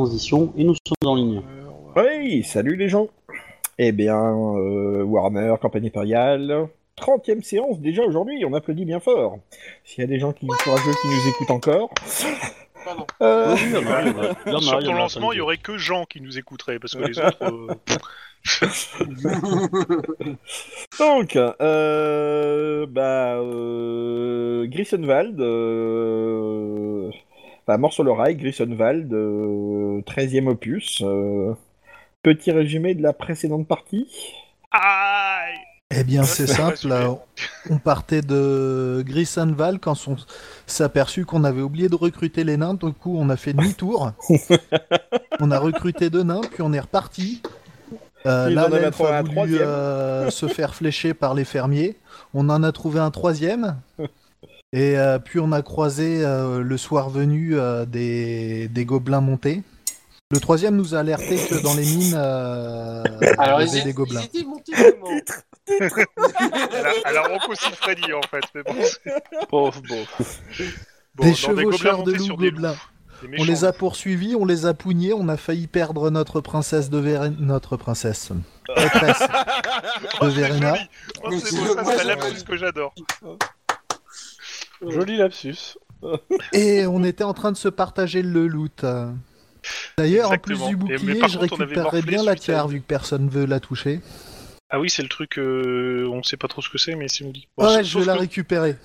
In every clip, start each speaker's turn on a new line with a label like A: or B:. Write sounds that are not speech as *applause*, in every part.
A: transition et nous sommes en ligne.
B: Oui, salut les gens Eh bien, euh, Warhammer, campagne impériale, 30e séance déjà aujourd'hui, on applaudit bien fort. S'il y a des gens qui courageux qui nous écoutent encore...
C: Pardon.
B: Euh,
A: Oui, il y en a, il y en a. Il y en a,
C: Sur *laughs*
A: il y en
C: ton
A: a,
C: lancement, il y
A: t'inquiète.
C: aurait que Jean qui nous écouterait, parce que les autres... euh, *laughs*
B: donc, euh, bah, euh, Grisenwald, euh, enfin, mort sur le rail, Grisenwald, euh, 13e opus. euh, petit résumé de la précédente partie
C: Aïe
D: Eh bien,
C: Ouais,
D: c'est
C: c'est pas
D: simple.
C: super.
D: euh, on partait de Grisanval quand on s'est aperçu qu'on avait oublié de recruter les nains. Du coup, on a
B: *laughs*
D: fait demi-tour. on a recruté deux nains, puis on est reparti. Euh,
B: Ils en
D: là,
B: en a
D: l'elfe
B: trouvé un
D: a voulu
B: troisième.
D: euh, se faire flécher par les fermiers. On en a trouvé un troisième. Et euh, puis on a croisé euh, le soir venu euh, des... des gobelins montés. Le troisième nous a alerté que dans les mines, euh,
E: Alors,
D: il y avait
E: ils
D: des
E: étaient,
D: gobelins.
E: ils étaient montés comment
C: à la, à la Rocco Siffredi, en fait. Mais bon, c'est- *laughs*
A: Pauvre, pauvre.
C: bon,
D: des
C: non, gobelins
D: chevaucheurs de
C: montés
D: loups
C: sur des
D: gobelins.
C: des
D: On
C: méchants.
D: les a poursuivis, on les a pougnés, on a failli perdre notre princesse de Verena.
C: *laughs*
D: Notre princesse. Maîtresse de Verena.
C: Joli. Oh, c'est beau, ça, c'est la lapsus que j'adore.
A: Joli lapsus.
D: Et on était en train de se partager le loot. D'ailleurs, en plus
C: Exactement.
D: du
C: Et- mais
D: bouclier,
C: par
D: je
C: contre, on avait
D: récupérerais
C: morflé
D: bien la
C: suite à-
D: tiare vu que personne veut la toucher.
C: Ah oui, c'est le truc, euh, on sait pas trop ce que c'est, mais c'est on dit. Bon,
D: ouais,
C: sauf-
D: je
C: sauf
D: vais la
C: que
D: récupérer.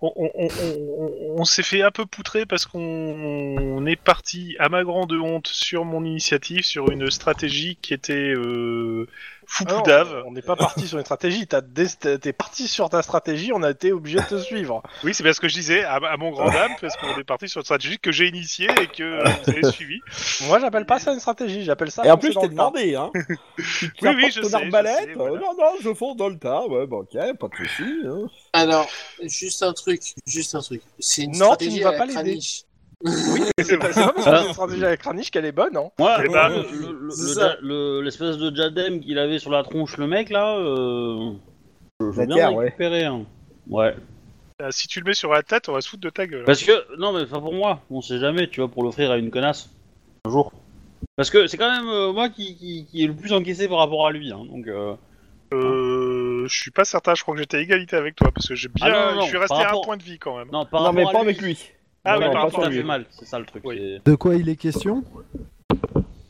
C: on on- on- on- on- on s'est fait un peu poutrer parce qu'on on est parti, à ma grande honte, sur mon initiative, sur une stratégie qui était euh,
F: Ah non,
C: foupoudave.
F: on n'est pas parti sur une stratégie. T'as dé- T'es parti sur ta stratégie, on a été obligé de te suivre.
C: Oui, c'est bien ce que je disais à, à mon grand dame, parce qu'on est parti sur une stratégie que j'ai initiée et que euh,
F: *laughs*
C: vous avez suivi.
F: Moi, j'appelle pas ça une stratégie, j'appelle ça.
B: Et en
F: foncer
B: plus, je
F: dans
B: t'ai
F: le
B: demandé,
F: tas.
C: *laughs*
B: hein. Tu
C: Oui, oui,
B: apportes
C: je
B: ton
C: sais, je
B: arbalète
C: sais, voilà.
B: euh, Non, non, je fonce dans le tas. Ouais, bah, ok, pas de soucis. hein.
E: Alors, juste un truc, juste un truc. C'est une
F: Non, tu
E: stratégie
F: ne vas
E: à la
F: pas l'aider.
E: Kranich.
F: Oui, mais c'est pas, c'est pas parce que
A: Ah.
F: c'est une stratégie avec Kranich qu'elle est bonne, hein.
A: Moi,
C: Eh ben,
A: le- le- le-
E: c'est
A: le
E: ça.
A: ja- le- l'espèce de diadème qu'il avait sur la tronche, le mec là, euh, je je veux
B: La
A: bien
B: tiare,
A: le
B: ouais.
A: récupérer. hein. Ouais.
C: Ah, si tu le mets sur la tête, on va se foutre de ta gueule.
A: Parce que, non, mais pas pour moi, on sait jamais, tu vois, pour l'offrir à une connasse. Un jour. Parce que c'est quand même euh, moi qui, qui, qui est le plus encaissé par rapport à lui, hein, donc. euh,
C: Euh, je suis pas certain, je crois que j'étais à égalité avec toi, parce que j'ai bien.
A: Ah non, non, non,
C: je suis resté
A: par
C: à un
A: rapport-
C: point de vie quand même.
A: Non, par
B: non,
A: rapport
B: mais
A: à
B: pas
A: lui.
B: avec lui.
C: Ah
B: Non,
C: oui,
B: non,
C: par
B: pas
C: rapport
B: sur
A: ça
C: à
B: lui.
A: fait mal, c'est ça le truc.
C: Oui.
A: c'est-
D: De quoi il est question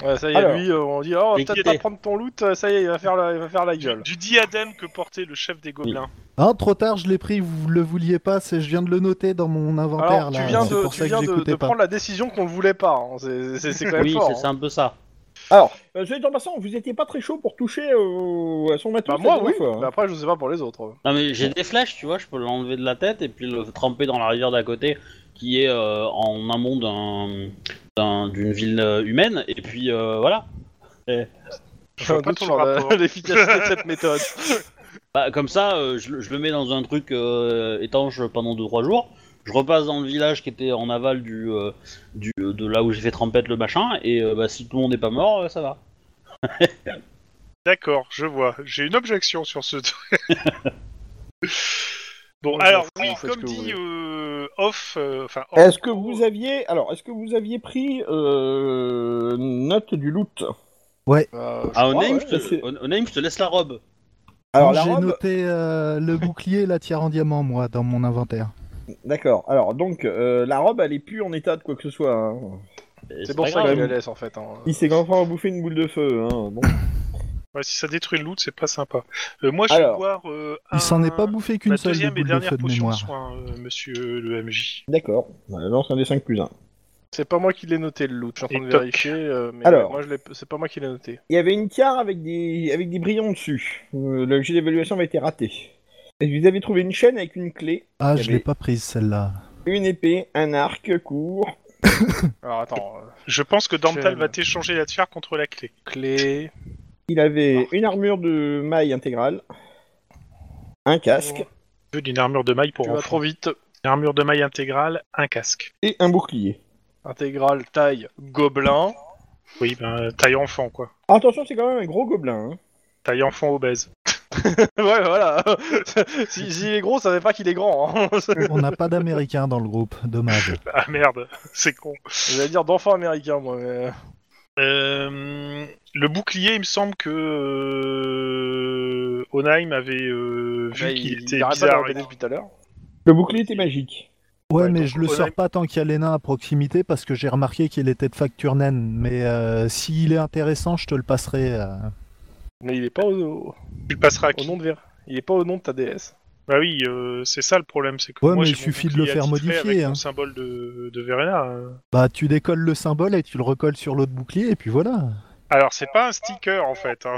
F: Ouais, ça y est,
B: Alors.
F: lui, euh, on dit, oh, on va
A: Mais qui
F: peut-être
A: était
F: pas prendre ton loot, euh, ça y est, il va faire la, il va faire la
C: Du,
F: gueule.
C: du diadème que portait le chef des gobelins.
D: Hein, trop tard, je l'ai pris, vous le vouliez pas, c'est- je viens de le noter dans mon inventaire
F: Alors,
D: là.
F: tu viens
D: c'est
F: de,
D: pour
F: tu
D: ça
F: viens
D: que je
F: de,
D: l'écoutais
F: de
D: pas.
F: prendre la décision qu'on ne voulait pas, hein. C'est- c'est c'est quand même
A: Oui,
F: fort.
A: c'est
F: hein.
A: c'est un peu ça.
B: Alors, euh, je vais dire en passant, vous étiez pas très chaud pour toucher euh, à son matos.
F: Bah,
B: la
F: moi,
B: dernière
F: oui,
B: fois, hein.
F: mais après, je sais pas pour les autres.
A: Non mais j'ai des flèches, tu vois, je peux l'enlever de la tête et puis le tremper dans la rivière d'à côté qui est euh, en amont d'un- d'un- d'une ville euh, humaine et puis euh, voilà.
F: J'ai
C: vois
F: un
C: pas
F: doute
C: ton
F: sur la-
C: rapport.
F: *laughs* l'efficacité de cette méthode.
A: Bah, comme ça, euh, je, le- je le mets dans un truc euh, étanche pendant 2-3 jours. Je repasse dans le village qui était en aval du, euh, du euh, de là où j'ai fait trempette le machin et euh, bah, si tout le monde n'est pas mort, euh, ça va.
C: D'accord, je vois. J'ai une objection sur ce truc. bon,
F: Moi, je
C: alors,
F: m'en
C: oui,
F: fous, faites ce
C: comme
F: que vous
C: dit
F: voulez.
C: euh, off, euh, enfin, off-
B: Est-ce que vous aviez, alors, est-ce que vous aviez pris euh, note du loot
F: Euh, je
A: Ah, au
F: crois,
A: name,
F: ouais.
A: je te-
B: c'est-
A: au- au name, je te laisse la robe.
B: Alors, la
D: j'ai
B: robe,
D: noté euh, le bouclier et la tiare en diamant, moi, dans mon inventaire.
B: d'accord. Alors, donc, euh, la robe, elle est plus en état de quoi que ce soit. hein.
A: Et
F: C'est
A: pas
F: pour ça
A: grave.
F: qu'il la laisse en fait. hein.
B: Il s'est grand bouffé une boule de feu. Hein. Bon.
C: ouais, si ça détruit le loot, c'est pas sympa. Euh, moi, je vais
B: Alors.
C: boire euh,
D: Il s'en est
C: un-
D: pas bouffé
C: la
D: qu'une seule de
C: deuxième et
D: boule de
C: dernière
D: feu de
C: potion de
D: mémoire.
C: soin, euh, monsieur le MJ.
B: D'accord. Voilà, lance un des 5 plus 1.
F: C'est pas moi qui l'ai noté le loot, je suis en train
C: Et
F: de
C: toc.
F: vérifier, euh, mais
B: Alors.
F: moi je l'ai- c'est pas moi qui l'ai noté.
B: Il y avait une tiare avec des, avec des brillants dessus. Euh, le jet d'évaluation avait été raté. Et vous avez trouvé une chaîne avec une clé,
D: Ah,
B: Il y
D: je
B: avait-
D: l'ai pas prise celle-là.
B: une épée, un arc court.
F: Alors attends, euh,
C: Je pense que Dantal
F: Quel-
C: va t'échanger la tiare contre la clé.
F: clé,
B: Il
F: Ah.
B: avait une armure de maille intégrale, un casque
C: Je veux d'une armure de maille pour
F: tu vas
C: enfants.
F: trop vite,
C: Une armure de maille intégrale, un casque.
B: et un bouclier.
F: intégrale, taille, gobelin. *laughs*
C: Oui, ben, taille enfant, quoi.
B: Attention, c'est quand même un gros gobelin. hein.
C: Taille enfant obèse. *laughs*
F: ouais, voilà. *laughs* S'il si, s'il est gros, ça veut pas qu'il est grand. hein. *laughs*
D: On n'a pas d'Américains dans le groupe, dommage.
C: Ah merde, *laughs* c'est con.
F: J'allais dire d'enfant américain, moi. mais-
C: Euh, le bouclier, il me semble que euh, Onheim avait euh, vu
F: Là,
C: qu'il
F: il,
C: était
F: il arrête pas de
C: bizarre.
F: répéter depuis tout à l'heure.
B: Le bouclier était magique.
D: Ouais,
C: Ouais,
D: mais
C: donc,
D: je le
C: on a-
D: sors pas tant qu'il y a les nains à proximité parce que j'ai remarqué qu'il était de facture naine. Mais euh, s'il est intéressant, je te le passerai. euh.
F: Mais il est pas au,
C: Tu le passeras à
F: au
C: qui
F: nom de Ver- Il est pas au nom de ta déesse.
C: Bah oui, euh, c'est ça le problème, c'est que
D: Ouais,
C: moi,
D: mais
C: j'ai
D: il
C: mon
D: suffit de
C: bouclier
D: le faire
C: attitré
D: modifier,
C: avec mon
D: hein.
C: symbole de, de Verena. hein.
D: Bah, tu décolles le symbole et tu le recolles sur l'autre bouclier, et puis voilà.
C: Alors c'est pas un sticker en fait. hein.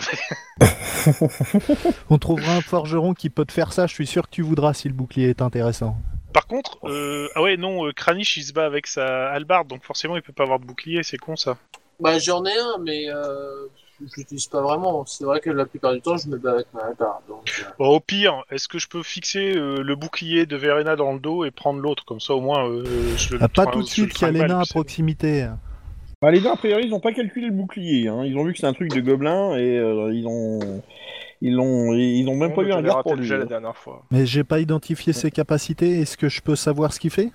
D: On trouvera un forgeron qui peut te faire ça, je suis sûr que tu voudras si le bouclier est intéressant.
C: Par contre, euh, ah ouais non, euh, Kranich il se bat avec sa halbarde, donc forcément il peut pas avoir de bouclier, c'est con ça.
E: Bah, j'en ai un, mais euh, je l'utilise pas vraiment. C'est vrai que la plupart du temps, je me bats avec ma barre. Donc, euh,
C: Bon, au pire, est-ce que je peux fixer euh, le bouclier de Verena dans le dos et prendre l'autre comme ça au moins euh, je le
D: Ah, pas
C: enfin,
D: tout de
C: je
D: suite
C: le
D: qu'il y a les
C: trimballe,
D: nains à
C: c'est-
D: proximité.
B: Bah, les deux, a priori, ils ont pas calculé le bouclier. hein. Ils ont vu que c'est un truc de gobelin et euh, ils ont. Ils l'ont. Ils ont même pas eu un
F: J'avais
B: regard
F: raté
B: pour
F: le
B: lui.
F: jet la
B: hein.
F: dernière fois.
D: Mais j'ai pas identifié ses capacités, est-ce que je peux savoir ce qu'il fait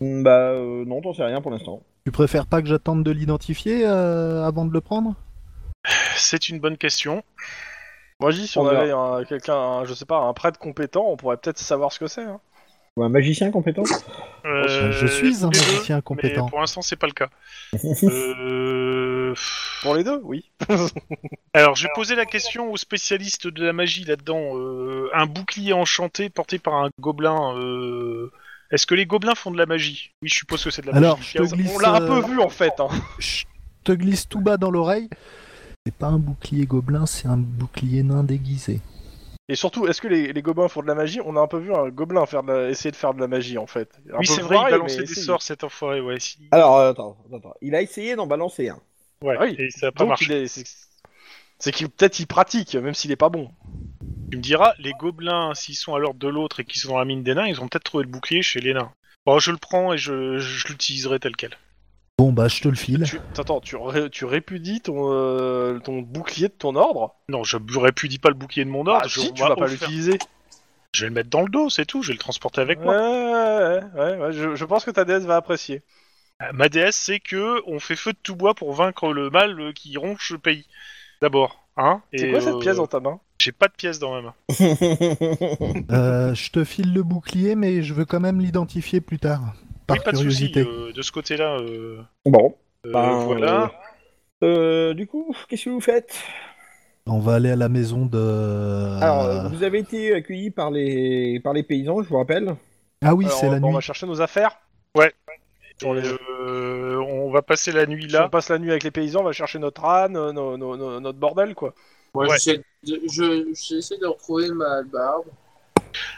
B: Mm, Bah, euh, non, t'en sais rien pour l'instant.
D: Tu préfères pas que j'attende de l'identifier euh, avant de le prendre
C: C'est une bonne question.
F: Moi, je dis, si
B: On
F: on,
B: verra.
F: avait un- quelqu'un, un- je sais pas, un prêtre compétent, on pourrait peut-être savoir ce que c'est. hein.
B: Ou un magicien compétent
C: Euh,
D: Oh, Je suis un
C: les deux,
D: magicien
C: Mais
D: compétent.
C: pour l'instant, c'est pas le cas.
D: *laughs*
C: Euh,
F: Pour les deux, oui.
C: Alors, je vais poser la question aux spécialistes de la magie là-dedans. Euh, un bouclier enchanté porté par un gobelin. euh, Est-ce que les gobelins font de la magie Oui, je suppose que c'est de la
D: Alors,
C: magie.
D: je te glisse,
F: on l'a un
D: euh,
F: peu vu en fait. hein.
D: je te glisse tout bas dans l'oreille. C'est pas un bouclier gobelin, c'est un bouclier nain déguisé.
F: Et surtout, est-ce que les, les gobelins font de la magie On a un peu vu un gobelin faire de la- essayer de faire de la magie en fait. Un
C: Oui,
F: peu
C: c'est vrai, il
F: pareil,
C: balançait
F: mais
C: des
F: essaye.
C: sorts, cet enfoiré. Ouais, si.
B: Alors, euh, attends, attends, attends. Il a essayé d'en balancer *laughs* un.
C: Ouais,
F: Ah oui.
C: et ça a pas
F: Donc,
C: marché.
F: il est- c'est c'est qu'il peut-être il pratique, même s'il est pas bon.
C: Tu me diras, les gobelins, s'ils sont à l'ordre de l'autre et qu'ils sont dans la mine des nains, ils ont peut-être trouvé le bouclier chez les nains. Bon, je le prends et je, je l'utiliserai tel quel.
D: Bon bah je te le file.
C: *laughs*
F: Tu, attends, tu, ré- tu répudies ton, euh, ton bouclier de ton ordre
C: Non, je répudie pas le bouclier de mon ordre.
F: Ah,
C: je,
F: si,
C: on
F: tu
C: va
F: vas pas
C: offrir- *laughs*
F: l'utiliser.
C: je vais le mettre dans le dos, c'est tout. Je vais le transporter avec
F: Ouais,
C: moi.
F: ouais, ouais, ouais, je, je pense que ta déesse va apprécier.
C: Euh, Ma déesse, c'est que on fait feu de tout bois pour vaincre le mal euh, qui ronge le pays. D'abord, hein.
F: C'est
C: et,
F: quoi cette
C: euh,
F: pièce dans ta main
C: J'ai pas de pièce dans ma main.
D: Euh, je te file le bouclier, mais je veux quand même l'identifier plus tard. Par
C: Oui, pas de souci.
D: curiosité.
C: euh, de ce côté-là, euh,
B: bon.
C: euh,
B: Ben,
C: voilà.
B: Euh, du coup, qu'est-ce que vous faites
D: On va aller à la maison de.
B: Alors, euh, vous avez été accueillis par les, par les paysans, je vous rappelle.
D: Ah oui,
F: Alors,
D: c'est la
F: on
D: nuit.
F: va chercher nos affaires.
C: Et, euh, on va passer la nuit
F: Là,
C: là.
F: on passe la nuit avec les paysans, on va chercher notre âne, euh, nos- nos- nos- notre bordel quoi.
E: moi,
C: Ouais.
E: j'essaie de, je- j'essaie de retrouver ma barre.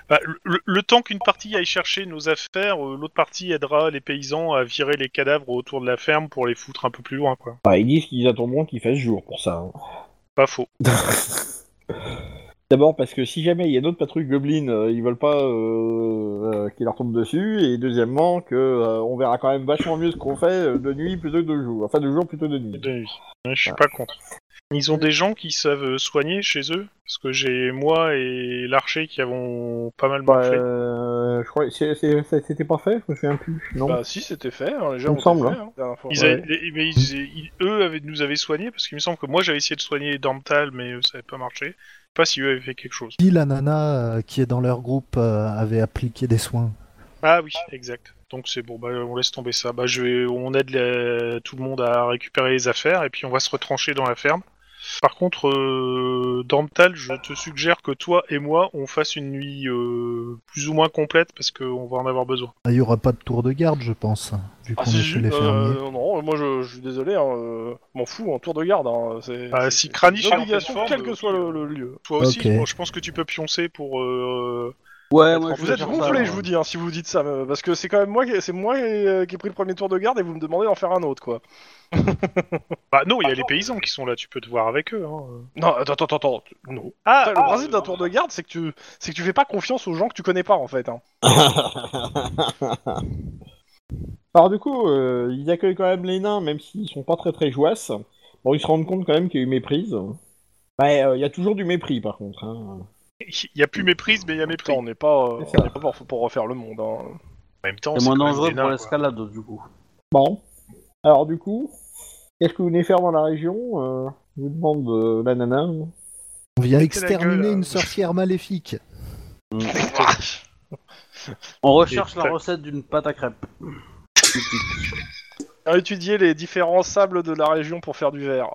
C: Bah, le- le, le temps qu'une partie aille chercher nos affaires, euh, l'autre partie aidera les paysans à virer les cadavres autour de la ferme pour les foutre un peu plus loin, quoi.
B: Bah, ils disent qu'ils attendront qu'il fasse jour pour ça. hein.
C: Pas faux.
B: D'abord parce que si jamais il y a d'autres patrouilles gobelines, euh, ils veulent pas euh, euh, qu'ils leur tombent dessus. Et deuxièmement, que euh, on verra quand même vachement mieux ce qu'on fait euh, de nuit plutôt que de jour. Enfin, de jour plutôt que de nuit.
C: De nuit. Ouais, Je suis pas contre. Ils ont des gens qui savent euh, soigner chez eux, parce que j'ai moi et l'archer qui avons pas mal
B: Bah,
C: morflé.
B: euh, je crois c'est- c'est- c'est- c'était pas fait, je me souviens plus. Non.
F: Bah si, c'était fait, hein, les
B: Il
F: gens
B: me
F: ont
B: semble,
F: fait, hein, la dernière fois.
C: Ils
F: Ouais.
C: avaient- les- mais ils- ils- eux avaient, nous avaient soignés, parce qu'il me semble que moi j'avais essayé de soigner Dormtal, mais euh, ça n'avait pas marché. Je sais pas si eux avaient fait quelque chose.
D: Qui la nana euh, qui est dans leur groupe euh, avait appliqué des soins.
C: Ah oui, exact. Donc c'est bon, bah, on laisse tomber ça. Bah, je vais, on aide la- tout le monde à récupérer les affaires, et puis on va se retrancher dans la ferme. Par contre, euh, Dormtal, je te suggère que toi et moi, on fasse une nuit euh, plus ou moins complète, parce qu'on va en avoir besoin.
D: Ah, Il y aura pas de tour de garde, je pense, vu qu'on
F: Ah,
D: est
F: si,
D: chez
F: si,
D: les fermiers.
F: euh, non, moi je, je suis désolé, hein, euh, m'en fous en tour de garde. Hein, c'est,
C: Ah,
F: c'est-
C: si
F: c'est
C: Kranich
F: une
C: est en
F: obligation,
C: pleine forme,
F: quel que soit
C: oui,
F: le,
C: euh,
F: le lieu.
C: Toi aussi,
D: Ok.
C: bon, je pense que tu peux pioncer pour... euh,
B: ouais,
C: moi, je
F: Vous
C: vais
F: êtes
C: faire
F: gonflé, je vous dis, hein, si vous dites ça, euh, parce que c'est quand même moi, qui- c'est moi euh, qui ai pris le premier tour de garde et vous me demandez d'en faire un autre, quoi.
C: Bah non, il y a les paysans qui sont là, tu peux te voir avec eux. hein.
F: Non, attends, attends, attends, tu- non.
C: Ah,
F: Putain, le principe d'un tour de garde, c'est que tu, c'est que tu fais pas confiance aux gens que tu connais pas, en fait. Hein.
B: Alors du coup, euh, ils accueillent quand même les nains, même s'ils sont pas très très joasses. Bon, ils se rendent compte quand même qu'il y a eu méprise. Ouais, euh, il y a toujours du mépris par contre. hein.
C: Il n'y a plus méprise, mais il y a mépris.
F: Putain, on n'est pas, euh,
B: C'est
F: on
B: ça.
F: n'est pas pour, pour refaire le monde.
C: *laughs*
F: hein.
C: En même temps,
A: C'est moins
C: quand même
A: dangereux
C: des
A: pour
C: nains, quoi.
A: l'escalade, du coup.
B: Bon. Alors du coup, qu'est-ce que vous venez faire dans la région euh, Je vous demande euh, la nana.
D: On vient
C: Péter la gueule, euh,
D: exterminer
C: là. *laughs*
D: une sorcière maléfique.
A: On recherche
C: Et-
A: la recette d'une pâte à crêpes. *laughs*
F: On a étudié les différents sables de la région pour faire du verre.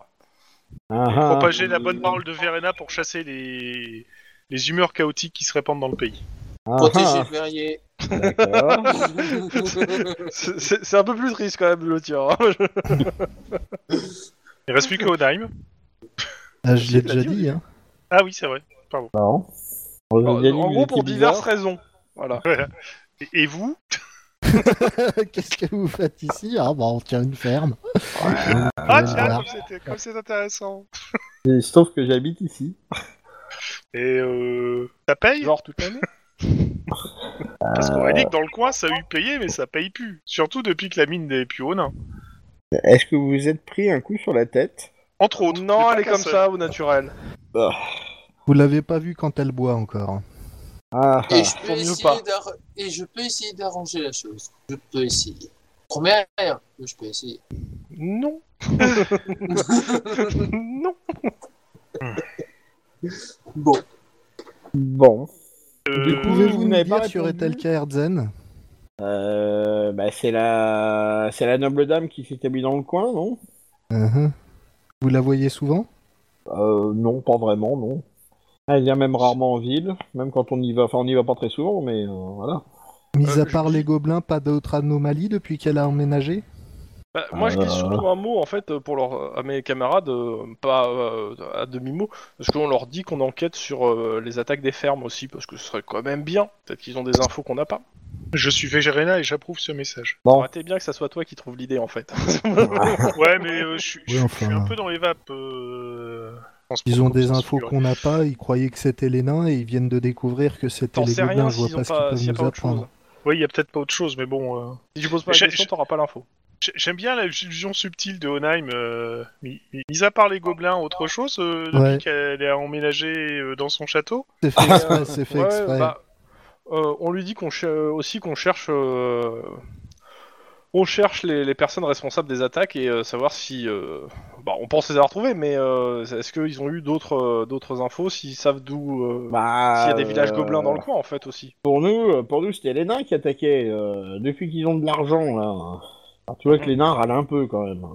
B: Ah,
C: Propager la
A: euh,
C: bonne parole de Verena pour chasser les... les humeurs chaotiques qui se répandent dans le pays.
B: Ah,
E: Protéger
B: ah, *laughs*
E: le verrier.
B: d'accord.
F: C'est- C'est c'est un peu plus triste quand même le tien. hein. *laughs*
C: Il reste plus que Onaim.
D: Ah, je l'ai
F: l'as
D: déjà
F: dit au
D: dit.
F: début.
D: Hein.
C: Ah oui, c'est vrai.
B: Bon. On Euh, vous dit
F: en
B: que
F: gros,
B: vous
F: pour
B: étiez
F: diverses
B: bizarre.
F: raisons. Voilà.
C: Et- *laughs* Et vous
D: *laughs* Qu'est-ce que vous faites ici Ah bah on tient une ferme.
B: Euh,
C: Ah tiens,
D: voilà.
C: comme c'était- comme c'est intéressant.
B: Et Sauf que j'habite ici.
C: Et euh... Ça paye
F: Genre toute l'année.
C: Parce qu'on m'a dit que dans le coin, ça a eu payé, mais ça paye plus. Surtout depuis que la mine des puits nains.
B: Est-ce que vous vous êtes pris un coup sur la tête
C: Entre autres. mais
F: Non,
C: pas
F: elle est
C: qu'un
F: comme
C: seul.
F: ça au naturel.
D: Vous l'avez pas vue quand elle boit encore.
F: Euh,
B: Ah, ah.
E: Et, je peux
F: Faut mieux
E: essayer
F: pas.
E: d'arr- et je peux essayer d'arranger la chose. Je peux essayer. Première, que je peux essayer.
C: *laughs*
F: Non. non.
E: Bon,
B: Bon.
C: Euh,
B: vous
D: Pouvez-vous nous
B: n'avez pas
D: dire sur
B: répondu
D: Ethel Kaerzen
B: Euh, bah, c'est la... c'est la noble dame qui s'établit dans le coin, non
D: Uh-huh. Vous la voyez souvent
B: Euh, non, pas vraiment, non. Elle vient même rarement en ville, même quand on y va. Enfin, on y va pas très souvent, mais euh, voilà.
D: Mis
F: Euh,
D: à
F: je-
D: part les gobelins, pas d'autres anomalies depuis qu'elle a emménagé
F: Bah, moi, je
B: Euh.
F: dis surtout un mot en fait euh, pour leur, à mes camarades, euh, pas euh, à demi mot, parce qu'on leur dit qu'on enquête sur euh, les attaques des fermes aussi, parce que ce serait quand même bien. Peut-être qu'ils ont des infos qu'on n'a pas.
C: Je suis Verena et j'approuve ce message.
B: Bon.
F: Arrêtez bien que ça soit toi qui trouve l'idée en fait.
C: *laughs* Ouais, mais euh, je, suis- je
D: Oui,
C: suis-
D: enfin.
C: je suis un peu dans les vapes. euh, en ce
D: Ils ont
C: moment,
D: des
C: ça se
D: infos
C: figure.
D: qu'on n'a pas, ils croyaient que c'était les nains et ils viennent de découvrir que c'était
F: T'en
D: les
F: sais
D: gobelins,
F: rien
D: je vois
F: s'ils ont
D: pas ce
F: pas, s'il
D: qu'ils
F: y a
D: peuvent
F: pas
D: nous
F: autre chose.
D: apprendre.
C: Oui, il y a peut-être pas autre chose, mais bon. euh,
F: Si tu poses pas la
C: J'ai-
F: question,
C: j'ai-
F: t'auras pas l'info.
C: j'ai- J'aime bien la fusion subtile de Honheim. euh, mi- mi- mis à part les gobelins, autre chose, euh, depuis
D: Ouais.
C: qu'elle a emménagé euh, dans son château.
D: C'est
F: *laughs*
D: fait exprès, c'est fait
F: Ouais,
D: exprès.
F: bah, euh, on lui dit qu'on cher- aussi qu'on cherche, euh, on cherche les, les personnes responsables des attaques et euh, savoir si, euh, bah, on pense les avoir trouvés, mais euh, est-ce qu'ils ont eu d'autres euh, d'autres infos, s'ils savent d'où, euh,
B: Bah,
F: s'il y a des villages
B: euh,
F: gobelins dans le coin en fait aussi.
B: Pour nous, euh, pour nous, c'était les nains qui attaquaient. euh, depuis qu'ils ont de l'argent, là. Alors, tu vois que les nains râlent un peu quand même.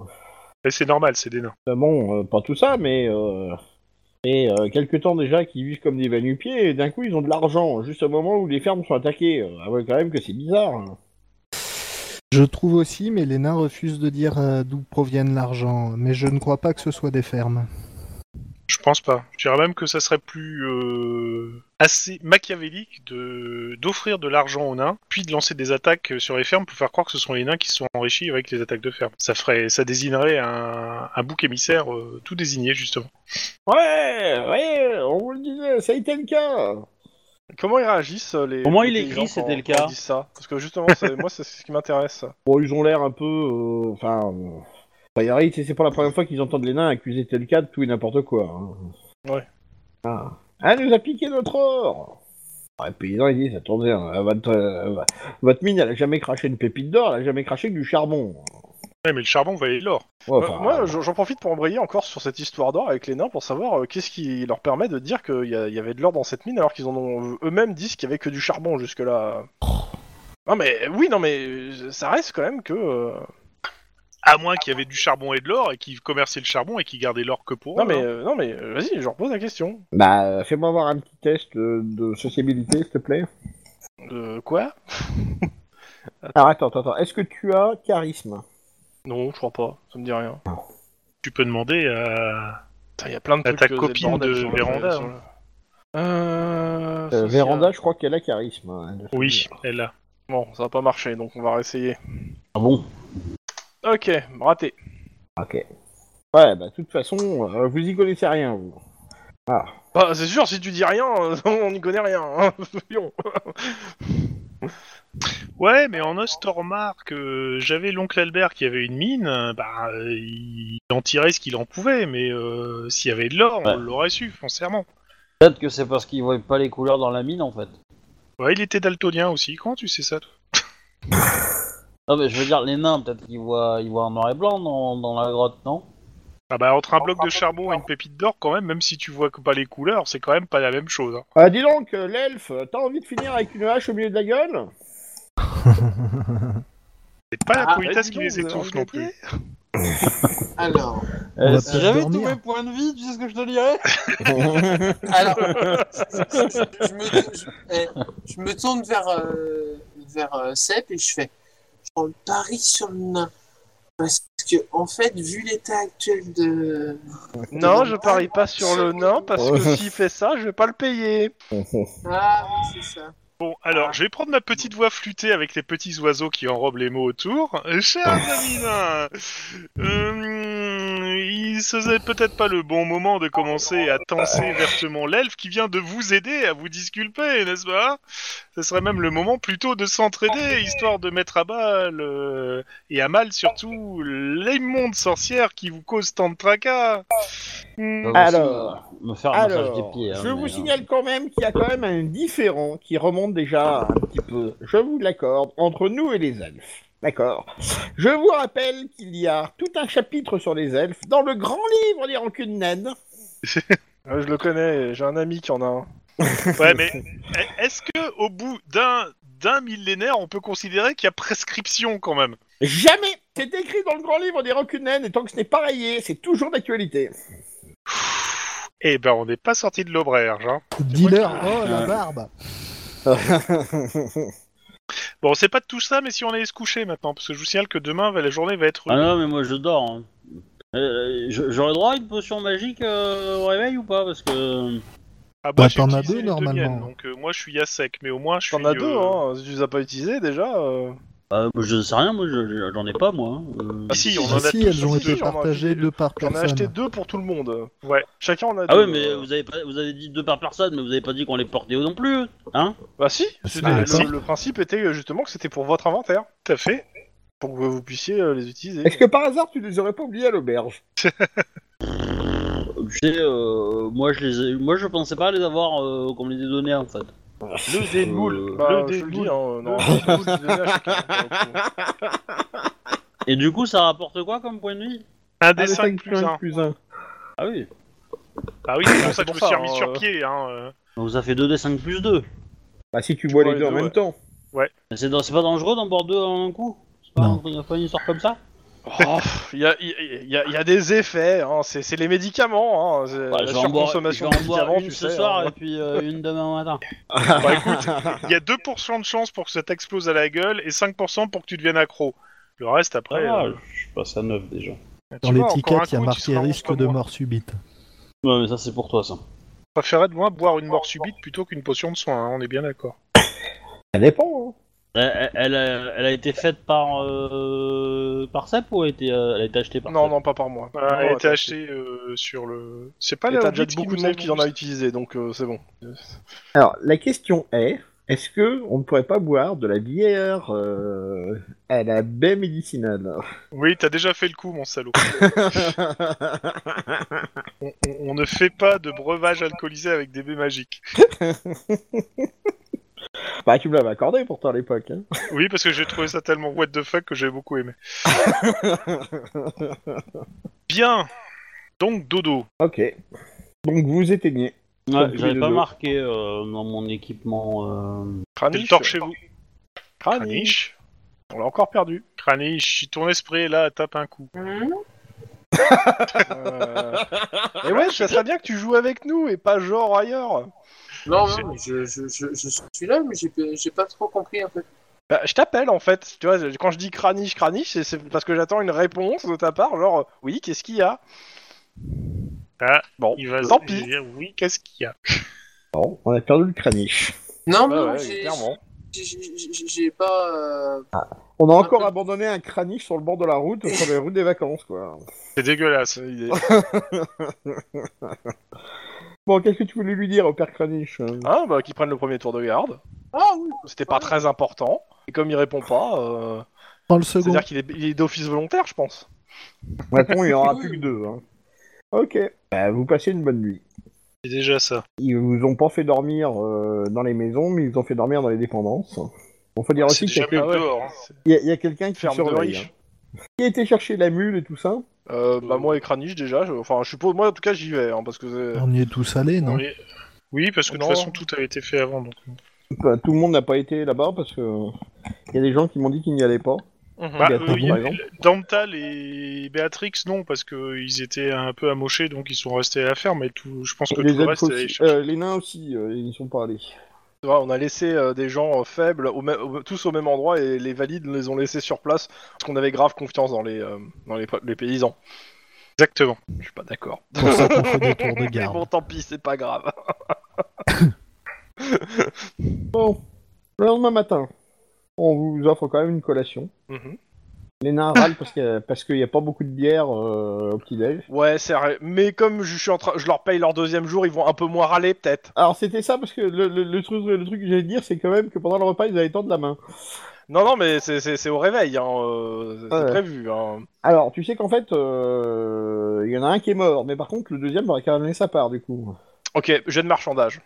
C: Et c'est normal, c'est des nains.
B: Enfin, bon, euh, pas tout ça, mais. Euh... Et euh, quelques temps déjà qu'ils vivent comme des vanupiers, et d'un coup ils ont de l'argent, juste au moment où les fermes sont attaquées. Euh, Ah ouais, quand même que c'est bizarre. hein.
D: Je trouve aussi, mais les nains refusent de dire euh, d'où proviennent l'argent. Mais je ne crois pas que ce soit des fermes.
C: Je pense pas. Je dirais même que ça serait plus euh, assez machiavélique de d'offrir de l'argent aux nains, puis de lancer des attaques sur les fermes pour faire croire que ce sont les nains qui se sont enrichis avec les attaques de fermes. Ça ferait, ça désignerait un, un bouc émissaire euh, tout désigné justement.
B: Ouais, ouais, on vous le disait, ça a été le cas.
F: Comment ils réagissent euh, les
A: Comment
F: les
A: il écrit,
F: paysans
A: c'était
F: quand-
A: le
F: quand
A: cas
F: ils disent ça Parce que justement, c'est- moi, c'est ce qui m'intéresse.
B: Bon, ils ont l'air un peu. euh, Enfin. euh, enfin, en réalité, c'est pas la première fois qu'ils entendent les nains accuser tel cas de tout et n'importe quoi. hein.
F: Ouais.
B: Ah. Ah, elle nous a piqué notre or Ah, Les paysans, ils disent attendez, hein, votre, euh, votre mine, elle a jamais craché une pépite d'or, elle a jamais craché que du charbon.
C: Ouais, mais le charbon va aller l'or.
B: Ouais,
F: Bah,
B: enfin,
F: moi, j'en j'en profite pour embrayer encore sur cette histoire d'or avec les nains pour savoir euh, qu'est-ce qui leur permet de dire qu'il y, a- il y avait de l'or dans cette mine alors qu'ils en ont eux-mêmes dit qu'il y avait que du charbon jusque-là. Non mais oui, non mais euh, ça reste quand même que. euh,
C: À moins qu'il y avait du charbon et de l'or et qu'ils commerçaient le charbon et qu'ils gardaient l'or que pour
F: Non
C: eux,
F: mais
C: hein.
F: euh, non mais euh, vas-y, je repose la question.
B: Bah, euh, fais-moi voir un petit test euh, de sociabilité, s'il te plaît.
F: Euh, quoi
B: Alors, attends, attends, attends. Est-ce que tu as charisme
F: Non, je crois pas. Ça me dit rien.
C: tu peux demander à.
F: Putain, Il y a plein de
C: À
F: trucs.
C: ta
F: euh,
C: copine
F: c'est le bordel
C: de
F: sur le-
C: Véranda, hein.
F: sur le- Euh,
B: Euh,
F: social.
B: Véranda, je crois qu'elle a charisme. hein, de
C: Oui,
B: souvenir.
C: elle a.
F: Bon, ça va pas marcher, donc on va réessayer.
A: Ah bon
F: Ok, raté.
B: Ok. Ouais, bah, de toute façon, euh, vous y connaissez rien, vous. Ah.
F: Bah, c'est sûr, si tu dis rien, *laughs* euh, on n'y connaît rien. hein, *laughs* Pion.
C: Ouais, mais en Ostormar, que j'avais l'oncle Albert qui avait une mine, euh, bah, euh, il en tirait ce qu'il en pouvait, mais euh, s'il y avait de l'or,
A: Ouais.
C: on l'aurait su, foncièrement.
A: Peut-être que c'est parce qu'ils voient pas les couleurs dans la mine en fait.
C: Ouais, il était daltonien aussi. Comment tu sais ça toi
A: Non mais je veux dire les nains, peut-être qu'ils voient, ils voient en noir et blanc dans, dans la grotte, non
C: Ah bah entre un bloc de charbon et une pépite d'or, quand même, même si tu vois que pas les couleurs, c'est quand même pas la même chose. hein.
B: Ah, dis donc, euh, l'elfe, t'as envie de finir avec une hache au milieu de
A: *laughs*
B: la gueule
C: C'est pas la
E: Ah,
C: politesse qui
F: Dis
C: les
F: donc,
C: étouffe non plus.
E: Alors,
D: On va
A: Euh, Si
D: pas
A: j'avais tous
D: dormir.
A: mes points de vie, tu sais ce que je te dirais
E: alors, je, me, je- eh, je me tourne vers, euh, vers euh, Sepp et je fais Je prends le pari sur le nain. Parce que, en fait, vu l'état actuel de.
F: Non, je parie pas sur le nain parce
D: Oh.
F: que s'il fait ça, je vais pas le payer.
E: Ah, oui, c'est ça.
C: Bon, alors, je vais prendre ma petite voix flûtée avec les petits oiseaux qui enrobent les mots autour. Euh, Chers amis nains, euh, il se faisait peut-être pas le bon moment de commencer à tancer vertement l'elfe qui vient de vous aider à vous disculper, n'est-ce pas Ce serait même le moment plutôt de s'entraider, histoire de mettre à bas le- et à mal surtout l'immonde sorcière qui vous cause tant de tracas. Hmm.
B: Alors,
A: me faire un massage des
B: Alors,
A: pieds. hein,
B: je vous
A: mais,
B: signale quand même qu'il y a quand même un différent qui remonte déjà un petit peu, je vous l'accorde, entre nous et les elfes. D'accord. Je vous rappelle qu'il y a tout un chapitre sur les elfes dans le grand livre des rancunes naines.
F: Euh, je le connais, j'ai un ami qui en a un.
C: Ouais, mais est-ce que au bout d'un d'un millénaire, on peut considérer qu'il y a prescription quand même
B: Jamais C'est écrit dans le grand livre des rancunes naines et tant que ce n'est pas rayé, c'est toujours d'actualité.
C: Eh ben, on n'est pas sorti de l'auberge. Hein.
D: Dealer, oh la
A: Ouais.
D: barbe
C: Bon, c'est pas de tout ça, mais si on allait se coucher maintenant, parce que je vous signale que demain, la journée va être.
A: Ah non, mais moi je dors. hein. Euh, je- J'aurais droit à une potion magique euh, au réveil ou pas Parce que.
C: Ah,
D: Bah,
C: j'ai
D: t'en as
C: utilisé
D: deux,
C: les miennes,
D: normalement.
C: donc euh, moi, je suis à sec, mais au moins, je suis.
F: T'en as deux,
C: euh,
F: hein. Si tu les as pas utilisés déjà. euh,
A: Bah, je ne sais rien, moi je- j'en ai pas moi. hein. Euh,
C: Ah si, on
D: Si,
C: en a
D: si,
C: tous hein,
D: elles ont
C: aussi,
D: été
F: j'en ai
D: partagées
F: acheté-
D: deux par
F: J'en ai acheté
D: personne.
F: deux pour tout le monde.
C: Ouais. euh,
F: Chacun en a
A: Ah
F: deux.
A: oui, mais vous avez, pas, vous avez dit deux par personne, mais vous avez pas dit qu'on les portait non plus, hein
F: Bah si, c'était-
D: Ah,
F: le,
D: d'accord.
F: le principe était euh, justement que c'était pour votre inventaire,
C: Tout à fait.
F: pour que vous puissiez euh, les utiliser.
B: Est-ce que par hasard tu les aurais pas oubliés à l'auberge
A: Tu sais, euh, moi je les, ai- moi je pensais pas les avoir euh, qu'on me les ait donnés en fait.
F: *laughs* Le démoule,
A: Euh,
F: bah,
C: le
F: je te le
C: démoule.
F: dis, hein, euh, non, je vous le donnais à chacun, pour le coup.
A: Et du coup, ça rapporte quoi comme point de vie
D: Ah,
C: Un des cinq plus un.
B: Ah, plus un.
A: Ah oui.
C: Ah oui, c'est pour ça
F: c'est
C: que je
F: pour
C: me
F: ça,
C: suis remis
F: hein,
C: sur
F: euh.
C: pied. Hein. euh.
A: Donc ça fait 2d5 plus 2.
B: Bah si tu bois
F: bois
B: les deux en même
F: ouais.
B: temps.
A: C'est dans- c'est pas dangereux d'en boire deux en un coup C'est pas,
D: Non.
A: un- pas une histoire comme ça
F: Oh, Il y, a, il y a- il y a des effets, hein, c'est c'est les médicaments, hein, c'est
A: Bah,
F: la
A: Je vais en boire, je
F: surconsommation
A: vais
F: de
A: en boire
F: médicaments,
A: une
F: tu
A: ce
F: sais,
A: soir
F: hein.
A: et puis euh, une demain
F: *laughs*
A: matin.
C: Bah écoute, il y a 2% de chance pour que ça t'explose à la gueule et 5% pour que tu deviens accro. Le reste, après.
F: Ah.
C: euh,
A: Ah, je passe à 9 déjà.
C: tu
D: Dans
C: vois, encore un
D: l'étiquette, il y a
C: coup, tu
D: marqué
C: seras
D: risque
C: comme
D: de
C: moi.
D: mort subite.
A: Ouais, mais ça c'est pour toi ça.
C: Je préférerais de loin boire une mort subite plutôt qu'une potion de soin, hein, on est bien d'accord.
B: Ça dépend. hein.
A: Elle, elle a, elle a été faite par euh, par Sep ou elle a été, euh, elle a été achetée par
F: Non,
A: Sep
F: non, pas par moi.
C: Voilà,
F: Non,
C: elle a
F: non,
C: été
F: attends,
C: achetée euh, sur le. C'est pas
F: Ah, Et
C: la
F: t'as déjà
C: Hobbit
F: beaucoup de
C: nous
F: monde qui en
C: annonce-
F: a utilisé, donc euh, c'est bon.
B: hein. Alors la question est est-ce que on ne pourrait pas boire de la bière euh, à la baie médicinale
C: Oui, t'as déjà fait le coup,
B: *laughs*
C: mon salaud. on, on- on ne fait pas de breuvage alcoolisé avec des baies magiques.
B: Bah tu me l'avais accordé pourtant à l'époque. hein.
C: Oui, parce que j'ai trouvé ça tellement what the fuck que j'ai
B: *laughs*
C: beaucoup aimé. Bien Donc, Dodo.
B: Ok. Donc vous éteignez.
A: Ouais,
B: Comme tous
A: J'avais
B: les
A: pas
B: deux.
A: marqué euh, dans mon équipement. euh,
C: C'est
F: Kranich,
C: le tort chez vous.
F: Kranich,
C: Kranich.
F: euh, on l'a encore *laughs* perdu.
C: Kranich, si ton esprit est là, tape un coup.
E: Hmm
F: Euh, Et ouais, ça serait bien que tu joues avec nous et pas genre ailleurs.
E: Non, non, mais je, je, je, je suis là, mais j'ai j'ai pas trop compris en fait.
F: Bah, je t'appelle en fait, tu vois, je- quand je dis craniche, craniche, c'est- c'est parce que j'attends une réponse de ta part, genre oui, qu'est-ce qu'il y a
C: Ah,
F: Bon,
C: Il va
F: tant
C: il va
F: pis.
C: dire, oui, qu'est-ce qu'il y a
B: Bon, on a perdu le craniche.
E: Non,
F: Ah bah Ouais,
E: non,
F: ouais,
E: j'ai-
F: clairement.
E: j'ai- j'ai j'ai- j'ai pas. euh,
B: On a encore abandonné un craniche sur le bord de la route, sur les routes des vacances quoi.
C: C'est dégueulasse.
B: Bon, qu'est-ce que tu voulais lui dire au père craniche hein
F: Hein, bah, qu'ils prennent le premier tour de garde.
E: Ah oui
F: C'était pas très important. Et comme il répond pas, euh,
D: Dans le second.
F: c'est-à-dire qu'il est, il est d'office volontaire, je pense.
B: Maintenant, il n'y en aura plus que deux. hein. Ok. Bah, vous passez une bonne nuit.
C: C'est déjà ça.
B: Ils vous ont pas fait dormir euh, dans les maisons, mais ils vous ont fait dormir dans les dépendances. Bon, faut dire
C: C'est
B: aussi qu'il y
C: déjà
B: a,
F: Ah,
C: mieux
B: quel-
C: que dehors. hein.
B: il y a- il y a quelqu'un qui
F: Ferme de
B: surveille.
F: riche.
B: hein. Qui a été chercher la mule et tout ça
F: Euh, bah moi et Kranich déjà, je- enfin je suppose, moi en tout cas j'y vais, hein, parce que c'est...
D: On y est tous allés, non
C: Oui. Oui, parce que de
F: Non.
C: toute façon, tout avait été fait avant. Donc...
B: Bah, Tout le monde n'a pas été là-bas parce que euh, il y a des gens qui m'ont dit qu'ils n'y allaient pas.
C: Bah,
B: Il y a
C: euh,
B: Tom,
C: il y
B: par
C: a-
B: exemple.
C: Dantal et Béatrix, non, parce qu'ils étaient un peu amochés, donc ils sont restés à la ferme. Et tout... je pense que
B: les,
C: tout le
B: elfes
C: reste.
B: aussi-
C: est-
B: euh, les nains aussi, euh, ils n'y sont pas allés.
F: C'est vrai, on a laissé euh, des gens euh, faibles, au mê- au- tous au même endroit, et les valides les ont laissés sur place, parce qu'on avait grave confiance dans les, euh, dans les, les paysans.
C: Exactement.
F: Je suis pas d'accord.
D: Pour ça qu'on
C: *laughs*
D: fait des tours de
F: Mais bon,
D: garde.
F: tant pis, c'est pas grave.
B: Bon, le lendemain matin, on vous offre quand même une collation.
F: Mhm.
B: Les nains râlent parce qu'il parce qu'il n'y a pas beaucoup de bière euh, au petit-déj.
F: Ouais, c'est vrai. Mais comme je suis en train, je leur paye leur deuxième jour, ils vont un peu moins râler peut-être.
B: Alors c'était ça parce que le, le- le truc, le truc que j'allais dire, c'est quand même que pendant le repas, ils allaient tendre la main.
F: Non, non, mais c'est- c'est c'est au réveil, hein. euh, c'est
B: Ouais.
F: prévu. Hein.
B: Alors, tu sais qu'en fait, euh, il y en a un qui est mort, mais par contre, le deuxième aurait carrément sa part, du coup.
F: Ok, jeu de marchandage.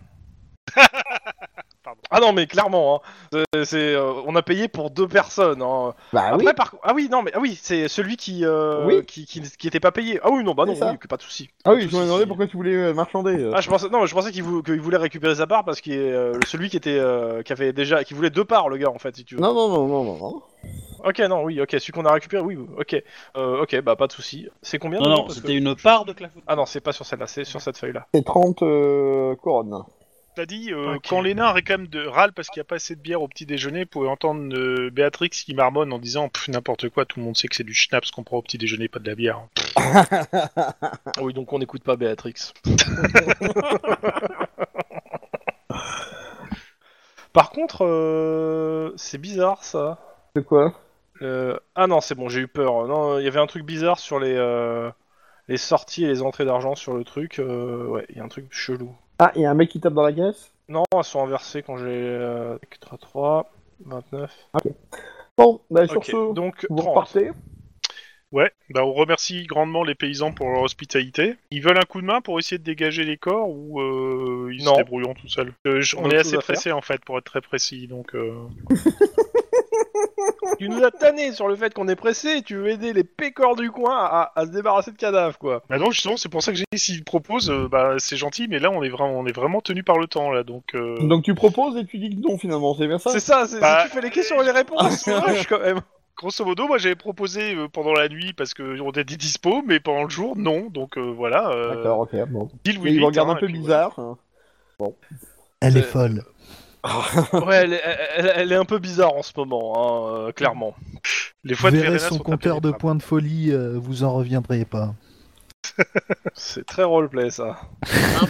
F: Ah non, mais clairement, hein. C'est- c'est, euh, on a payé pour deux personnes. Hein.
B: Bah
F: Après,
B: oui,
F: par contre- ah oui, non, mais ah oui, c'est celui qui, euh,
B: Oui.
F: qui, qui, qui était pas payé. Ah oui, non, bah non,
B: C'est ça.
F: oui, que pas de souci.
B: ah oui,
F: Pas de
B: je me
F: souci.
B: demandais pourquoi tu voulais euh, marchander. euh.
F: Ah, je pensais, non, je pensais qu'il vou- qu'il voulait récupérer sa part parce que celui qui était, euh, qui avait déjà, qui voulait deux parts, le gars, en fait, si tu veux.
B: Non, non, non, non, non, non.
F: Ok, non, oui, ok, celui qu'on a récupéré, oui, ok. Euh, ok, bah pas de souci. C'est combien
A: Non,
F: déjà,
A: non,
F: parce
A: c'était
F: que-
A: une part de clafoutis.
F: Ah non, c'est pas sur celle-là, c'est sur cette feuille-là.
B: C'est 30 euh, couronnes.
C: T'as dit, euh,
F: Ok.
C: quand les nains réclament de râle parce qu'il n'y a pas assez de bière au petit déjeuner, vous pouvez entendre euh, Béatrix qui marmonne en disant Pff, n'importe quoi, tout le monde sait que c'est du schnapps qu'on prend au petit déjeuner, pas de la bière. hein.
F: Ah oui, donc on n'écoute pas Béatrix. *laughs* Par contre, euh, c'est bizarre ça.
B: De quoi
F: Euh, Ah non, c'est bon, j'ai eu peur. Non, il y avait un truc bizarre sur les, euh, les sorties et les entrées d'argent sur le truc. Euh, ouais, il y a un truc chelou.
B: Ah, il y a un mec qui tape dans la caisse
F: Non, elles sont inversées quand j'ai euh, 3, 3, 29.
B: Bon, bah, sur
F: Ok,
B: ce,
F: donc Euh.
B: vous
F: 30.
B: repartez.
C: Ouais, bah on remercie grandement les paysans pour leur hospitalité. Ils veulent un coup de main pour essayer de dégager les corps ou euh, ils
F: Non.
C: se débrouilleront tout seuls Euh, je- On,
F: On a
C: est
F: autre
C: assez
F: chose à faire.
C: pressé en fait, pour être très précis, donc. euh,
F: Tu nous as tanné sur le fait qu'on est pressé, tu veux aider les pécores du coin à, à se débarrasser de cadavres, quoi.
C: Bah non, justement, c'est pour ça que j'ai dit s'ils proposent, euh, bah c'est gentil, mais là on est vraiment, on est vraiment tenu par le temps là, donc. euh,
B: Donc tu proposes et tu dis que non finalement, c'est bien ça
F: C'est ça, c'est
C: Bah,
F: si tu fais les questions et les *laughs* réponses, c'est vache quand même.
C: Grosso modo, moi j'avais proposé euh, pendant la nuit parce que on était dispo, mais pendant le jour, non. Donc euh, voilà. euh,
B: D'accord, ok, bon.
C: deal with
B: Mais ils
C: it,
B: vous regardent
C: hein,
B: un peu
C: et puis
B: bizarre. hein.
D: Elle est
F: Euh,
D: folle.
F: Ouais, elle, est- elle- elle est un peu bizarre en ce moment, hein, euh, clairement.
C: voilà. Les fois
D: Vous
C: de
D: verrez
C: Verena
D: son
C: sont
D: compteur de
C: impénétrables.
D: points de folie, euh, vous en reviendrez
F: *laughs*
D: pas.
F: C'est très roleplay ça.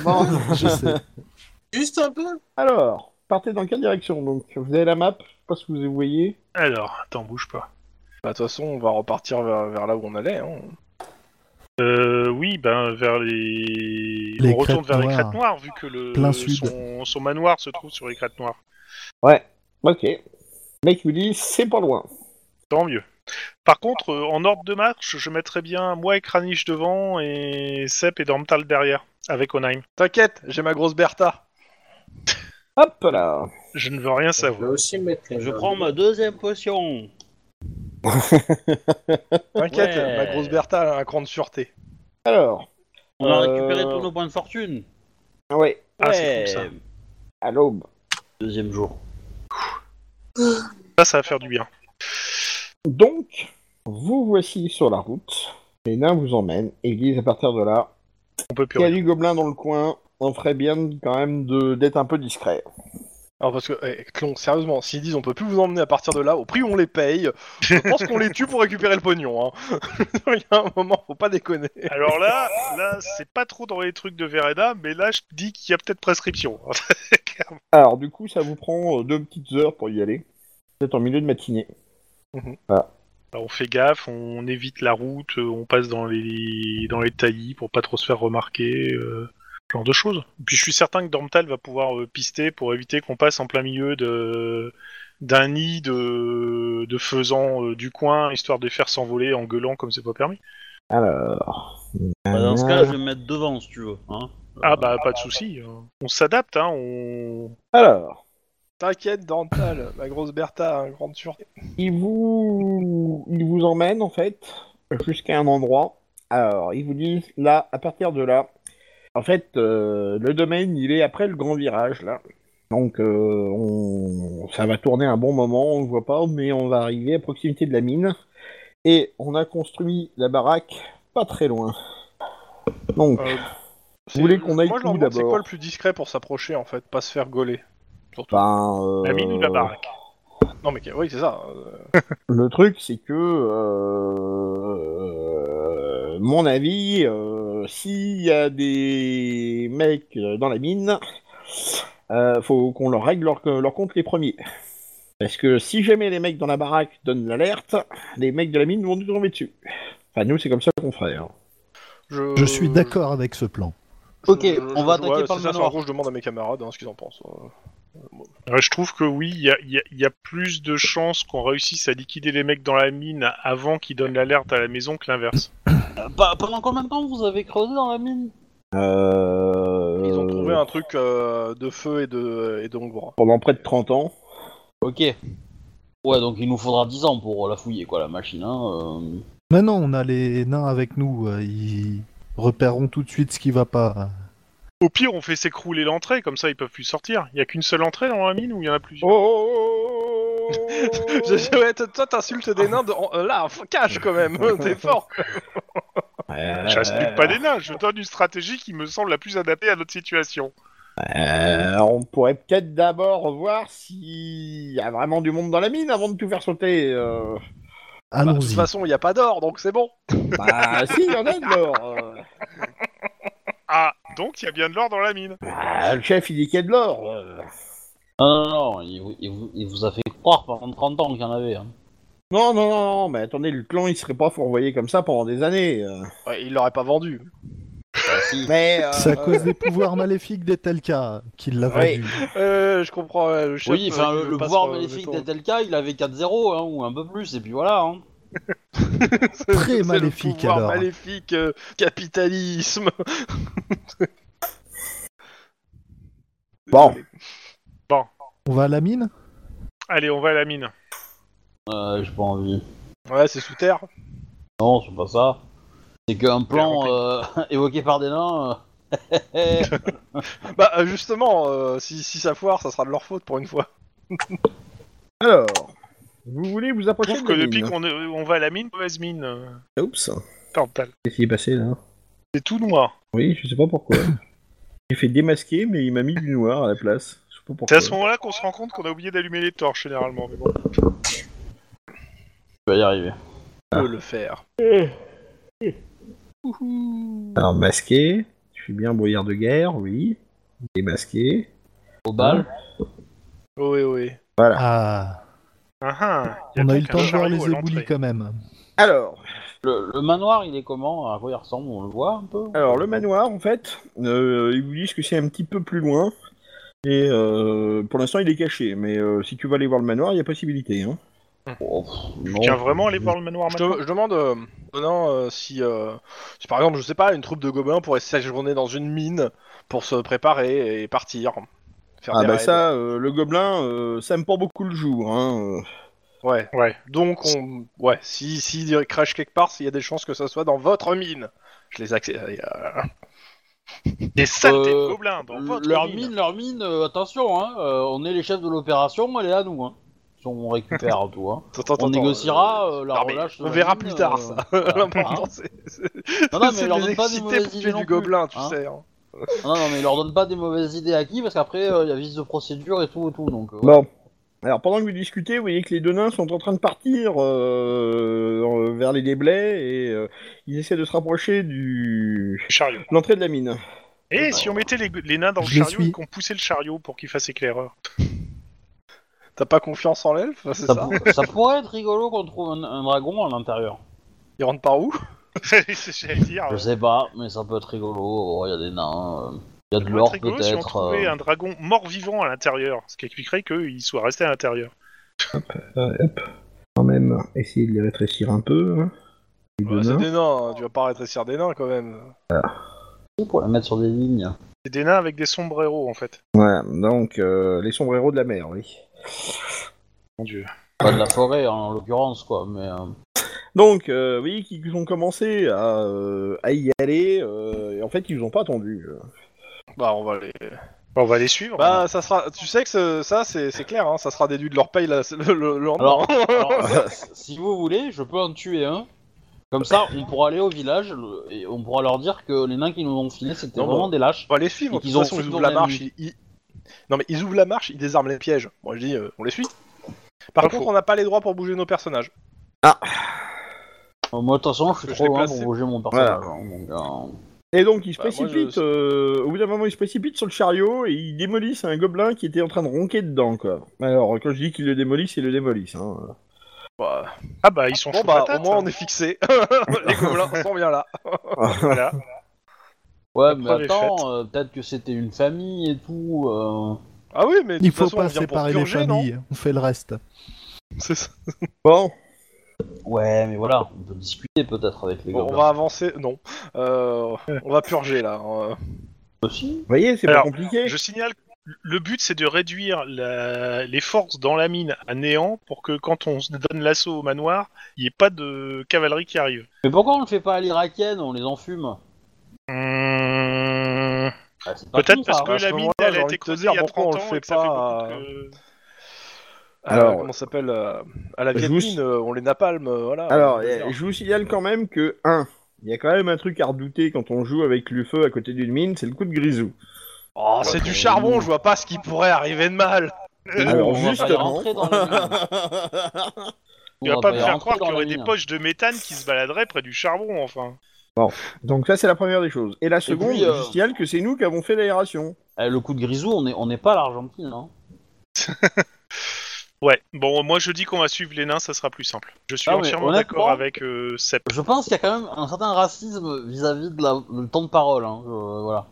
B: Bon,
D: Je sais.
E: Juste un peu
B: alors, partez dans quelle direction donc Vous avez la map Je sais pas si vous voyez.
C: Alors, attends, bouge pas.
F: Bah, de toute façon, on va repartir vers, vers là où on allait. Hein.
C: Euh, oui, ben vers les.
D: Les
C: on retourne
D: crêtes
C: vers les
D: noires.
C: crêtes noires vu que le
D: Plein sud.
C: son, son manoir se trouve sur les crêtes noires.
B: Ouais, ok. Le mec vous dit c'est pas loin.
C: Tant mieux. Par contre, euh, en ordre de marche, je mettrais bien moi et Kranich devant et Sep et Dormtal derrière avec Onheim.
F: T'inquiète, j'ai ma grosse Bertha.
B: Hop là
C: Je ne veux rien
E: Je
C: savoir.
E: vais aussi mettre les
A: Je
E: mains.
A: prends ma deuxième potion.
F: T'inquiète,
A: Ouais.
F: ma grosse Bertha elle a un cran de sûreté.
B: Alors,
A: On a
B: Euh,
A: récupéré tous nos points de fortune.
B: ouais,
C: Ah, c'est cool, ça.
A: Ouais.
B: à l'aube.
A: Deuxième jour.
C: Ça, ça va faire du bien.
B: Donc, vous voici sur la route. Les nains vous emmènent et ils disent à partir de là,
C: On peut plus.
B: il y a *laughs*
C: rien.
B: du gobelin dans le coin, on ferait bien quand même de- d'être un peu discret.
F: Alors parce que, eh, Clon, sérieusement, s'ils disent on peut plus vous emmener à partir de là, au prix où on les paye, je pense qu'on les tue pour récupérer le pognon. Hein. *laughs* Il y a un moment, faut pas déconner.
C: Alors là, là, c'est pas trop dans les trucs de Verena, mais là, je dis qu'il y a peut-être prescription.
B: Alors du coup, ça vous prend euh, deux petites heures pour y aller. Vous êtes en milieu de matinée.
C: Alors, Bah, on fait gaffe, on évite la route, euh, on passe dans les dans les taillis pour pas trop se faire remarquer, euh, ce genre de choses. Puis je suis certain que Dormtal va pouvoir euh, pister pour éviter qu'on passe en plein milieu de d'un nid de, de faisans euh, du coin, histoire de les faire s'envoler en gueulant comme c'est pas permis.
B: Alors.
A: Bah, dans dans
B: Ah.
A: ce cas, je vais me mettre devant si tu veux. Hein.
C: Ah bah pas de souci. On s'adapte, hein. On...
B: Alors,
F: T'inquiète, Dental, ma grosse Bertha, un grande sûreté.
B: il vous, il vous emmène en fait jusqu'à un endroit. Alors, ils vous disent là, à partir de là, en fait, euh, le domaine il est après le grand virage là. Donc, euh, on- ça va tourner un bon moment, on ne voit pas, mais on va arriver à proximité de la mine. Et on a construit la baraque pas très loin. Donc,
F: Euh, c'est-
B: voulez qu'on aille
F: Moi, je leur
B: où,
F: demande, C'est
B: d'abord
F: quoi le plus discret pour s'approcher en fait Pas se faire gauler.
B: ben, euh,
C: La mine ou la baraque
F: Non, mais oui, c'est ça. euh,
B: Le truc, c'est que, euh, mon avis, euh, s'il y a des mecs euh, dans la mine, euh, faut qu'on leur règle leur, leur compte les premiers. Parce que si jamais les mecs dans la baraque donnent l'alerte, les mecs de la mine vont nous tomber dessus. Enfin, nous, c'est comme ça qu'on ferait. hein.
F: Je,
D: Je suis d'accord avec ce plan.
A: Ok,
F: Je-
A: on va
F: je-
A: attaquer
F: ouais,
A: par
F: c'est
A: le
F: ça, c'est en
A: manoir.
F: gros, je demande à mes camarades hein, ce qu'ils en pensent. euh.
C: Euh, je trouve que oui, il y a, il y a- il y a plus de chances qu'on réussisse à liquider les mecs dans la mine avant qu'ils donnent l'alerte à la maison que l'inverse.
A: Euh, pa- pendant combien de temps vous avez creusé dans la mine
B: Euh,
F: Ils ont trouvé un truc euh, de feu et de et d'ombre.
B: Pendant près de 30 ans.
A: Ok. Ouais, donc il nous faudra 10 ans pour la fouiller, quoi, la machine. Hein, euh.
D: Mais non, on a les nains avec nous. euh, Ils repéreront tout de suite ce qui va pas.
C: Au pire, on fait s'écrouler l'entrée, comme ça ils peuvent plus sortir. Il y a qu'une seule entrée dans la mine ou il y en a plusieurs
B: Oh
F: *laughs* Je- ouais, t- toi, t'insultes
D: Ah.
F: des nains de... en- euh, là, f- cache quand même, *laughs* t'es fort.
B: euh,
C: Je respecte pas des nains, je donne une stratégie qui me semble la plus adaptée à notre situation.
B: Euh, on pourrait peut-être d'abord voir s'il y a vraiment du monde dans la mine avant de tout faire sauter. euh.
F: Bah, de toute
D: Allons-y.
F: façon, il n'y a pas d'or, donc c'est bon.
B: Bah si, il y en a de l'or. euh.
C: Ah, donc il y a bien de l'or dans la mine.
B: Bah, le chef, il dit qu'il y a de l'or. euh.
A: Non, non, non, il, vous- il vous- il vous a fait croire pendant 30 ans qu'il y en avait. Hein.
B: Non, non, non, non, mais attendez, le clan, il serait pas fourvoyé comme ça pendant des années. euh.
F: Ouais, il l'aurait pas vendu.
A: Bah, si.
B: Mais... euh,
C: *laughs*
D: C'est à cause des pouvoirs maléfiques des Telka qu'il l'a
B: Ouais.
D: vendu.
F: Euh, je comprends. ouais, le
A: *laughs*
F: chef,
A: Oui, enfin,
F: euh, il
A: le,
F: veut
A: le
F: pas
A: pouvoir
F: se-
A: maléfique
F: le tour.
A: d'Atelka, il avait 4-0, hein, ou un peu plus, et puis voilà. Hein.
D: Très
F: *laughs* C'est le
D: maléfique,
F: pouvoir
D: alors.
F: maléfique, euh, capitalisme.
B: Bon,
D: On va à la mine
C: Allez, on va à la mine.
A: Euh, J'ai pas envie.
F: Ouais, c'est sous terre.
A: Non, c'est pas ça. C'est qu'un plan
C: Bien
A: euh, *laughs* évoqué par des nains. euh, *laughs*
F: Bah, euh, justement, euh, si, si ça foire, ça sera de leur faute pour une fois.
B: alors... Vous voulez vous
C: Je
B: approcher
C: trouve
B: de
C: que
B: la
C: depuis
B: mine
C: qu'on est- on va à la mine, mauvaise mine. euh,
B: Oups,
C: Tantale.
B: qu'est-ce qui est passé, là
C: C'est tout noir.
B: Oui, je sais pas pourquoi. J'ai fait démasquer, mais il m'a mis du noir à la place. Je sais pas pourquoi.
C: C'est à ce moment-là qu'on se rend compte qu'on a oublié d'allumer les torches généralement. Mais bon.
A: Tu vas y arriver. Ah.
F: On peut le faire.
B: Alors, masqué, je suis bien brouillard de guerre, oui. Démasqué.
A: Au bal.
F: Oui, oui.
D: Ah,
C: Ah, ah, y
D: on a eu
C: donc un
D: le temps de voir
C: chariot
D: les
C: à l'entrée.
D: éboulis quand même.
B: Alors,
A: Le, le manoir, il est comment À quoi il ressemble On le voit un peu
B: Alors le manoir, en fait, euh, ils vous disent que c'est un petit peu plus loin. Et euh, pour l'instant, il est caché. Mais euh, si tu vas aller voir le manoir, il y a possibilité. Hein.
A: Oh, pff,
C: Je
A: non.
C: tiens vraiment à aller voir le manoir
F: Je,
C: maintenant.
F: te- je demande euh, Conan, euh, si, euh, si, par exemple, je sais pas, une troupe de gobelins pourrait séjourner dans une mine pour se préparer et partir. Faire
B: Ah
F: des
B: bah
F: raids.
B: ça, euh, le gobelin, euh, ça me pend beaucoup le jour. Hein. euh.
F: Ouais.
C: Ouais.
F: Donc, on... ouais, si, si ils crachent quelque part, s'il y a des chances que ça soit dans votre mine, je les euh, accède.
C: Des saletés
A: Euh,
C: de gobelins dans votre
A: Leur
C: mine.
A: mine, leur mine, euh, attention, hein, euh, on est les chefs de l'opération, elle est à nous. Hein. Si on récupère tout, hein. on
F: *laughs*
A: négociera euh, la
F: non, mais
A: relâche. de
F: on
A: la
F: verra
A: mine,
F: plus tard,
A: euh,
F: ça.
A: voilà.
F: L'important,
A: Hein
F: c'est c'est-
A: non, non, mais
F: *laughs* c'est
A: leur
F: de
A: donne
F: les
A: pas de
F: exciter
A: mauvaises
F: pour
A: idées
F: tuer
A: non
F: du
A: plus.
F: gobelin, tu
A: hein.
F: sais. hein.
A: Non, non, mais leur donne pas des mauvaises idées à qui, parce qu'après, euh, il y a vice de procédure et tout et tout. Donc, euh,
B: Bon. Alors pendant que vous discutez, vous voyez que les deux nains sont en train de partir euh, euh, vers les déblais et euh, ils essaient de se rapprocher du
C: Le chariot.
B: de l'entrée de la mine.
C: Et Eh, si on mettait les, les nains dans le
D: Je les
C: chariot
D: suis.
C: et qu'on poussait le chariot pour qu'il fasse éclaireur
F: T'as pas confiance en l'elfe, *laughs* c'est
A: ça,
F: ça
A: pour- ça pourrait être rigolo qu'on trouve un, un dragon à l'intérieur.
F: Il rentre par où
C: C'est ce que j'allais dire.
A: Je sais pas, mais ça peut être rigolo. Oh, Il y a des nains, euh, il y a de
C: Ça pourrait être
A: l'or
C: rigolo si on
A: peut-être.
C: trouvait
A: euh.
C: un dragon mort-vivant à l'intérieur, ce qui expliquerait qu'il soit resté à l'intérieur.
B: Euh, hop. Quand même, essayer de les rétrécir un peu. hein. Du
F: Ouais, c'est
B: nain.
F: des nains, hein, tu vas pas rétrécir des nains quand même.
A: Pour la mettre sur des lignes.
C: C'est des nains avec des sombreros en fait.
B: Ouais, donc euh, les sombreros de la mer, oui.
C: Mon dieu.
A: Pas de la forêt hein, en l'occurrence, quoi, mais. euh,
B: Donc, euh, oui, qu'ils ont commencé à, euh, à y aller, euh, et en fait, ils nous ont pas attendu.
F: Bah, on va les.
C: Bon, on va les suivre.
F: Bah, ça sera. Tu sais que ce- ça, c'est c'est clair, hein, ça sera déduit de leur paye là, c'est le, le, le lendemain.
A: Alors, alors, si vous voulez, je peux en tuer un. Comme ça, on pourra aller au village le- et on pourra leur dire que les nains qui nous ont filé, c'était
F: Non,
A: vraiment
F: bah.
A: des lâches.
F: On va les suivre.
A: Et
F: De
A: qu'ils
F: toute
A: ont
F: façon,
A: fait
F: ils
A: dans
F: ouvrent la
A: la
F: marche.
A: nuit.
F: ils- ils- Non, mais ils ouvrent la marche, ils désarment les pièges. Moi, je dis, euh, on les suit. Par
C: Pas
F: contre,
C: faux.
F: on n'a pas les droits pour bouger nos personnages.
A: Euh, Moi, de toute façon, je suis
F: Je
A: trop
F: l'ai
A: loin pour
F: placé.
A: bouger mon personnage. hein, donc,
B: Et donc, ils se
F: Bah, moi,
B: précipitent,
F: je-
B: euh, au bout d'un moment, ils se précipitent sur le chariot, et ils démolissent un gobelin qui était en train de ronquer dedans, quoi. Alors, quand je dis qu'ils le démolissent, ils le démolissent, hein.
F: Bah,
C: Ah bah ils sont
F: bon,
C: chauds
F: bah,
C: patates,
F: au moins,
C: hein.
F: on est fixé. *laughs* les gobelins sont bien là.
C: Voilà.
A: euh, Ouais,
C: La
A: mais
C: preuve est
A: attends,
C: faite.
A: euh, peut-être que c'était une famille et tout. euh,
F: Ah oui, mais de
D: Il
F: toute
D: faut
F: façon, on
D: pas
F: vient pour
D: séparer les
F: purger, non
D: familles, on fait le reste.
F: C'est ça.
B: Bon,
A: Ouais, mais voilà, on peut discuter peut-être avec les
F: Bon, on
A: gobelins.
F: va avancer. Non. Euh, on va purger là. hein.
A: Aussi.
B: vous voyez, c'est pas
C: Alors,
B: compliqué.
C: Je signale, le but c'est de réduire la- les forces dans la mine à néant pour que quand on se donne l'assaut au manoir, il n'y ait pas de cavalerie qui arrive.
A: Mais pourquoi on le fait pas à l'irakienne On les enfume.
C: Mmh.
A: Ah, c'est pas
C: Peut-être
A: tout,
C: parce
A: ça,
C: que
A: hein.
F: Bah, À ce
C: la mine
F: moment-là,
C: elle
F: j'ai
C: a été
F: envie de te
C: creusée
F: dire,
C: il y a
F: pourquoi
C: 30
F: on le
C: ans
F: fait
C: et que ça fait
F: pas, euh,
C: beaucoup de-
B: Alors,
F: Alors, comment ça s'appelle euh, À la
B: je vous-
F: Vietmine, euh, on les napalme, euh, voilà.
B: Alors,
F: On peut
B: euh,
F: dire.
B: je vous signale quand même que, un, il y a quand même un truc à redouter quand on joue avec le feu à côté d'une mine, c'est le coup de grisou.
F: Oh,
C: Bah,
F: c'est du charbon, je vois pas ce qui pourrait arriver de mal.
A: Nous,
B: Alors,
A: on va pas y
B: justement.
A: rentrer
C: *laughs*
A: dans les mines.
C: Tu
A: On
C: vas pas
A: y
C: me faire
A: rentrer
C: croire
A: dans les
C: qu'il y aurait des
A: mines.
C: poches de méthane qui se baladeraient près du charbon, enfin.
B: Donc ça, c'est la première des choses. Et la seconde,
A: puis, euh,
B: je signale que c'est nous qui avons fait l'aération.
A: Eh, le coup de grisou, on n'est on est pas à l'Argentine. Hein.
C: Ouais, bon, moi je dis qu'on va suivre les nains, ça sera plus simple. Je suis
A: Ah, mais
C: entièrement d'accord
A: honnêtement-
C: avec euh, Sep.
A: Je pense qu'il y a quand même un certain racisme vis-à-vis de la, le temps de parole, hein, je- voilà.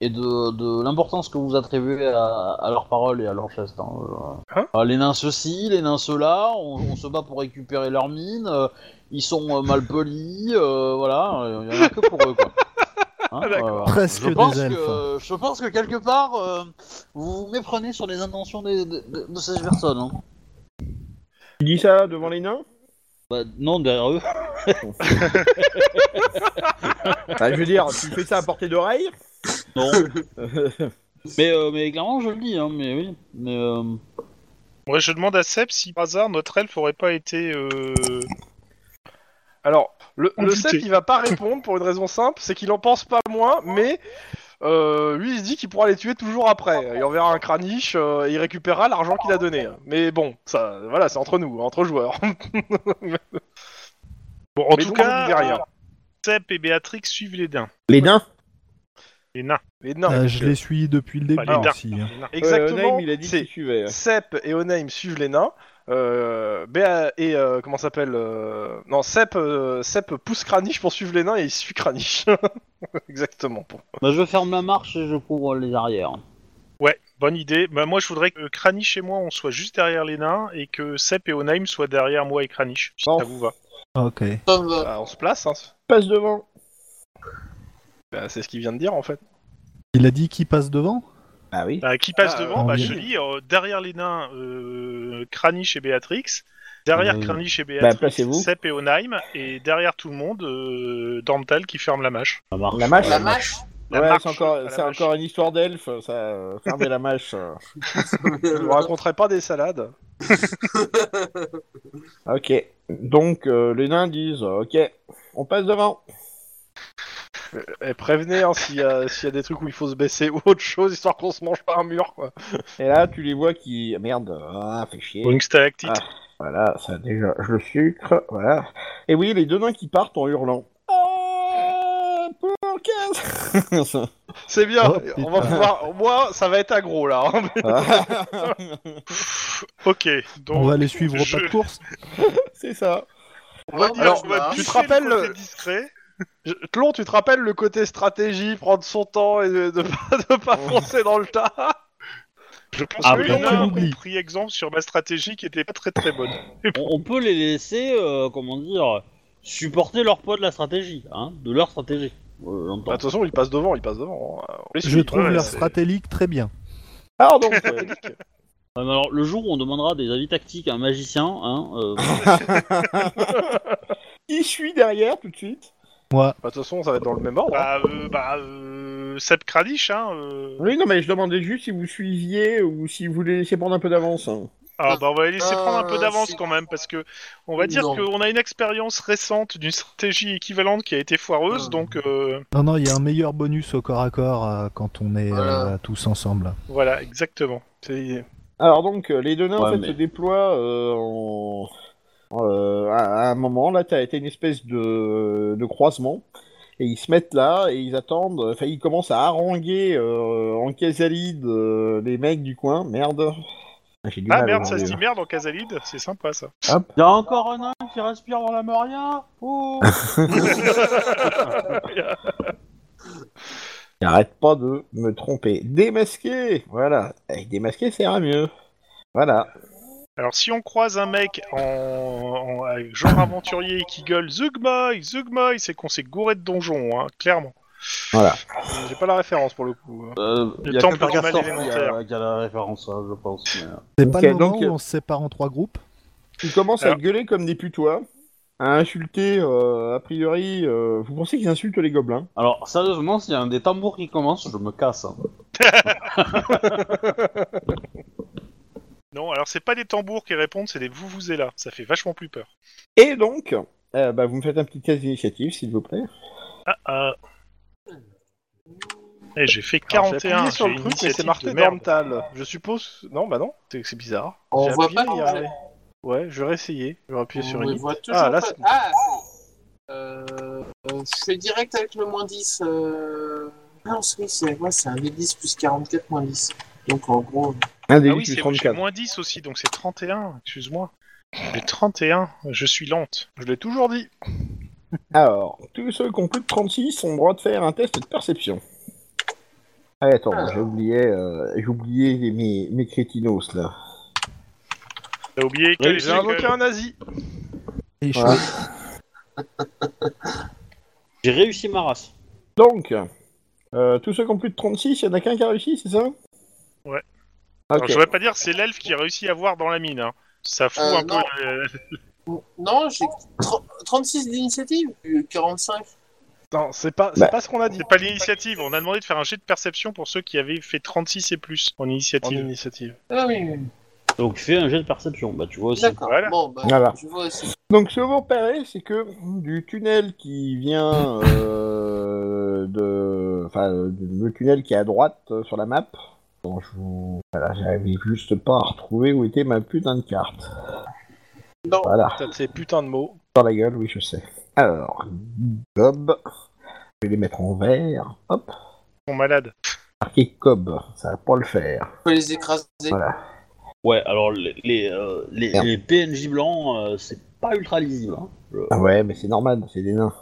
A: Et de, de l'importance que vous attribuez à, à leurs paroles et à leurs gestes. hein, je-
F: Hein
A: Ah, les nains ceci, les nains cela, on, on se bat pour récupérer leurs mines, euh, ils sont euh, mal polis, euh, voilà, euh, il y en a que pour eux, quoi. Hein, euh,
D: Presque
A: je pense
D: des elfes. hein.
A: que, Je pense que quelque part, euh, vous vous méprenez sur les intentions des- de, de- de ces personnes. hein.
B: Tu dis ça devant les nains
A: Bah, non, derrière eux.
B: Bah, Je veux dire, tu fais ça à portée d'oreille
A: Non. mais, euh, mais clairement, je le dis, hein, mais oui. Mais, euh,
C: Moi je demande à Sep si par hasard notre elfe aurait pas été. euh,
F: Alors, le, le
C: Douter.
F: Sep, il va pas répondre pour une raison simple, c'est qu'il en pense pas moins, mais euh, lui, il se dit qu'il pourra les tuer toujours après. Il enverra un craniche, euh, et il récupérera l'argent qu'il a donné. Mais bon, ça, voilà, c'est entre nous, entre joueurs.
C: Bon, en
F: Mais
C: tout
F: donc,
C: cas,
F: on dit rien.
C: Sep et Béatrix suivent les nains.
B: Les nains
C: Les nains.
F: Mais non,
D: Euh, je les suis depuis le début
C: Enfin, les nains.
D: aussi. hein.
C: Les nains.
B: Ouais,
F: exactement.
B: Onaim, il a dit
F: c'est-
B: qu'il suivait.
F: Sep et Onaim suivent les nains. Euh, Béa et euh, comment ça s'appelle euh, Non, Sep, euh, Sep pousse Kranich pour suivre les nains et il suit Kranich. *laughs* Exactement. Pour...
A: bah, je ferme ma marche et je couvre les arrières.
C: Ouais, bonne idée. Bah, moi, je voudrais que Kranich et moi, on soit juste derrière les nains et que Sep et Onaim soient derrière moi et Kranich. Si
B: Bon.
C: ça vous va.
D: Ok.
E: Ça me va.
F: Bah, on se place. Hein.
B: Passe devant.
F: Bah, c'est ce qu'il vient de dire en fait.
D: Il a dit qui passe devant
B: Ah oui.
C: Bah, qui passe
F: Ah,
C: devant
D: euh,
C: bah,
D: oui.
C: Je te dis, euh, derrière les nains, euh, Kranich et Béatrix. Derrière
A: Euh,
C: Kranich et
B: bah,
C: Béatrix,
B: placez-vous.
C: Sep et Onaim. Et derrière tout le monde, euh, Dormtal qui ferme la mâche.
A: La marche. euh,
B: La mâche
E: La mâche
C: La
B: Ouais,
C: marche,
B: c'est encore,
C: à la
B: c'est
C: mâche.
B: encore une histoire d'elfe, ça. euh, Fermez la mâche. euh.
E: *laughs*
F: Je vous raconterai pas des salades.
B: *laughs* Ok. Donc, euh, les nains disent, euh, ok, on passe devant.
F: Et prévenez hein, s'il y, a- s'il y a des trucs où il faut se baisser ou autre chose, histoire qu'on se mange pas un mur quoi.
B: Et là, tu les vois qui... Merde, ah, fait chier.
C: Pour une stalactite.
B: Ah. Voilà, ça déjà, je le sucre, voilà. Et oui, les deux nains qui partent en hurlant. Ah, pour quinze *laughs*
F: C'est bien.
D: Oh,
F: on va
D: putain.
F: pouvoir. Moi, ça va être agro là. hein.
B: Ah,
C: Ok, donc.
D: On va les suivre au
C: je-
D: pas de course.
B: C'est ça.
C: on va dire,
E: Alors,
C: on va
E: tu te
C: bouffer le
F: rappelles
C: côté
F: le-
C: discret.
F: Je- Tlon, tu te rappelles le côté stratégie, prendre son temps et de, de pas, de pas
D: Oh.
F: foncer dans le tas
C: Je pense
A: Ah,
C: que
A: mais
C: les nains ont
D: on l'oublie.
C: pris exemple sur ma stratégie qui était pas très très bonne.
A: On, on peut les laisser, euh, comment dire, supporter leur poids de la stratégie, hein, de leur stratégie. Euh, j'entends.
F: Bah, De toute façon, ils passent devant, ils passent devant. hein. On les
D: Je
F: suit,
D: trouve
F: ouais,
D: leur
F: c'est-
D: stratégique très bien.
B: Alors donc, euh,
A: Ouais, mais alors, le jour où on demandera des avis tactiques à un magicien, hein,
C: *laughs*
A: euh,
B: qui suit derrière tout de suite
D: Moi,
F: Bah, De toute façon, ça va être dans le même ordre. hein.
C: Bah, euh, bah euh, Seb Kradich, hein. euh.
B: Oui, non, mais je demandais juste si vous suiviez ou si vous voulez laisser prendre un peu d'avance. hein.
C: Ah, bah, on va laisser
E: Ah,
C: prendre un peu d'avance
E: c'est-
C: quand même, parce que on va dire
E: Non.
C: qu'on a une expérience récente d'une stratégie équivalente qui a été foireuse,
E: Ah.
C: donc euh,
D: non, non, il y a un meilleur bonus au corps à corps euh, quand on est
E: Voilà.
D: euh, tous ensemble.
C: voilà, exactement.
F: C'est-
B: Alors donc, euh, les deux nains en
A: Ouais,
B: fait,
A: mais-
B: se déploient euh, en- euh, à, à un moment. Là, t'as été une espèce de, de croisement. Et ils se mettent là et ils attendent. Enfin, ils commencent à haranguer euh, en casalide euh, les mecs du coin. Merde. Ah, j'ai du
C: Ah
B: mal,
C: merde,
B: hein,
C: ça se
B: mais-
C: dit merde en Casalide, c'est sympa ça.
A: y a encore un nain qui respire dans la moria. Oh
B: J'arrête pas de me tromper. Démasqué Voilà. Eh, démasqué, ça ira mieux. Voilà.
C: Alors si on croise un mec en, en- avec genre aventurier qui gueule Zugmoy, Zugmoy, c'est qu'on s'est gouré de donjon, hein, clairement. Ah.
F: J'ai pas la référence pour le coup. hein.
A: euh,
C: Le
A: y a
C: temple
A: que Pergastor
C: normal
A: qui a-
C: élémentaire.
A: qui a la référence, hein, je pense. mais, euh,
D: C'est pas
B: Ok,
D: le moment
B: donc,
D: où
B: euh,
D: on se sépare en trois groupes.
B: Ils commencent à
C: Alors-
B: gueuler comme des putois, à insulter, euh, a priori, euh, vous pensez qu'ils insultent les gobelins
A: Alors, sérieusement, s'il y a un des tambours qui commence, je me casse. hein.
C: Non, alors c'est pas des tambours qui répondent, c'est des vous vous là. Ça fait vachement plus peur.
B: Et donc, euh, bah, vous me faites un petit test d'initiative, s'il vous plaît.
C: Ah ah. Eh, j'ai fait
F: Alors, j'ai
C: 41
F: appuyé sur le
C: j'ai une
F: truc, mais c'est
C: initiative de
F: marqué
C: merde.
F: Dormtal. Je suppose. Non, bah non, c'est c'est bizarre.
E: On
F: J'ai
E: voit
F: appuyé,
E: pas
F: il y
E: Dormtal.
F: a- Ouais, je vais réessayer. Je vais appuyer sur
E: On les
F: une.
E: voit toujours
F: Ah, là,
E: pas.
F: c'est-
E: Ah, euh, euh, je fais direct avec le moins 10. Euh... Non, oui, c'est moi, c'est un D10 plus 44 moins 10. Donc en gros,
B: Un des huit
C: Ah oui,
B: plus
C: c'est j'ai
B: 34.
C: moins 10 aussi, donc c'est 31, excuse-moi. J'ai 31, je suis lente.
F: Je l'ai toujours dit.
B: Alors, tous ceux qui ont plus de 36 ont le droit de faire un test de perception. Ah, attends, j'oubliais euh, j'oubliais mes, mes crétinos, là.
C: T'as oublié que
A: Oui,
C: les
F: J'ai
C: trucs,
F: invoqué
C: euh,
F: un nazi.
D: Et je-
B: Ouais.
A: J'ai réussi ma race.
B: Donc, euh, tous ceux qui ont plus de 36, il n'y en a qu'un qui a réussi, c'est ça
C: Ouais.
B: Ok.
C: Alors, je voudrais pas dire que c'est l'elfe qui a réussi à voir dans la mine. hein. Ça fout
E: Euh,
C: un
E: non.
C: peu. euh,
E: non, j'ai tro- 36 d'initiative, euh, 45.
F: Non, c'est pas, c'est
B: Bah.
F: pas ce qu'on a dit
C: C'est pas l'initiative. On a demandé de faire un jet de perception pour ceux qui avaient fait 36 et plus en
F: en
C: initiative.
F: initiative.
E: Ah oui, oui, oui.
A: Donc, fais un jet de perception. Bah, tu vois aussi.
E: d'accord.
C: Voilà.
E: Bon, bah,
B: Voilà.
E: je vois aussi.
B: Donc ce que vous repérez, c'est que du tunnel qui vient euh, de... Enfin, euh, le tunnel qui est à droite euh, sur la map. Bon, je vous... Voilà, j'arrive juste pas à retrouver où était ma putain de carte.
E: Non,
B: Voilà,
F: Putain, Ces putains de mots.
B: dans la gueule, oui, je sais. Alors, Cob. Je vais les mettre en vert. Hop,
C: Ils sont malades.
B: marqué Cob. Ça va pas le faire.
E: on peut les écraser.
B: Voilà.
A: Ouais, alors, les, les, euh, les-
B: Merde.
A: les PNJ blancs, euh, c'est pas ultra lisible. hein. Je-
B: Ah ouais, mais c'est normal, c'est des nains.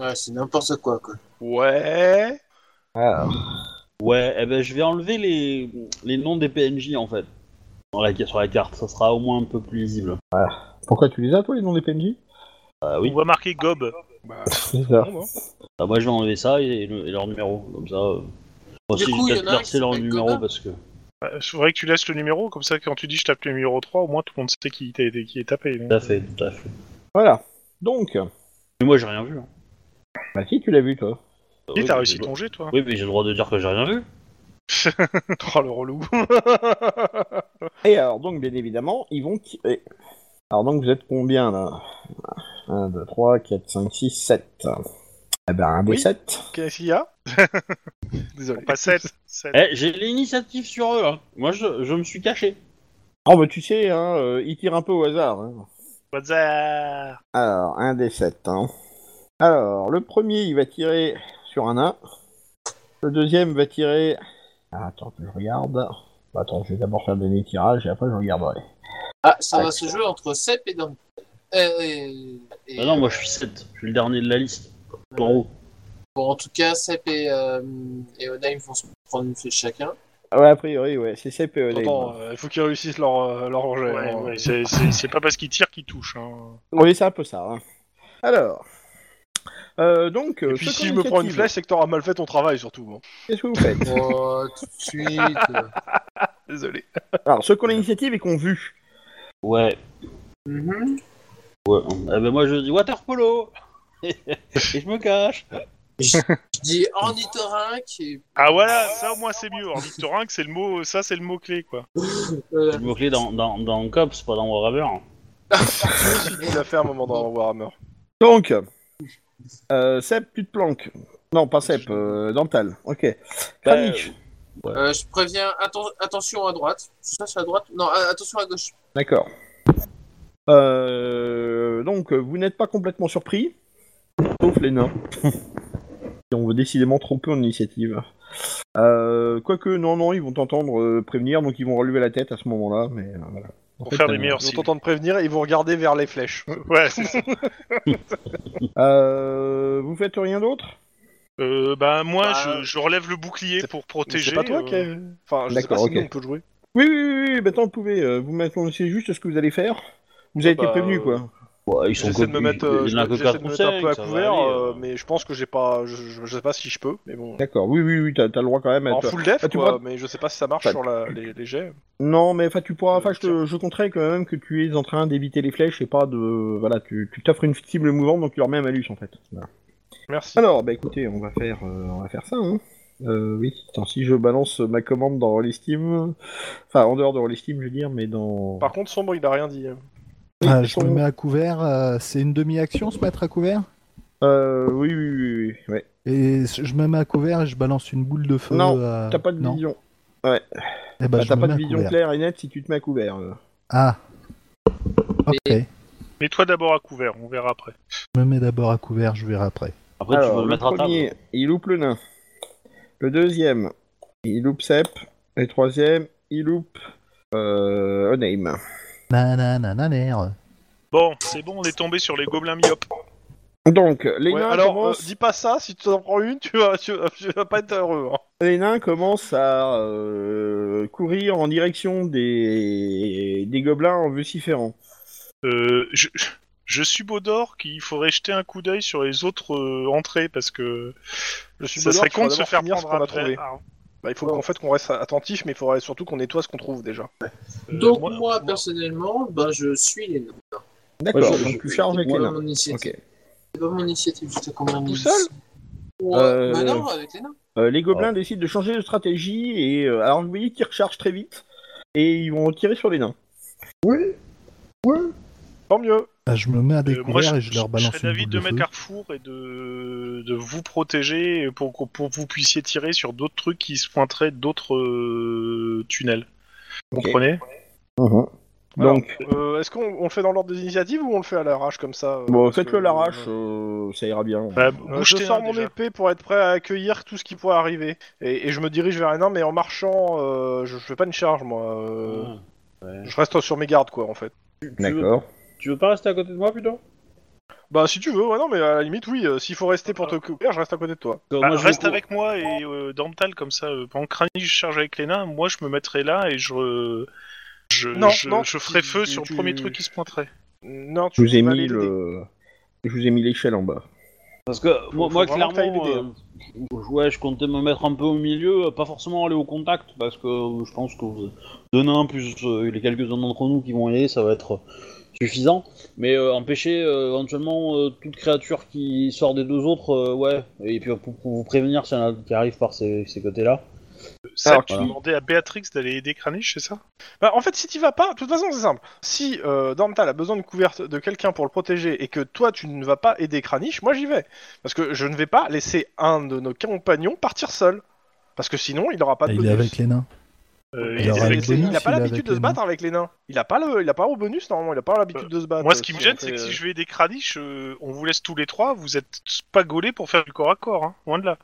E: Ouais, c'est n'importe quoi, quoi.
F: Ouais.
B: Alors,
A: Ouais, eh ben, je vais enlever les, les noms des PNJ, en fait. Dans la- sur la carte, ça sera au moins un peu plus lisible.
B: pourquoi tu les as, toi, les noms des PNJ
A: Ah oui.
C: On va marquer Gob.
F: Bah,
B: C'est ça.
F: bon, hein.
A: Ah, moi, je vais enlever ça et, le- et leur numéro. Comme ça. euh, Moi
E: Du
A: aussi,
E: coup,
A: je
E: il
A: vais
E: y en a
A: peut-être
E: un qui
A: verser leur
E: s'appelle
A: numéro
E: Godin.
A: parce que.
C: Euh, Je voudrais que tu laisses le numéro, comme ça quand tu dis je tape le numéro 3, au moins tout le monde sait qui, t'a été- qui est tapé. donc.
A: Tout à fait, tout à fait.
B: Voilà. Donc,
A: Mais moi, j'ai rien vu. hein.
B: bah si, tu l'as vu, toi.
A: Ah
C: Et
A: oui,
C: t'as
A: mais
C: réussi
A: j'ai-
C: ton jet, toi
A: Oui, mais j'ai le droit de dire que j'ai rien vu.
F: *laughs* Oh le relou.
B: Et alors, donc, bien évidemment, ils vont tirer. Alors, donc, vous êtes combien, là 1, 2, 3, 4, 5, 6, 7. Eh ben, un des
F: Oui.
B: 7.
F: Qu'est-ce qu'il y a Désolé.
C: Pas 7. 7.
A: Eh, j'ai l'initiative sur eux, hein. Moi, je, je me suis caché.
B: Oh, bah, tu sais, hein, euh, ils tirent un peu au hasard. hein.
C: Bazar.
B: Alors, un des 7. Hein. Alors, le premier, il va tirer sur un 1. Le deuxième va tirer. Ah, attends que je regarde. Bah, attends, je vais d'abord faire des tirages et après, je regarderai.
E: Ah, ça
B: Ouais.
E: va se jouer entre Cep et Dom. Euh, et- et- euh,
A: Ah non, moi, je suis 7. Je suis le dernier de la liste. En haut.
E: Bon, en tout cas, Cep et, euh, et Onaim vont se prendre une flèche chacun.
B: Ah Ouais, a priori, ouais, c'est CPE.
F: Attends, euh, il faut qu'ils réussissent leur euh, leur jet.
C: Ouais,
F: hein.
C: ouais, c'est- c'est c'est pas parce qu'ils tirent qu'ils touchent. hein.
B: Oui, c'est un peu ça. hein. Alors. Euh, donc,
F: Et
B: euh,
F: puis
B: seconde
F: si je me prends une
B: initiative.
F: flèche, c'est que t'auras mal fait ton travail surtout. hein.
B: Qu'est-ce que vous faites
E: Oh, *laughs* tout de suite. euh,
F: Désolé.
B: Alors, ceux qu'on a l'initiative et qu'on vu.
A: Ouais.
E: Mhm.
A: ouais. Eh ben moi je dis water polo *laughs* Et je me cache
E: Euh, Je dis ornithorynque et
C: Ah voilà, ça au moins c'est mieux. Ornithorynque, c'est le mot, ça c'est le mot clé quoi.
A: Je
E: euh,
A: me clé dans, dans, dans Cops, pas dans Warhammer.
F: Il a fait un moment dans Warhammer.
B: Donc, euh, Sep, tu te planques. Non, pas Sep, euh, Dental. Ok. Kranich.
E: euh, je préviens, atten- attention à droite. Ça c'est à droite Non, euh, attention à gauche.
B: D'accord. Euh, donc, euh, vous n'êtes pas complètement surpris, sauf les *laughs* nains. Qui ont décidément trop peu en initiative. Euh, Quoique, non, non, ils vont t'entendre euh, prévenir, donc ils vont relever la tête à ce moment-là. Mais euh, voilà. En
C: Pour
B: fait,
C: faire
B: t'as-
C: des meilleurs
F: Ils vont
C: signes.
F: t'entendre prévenir et ils vont regarder vers les flèches.
C: Ouais, c'est ça.
B: Euh, vous faites rien d'autre
C: Euh, bah moi
E: Bah,
C: je, je relève le bouclier pour protéger.
F: C'est pas toi
C: euh,
F: qui. a- Enfin, je sais pas
B: D'accord,
F: si
B: ok.
F: nous, on peut jouer.
B: Oui, oui, oui, oui, maintenant vous pouvez. euh, vous m'annoncez juste ce que vous allez faire. Vous avez
F: Bah,
B: été prévenu,
F: euh,
B: quoi.
A: Ouais, ils sont
F: J'essaie de me
A: copus,
F: mettre, euh,
A: il y en a que
F: j'essaie de
A: quatre
F: me
A: ou
F: mettre un peu à
A: cinq, ça va
F: couvert,
A: aller,
F: euh,
A: euh.
F: mais je pense que j'ai pas, je, je- je sais pas si je peux, mais bon.
B: D'accord, oui, oui, oui, t'as t'as le droit quand même à
F: En
B: te-
F: full def,
B: Ah, tu
F: quoi,
B: pourras-
F: mais je sais pas si ça marche
B: Enfin,
F: sur la, les, les jets.
B: Non, mais enfin, tu pourras. Enfin,
F: Euh,
B: je, te- je compterai quand même que tu es en train d'éviter les flèches et pas de. Voilà, tu tu t'offres une cible mouvante, donc tu leur mets un malus en fait. Voilà.
F: Merci.
B: Alors, bah écoutez, on va faire, euh, on va faire ça. Hein. Euh, oui. Attends, si je balance ma commande dans l'estime, enfin en dehors de l'estime, je veux dire, mais dans.
F: Par contre, Sombre, il a rien dit. hein.
B: Oui,
D: Ah, je
B: ton-
D: me mets à couvert. euh, c'est une demi-action se mettre à couvert
B: Euh, oui, oui, oui, oui, oui. Ouais.
D: Et c- je me mets à couvert et je balance une boule de feu.
B: Non,
D: euh,
B: T'as pas de
D: non.
B: vision.
D: Eh ben,
B: Bah,
D: je
B: t'as
D: me
B: pas de
D: mets à
B: vision
D: couvert.
B: claire et nette si tu te mets à couvert. euh.
D: Ah. Ok.
C: Mets-toi d'abord à couvert, on verra après.
D: Je me mets d'abord à couvert, je verrai après.
A: Après,
B: Alors,
A: tu peux me
B: le
A: mettre à table.
B: premier, il loupe le nain. Le deuxième, il loupe Sep. Et le troisième, il loupe euh, Onaim.
D: Nananananer.
C: Bon, c'est bon, on est tombé sur les gobelins myopes.
B: Donc, les,
F: Ouais,
B: nains
F: alors,
B: commencent,
F: euh, dis pas ça, si tu en prends une, tu vas, tu, vas- tu vas pas être heureux. hein.
B: les nains commencent à euh, courir en direction des, des gobelins en vociférant.
C: Euh, je, je subodore qu'il faudrait jeter un coup d'œil sur les autres euh, entrées parce que
F: Je suis
C: ça
F: bonheur,
C: serait
F: tu vas
C: con de se
F: d'abord
C: faire
F: finir ce
C: prendre
F: qu'on a
C: après.
F: trouvé.
C: Ah,
F: Bah, il faut qu'en fait qu'on reste attentif, mais il faudrait surtout qu'on nettoie ce qu'on trouve déjà.
C: euh,
E: Donc moi, personnellement, ben, je suis les nains.
B: D'accord,
A: Ouais, je-
B: donc
A: je-
B: tu charges avec
E: C'est
B: les
E: pas
B: nains.
E: mon initiative.
B: Ok.
E: C'est pas mon initiative, je sais combien
F: Tout
E: de-
F: seul
E: Ouais,
B: Euh,
E: Bah non, avec les nains.
B: Euh, les gobelins décident de changer de stratégie et euh, alors vous voyez qu'ils rechargent très vite et ils vont tirer sur les nains.
F: Tant mieux.
D: Ah, je me mets à
C: euh, moi,
D: découvert et je leur balance
C: je serais
D: une boule
C: d'avis de
D: de feu.
C: mettre Carrefour et de, de vous protéger pour, que- pour que vous puissiez tirer sur d'autres trucs qui se pointeraient d'autres euh, tunnels. Vous
B: Ok.
C: comprenez
A: Uh-huh.
B: Mhm.
F: Alors,
B: Donc,
F: euh, est-ce qu'on on le fait dans l'ordre des initiatives ou on le fait à l'arrache comme ça euh,
B: bon,
F: parce
B: faites-le
F: que-
B: à l'arrache, euh, ça ira bien.
C: bah,
F: Euh,
C: bouge
F: je
C: tes
F: sors
C: nains,
F: mon
C: déjà.
F: épée pour être prêt à accueillir tout ce qui pourrait arriver. Et, et je me dirige vers un nain, mais en marchant, euh, je, je fais pas une charge, moi. euh,
A: Ah.
F: Je reste sur mes gardes, quoi, en fait.
B: D'accord.
A: Tu veux pas rester à côté de moi plutôt
F: Bah, si tu veux, ouais, non, mais à la limite, oui. euh, S'il faut rester pour te couvrir, je reste à côté de toi.
C: Bah, reste avec moi et euh, Dormtal comme ça. Euh, pendant que Kranich charge avec les nains, moi je me mettrai là et je euh, je,
F: Non,
C: je,
F: non,
C: je ferai
F: tu-
C: feu sur
F: tu-
C: le premier truc qui se pointerait.
F: Non,
B: Je
F: tu
B: vous ai
F: vas
B: mis
F: aller l'aider.
B: le... Je vous ai mis l'échelle en bas.
A: Parce que moi,
F: faut
A: moi,
F: vraiment que t'ailles
A: clairement,
F: l'aider,
A: euh, je- ouais, je comptais me mettre un peu au milieu, euh, pas forcément aller au contact, parce que euh, je pense que vous- deux nains plus euh, les quelques-uns d'entre nous qui vont y aller, ça va être euh, suffisant. Mais euh, empêcher euh, éventuellement euh, toute créature qui sort des deux autres, euh, ouais, et puis euh, pour, pour vous prévenir s'il y en a qui arrive par ces, ces côtés-là.
C: Ça,
B: Alors,
C: tu
A: voilà.
C: demandais à Béatrix d'aller aider Kranich, c'est ça
F: Bah, en fait, si t'y vas pas, de toute façon, c'est simple. Si euh, Dormtal a besoin de couverte de quelqu'un pour le protéger et que toi, tu ne vas pas aider Kranich, moi j'y vais. Parce que je ne vais pas laisser un de nos compagnons partir seul. Parce que sinon, il n'aura pas de
D: Ah, il est
F: bonus.
D: avec les nains.
C: Euh,
F: Et
D: Il
C: il
D: aura
F: c'est-
C: était
D: avec
F: c'est-
D: bonus,
F: il a pas
D: il est
F: l'habitude
D: avec
F: de se
D: les
F: battre avec les nains. Il a pas le, il a pas au bonus normalement. Il a pas l'habitude de se battre.
C: Moi, ce qui
F: euh,
C: me
F: si
C: gêne,
F: on
C: c'est
F: fait,
C: que si
F: euh,
C: je vais aider Kranich, euh, on vous laisse tous les trois, vous êtes pas gaulés pour faire du corps à corps, hein, loin de là.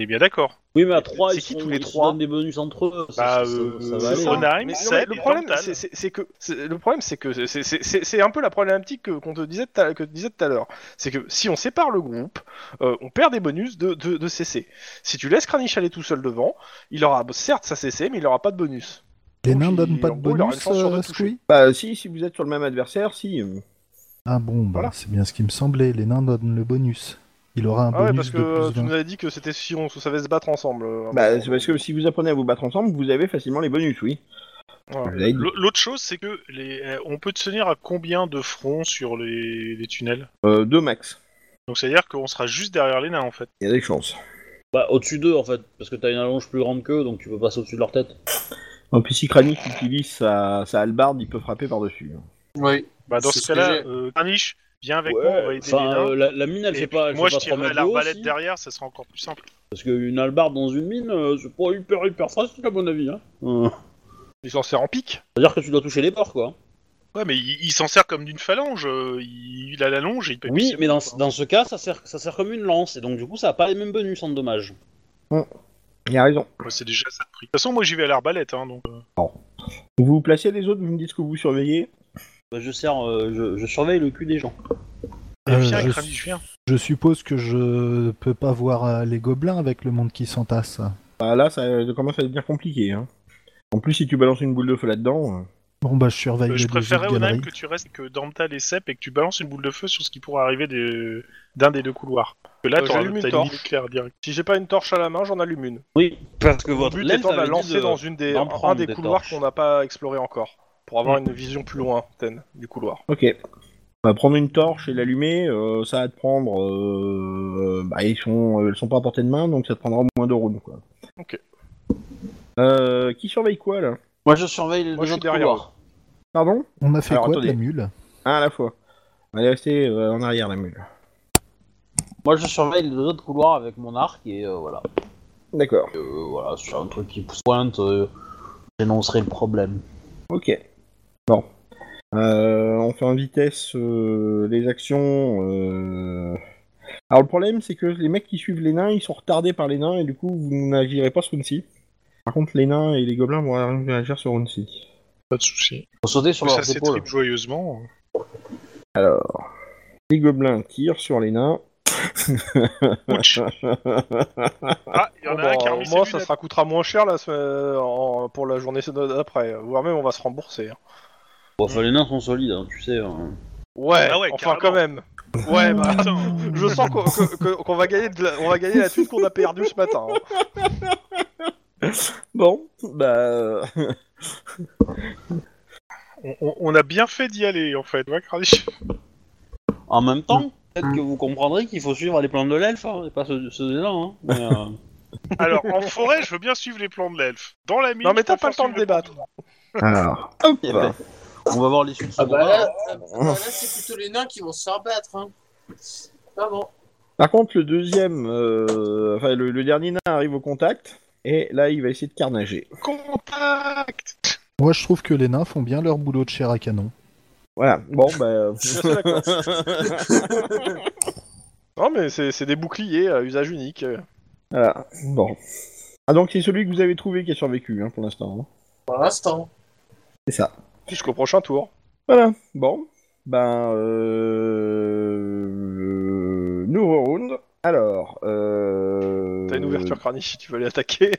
C: On est bien d'accord.
A: Oui, mais à trois,
F: c'est
A: ils,
F: qui
A: sont-
F: tous les
A: ils se
F: trois
A: donnent des bonus entre eux,
C: Bah,
A: ça, ça-
C: euh,
A: ça va aller.
C: c'est
A: hein.
C: ça. Sondheim,
F: Mais non,
C: Seb
F: mais le
C: et
F: problème,
C: Dorntal.
F: c'est- c'est c'est que c'est- le problème, c'est que c'est- c'est- c'est c'est un peu la problématique que- qu'on te disait tout à- que te disais tout à l'heure. C'est que si on sépare le groupe, euh, on perd des bonus de, de, de CC. Si tu laisses Kranich aller tout seul devant, il aura certes sa CC, mais il aura pas de bonus.
D: Les
F: Donc,
D: nains
F: il-
D: donnent pas
F: en
D: de
F: gros, il aura une
D: bonus,
F: chance sur deux
D: euh,
F: de toucher.
D: Squee
B: Bah si, si vous êtes sur le même adversaire, si. euh.
D: Ah bon, bah,
F: Voilà.
D: c'est bien ce qui me semblait. Les nains donnent le bonus. Il aura un
F: Ah ouais,
D: bonus
F: parce que
D: de
F: euh,
D: plus
F: tu
D: d'un.
F: nous avais dit que c'était si on se savait se battre ensemble. euh,
B: Bah, c'est parce que si vous apprenez à vous battre ensemble, vous avez facilement les bonus, oui.
F: Ouais.
B: Vous avez
A: Mm.
B: dit.
C: L- L'autre chose, c'est que les... euh, on peut tenir à combien de fronts sur les, les tunnels
B: Euh, deux max.
C: Donc c'est-à-dire qu'on sera juste derrière les nains en fait.
B: Il y a des chances.
A: Bah, au-dessus d'eux en fait, parce que t'as une allonge plus grande qu'eux, donc tu peux passer au-dessus de leur tête.
B: En plus, si Kranich utilise sa, sa hallebarde, il peut frapper par-dessus.
E: Oui.
C: Bah dans
E: C'est
C: ce
E: ce que
C: cas-là,
E: j'ai.
C: euh, Kranich, viens avec moi, on va aider les
A: Enfin,
C: nains.
A: euh, la, la mine elle
C: Et
A: fait
C: puis,
A: pas, elle
C: moi
A: fait
C: je
A: pas 3
C: tirerai
A: mètres de haut
C: l'arbalète hein.
A: aussi,
C: derrière, ça sera encore plus simple.
A: Parce qu'une hallebarde dans une mine, euh, c'est pas hyper hyper facile à mon avis. Hein. Euh,
F: Il s'en sert en pique.
A: C'est-à-dire que tu dois toucher les bords quoi.
C: Ouais, mais il, il s'en sert comme d'une phalange. euh, Il, il a la longe et il peut.
A: Oui, mais dans,
C: Enfin,
A: dans ce cas, ça sert, ça sert comme une lance, et donc du coup, ça a pas les mêmes bonus en dommage.
B: Il a raison.
C: ouais, c'est déjà ça de prix. De toute façon, moi j'y vais à l'arbalète, hein, donc. euh,
B: Vous vous placez les autres, vous me dites ce que vous surveillez.
A: Bah, je, sers, euh, je, je surveille le cul des gens.
C: Et
D: Euh,
C: viens,
D: je-
C: Kranich, viens.
D: Je suppose que je peux pas voir euh, les gobelins avec le monde qui s'entasse.
B: Bah, là, ça euh, commence à devenir compliqué. hein. En plus, si tu balances une boule de feu là-dedans. euh,
D: Bon bah je surveille
C: Euh,
D: les
C: je
D: deux
C: préférerais
D: autres
C: Onaim
D: galeries.
C: que tu restes que Damtal et Sep et que tu balances une boule de feu sur ce qui pourrait arriver des- d'un des deux couloirs. Parce Que là,
F: Euh,
C: t'auras-
F: j'allume une
C: t'as une
F: torche.
C: mine nucléaire direct.
F: Si j'ai pas une torche à la main, j'en allume une.
A: Oui, parce que
F: Le
A: votre
F: but
A: l'elfe
F: étant de la
A: avait dit
F: lancer
A: de-
F: dans une des,
A: d'en
F: un
A: prendre
F: des
A: des
F: couloirs
A: torches.
F: qu'on n'a pas exploré encore, pour avoir une vision plus lointaine du couloir.
B: Ok. Bah, prendre une torche et l'allumer, euh, ça va te prendre. euh, bah, ils sont, euh, elles sont pas à portée de main, donc ça te prendra moins de rounds. Quoi.
F: Ok.
B: Euh, qui surveille quoi là
A: Moi, je surveille les
F: Moi, je
A: deux
F: suis
A: autres
F: derrière
A: couloirs.
B: Pardon
D: On a fait
B: Alors,
D: quoi de la
B: attendez. *laughs*
D: mule
B: Un à la fois. Elle est restée euh, en arrière la mule.
A: Moi, je surveille les deux autres couloirs avec mon arc, et euh, voilà.
B: D'accord.
A: Euh, voilà, sur un truc qui pointe, euh, j'énoncerai le problème.
B: Ok. Bon. Euh, on fait en vitesse euh, les actions. euh. Alors le problème, c'est que les mecs qui suivent les nains, ils sont retardés par les nains et du coup, vous n'agirez pas sur Runci. Par contre, les nains et les gobelins vont arriver à agir sur Runci.
C: Pas de souci.
A: Faut sauter sur
C: Ça
A: leurs
C: s'étripe
A: épaules.
C: joyeusement.
B: Alors, les gobelins tirent sur les nains.
C: Ouch. Ah, il y en
F: Bon,
C: a un
F: bah,
C: qui a
F: au
C: remis ses
F: moins, ça
C: lunettes.
F: sera coûtera moins cher la semaine- en- pour la journée d'après, voire même on va se rembourser. hein.
A: Bon, enfin, les nains sont solides, hein, tu sais. hein.
F: Ouais,
C: Ah ouais,
F: enfin
C: carrément.
F: quand même.
C: Ouais, bah attends.
F: *laughs* Je sens qu'on que- que- qu'on va gagner, de la, on va gagner la thune qu'on a perdue ce matin. hein.
B: bon, bah.
C: On, on- on a bien fait d'y aller en fait, ouais, Kranich
F: *laughs*
A: En même temps, peut-être que vous comprendrez qu'il faut suivre les plans de l'elfe, hein, et pas ceux, ceux des nains. Hein. Mais, *laughs* euh,
C: Alors, en forêt, je veux bien suivre les plans de l'elfe. Dans la mine.
F: Non mais
C: je
F: t'as pas
C: préfère
F: le temps de
C: suivre les plans
F: débattre.
B: Alors,
F: *laughs*
B: hop
A: Eh ben, on va voir l'issue de ce
E: Ah bah
A: combat.
B: Oh.
E: là, ah bah là, c'est plutôt les nains qui vont se faire battre. Hein. Ah Pardon.
B: Par contre, le deuxième, euh, enfin le, le dernier nain arrive au contact et là il va essayer de carnager.
C: Contact
D: Moi je trouve que les nains font bien leur boulot de chair à canon.
B: Voilà. Bon, bah.
F: Je suis assez d'accord. Non mais c'est c'est des boucliers à usage unique. euh,
B: voilà. Bon. Ah donc c'est celui que vous avez trouvé qui a survécu hein, pour l'instant. hein.
E: Pour l'instant.
B: C'est ça.
F: Jusqu'au prochain tour.
B: Voilà. Bon. Ben. Euh... Nouveau round. Alors. Euh...
F: T'as une ouverture craniche si tu veux
C: *laughs*
F: aller attaquer.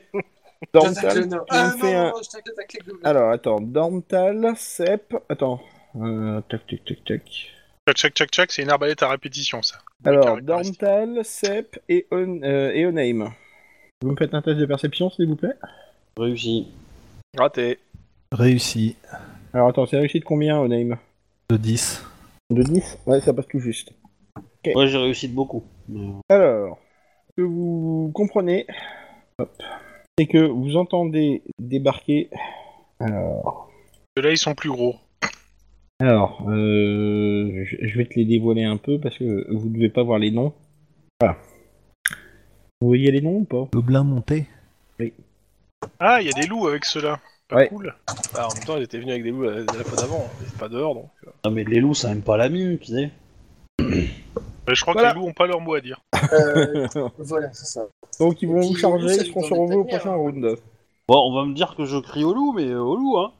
E: J'attaque
B: Dormtal,
E: les nains.
B: tu
E: Ah
B: me
E: non,
B: fais euh, un-
E: non, non, je t'attaque les gobelins.
B: Alors attends. Dormtal, Sep. Attends. Euh, tac tac tac tac.
C: Tchac, tchac, tchac, tchac, c'est une arbalète à répétition, ça.
B: Alors,
C: Carré par ici.
B: Dormtal, Sep et, On, euh, et Onaim. Vous me faites un test de perception, s'il vous plaît
A: Réussi.
F: Raté.
D: Réussi
B: Alors, attends, c'est réussi de combien, Onaim
D: de 10.
B: De 10 Ouais, ça passe tout juste.
A: Moi, j'ai réussi de beaucoup. Mais, euh,
B: Alors, ce que vous comprenez, hop, c'est que vous entendez débarquer... Alors,
C: Ceux-là, ils sont plus gros.
B: alors, euh, je je vais te les dévoiler un peu, parce que vous ne devez pas voir les noms. Voilà. Vous voyez les noms ou pas
D: Gobelin monté.
C: Ah, il y a des loups avec ceux-là. Pas
B: Ouais.
C: cool.
F: Ah, en même temps, ils étaient venus avec des loups la, la fois d'avant. Ils étaient pas dehors donc.
A: Non, mais les loups, ça aime pas la mine, tu sais.
C: Bah, je crois
B: Voilà.
C: que les loups ont pas leur mot à dire.
E: Euh, voilà,
B: *laughs*
E: c'est ça.
B: Donc, ils vont
E: Et puis,
B: vous charger,
E: ça,
B: ils
E: ils
B: seront
E: vont
B: sur vous au
E: détailler,
B: prochain
E: hein.
B: round.
A: Bon, on va me dire que je crie au loup, mais euh, au loup, hein.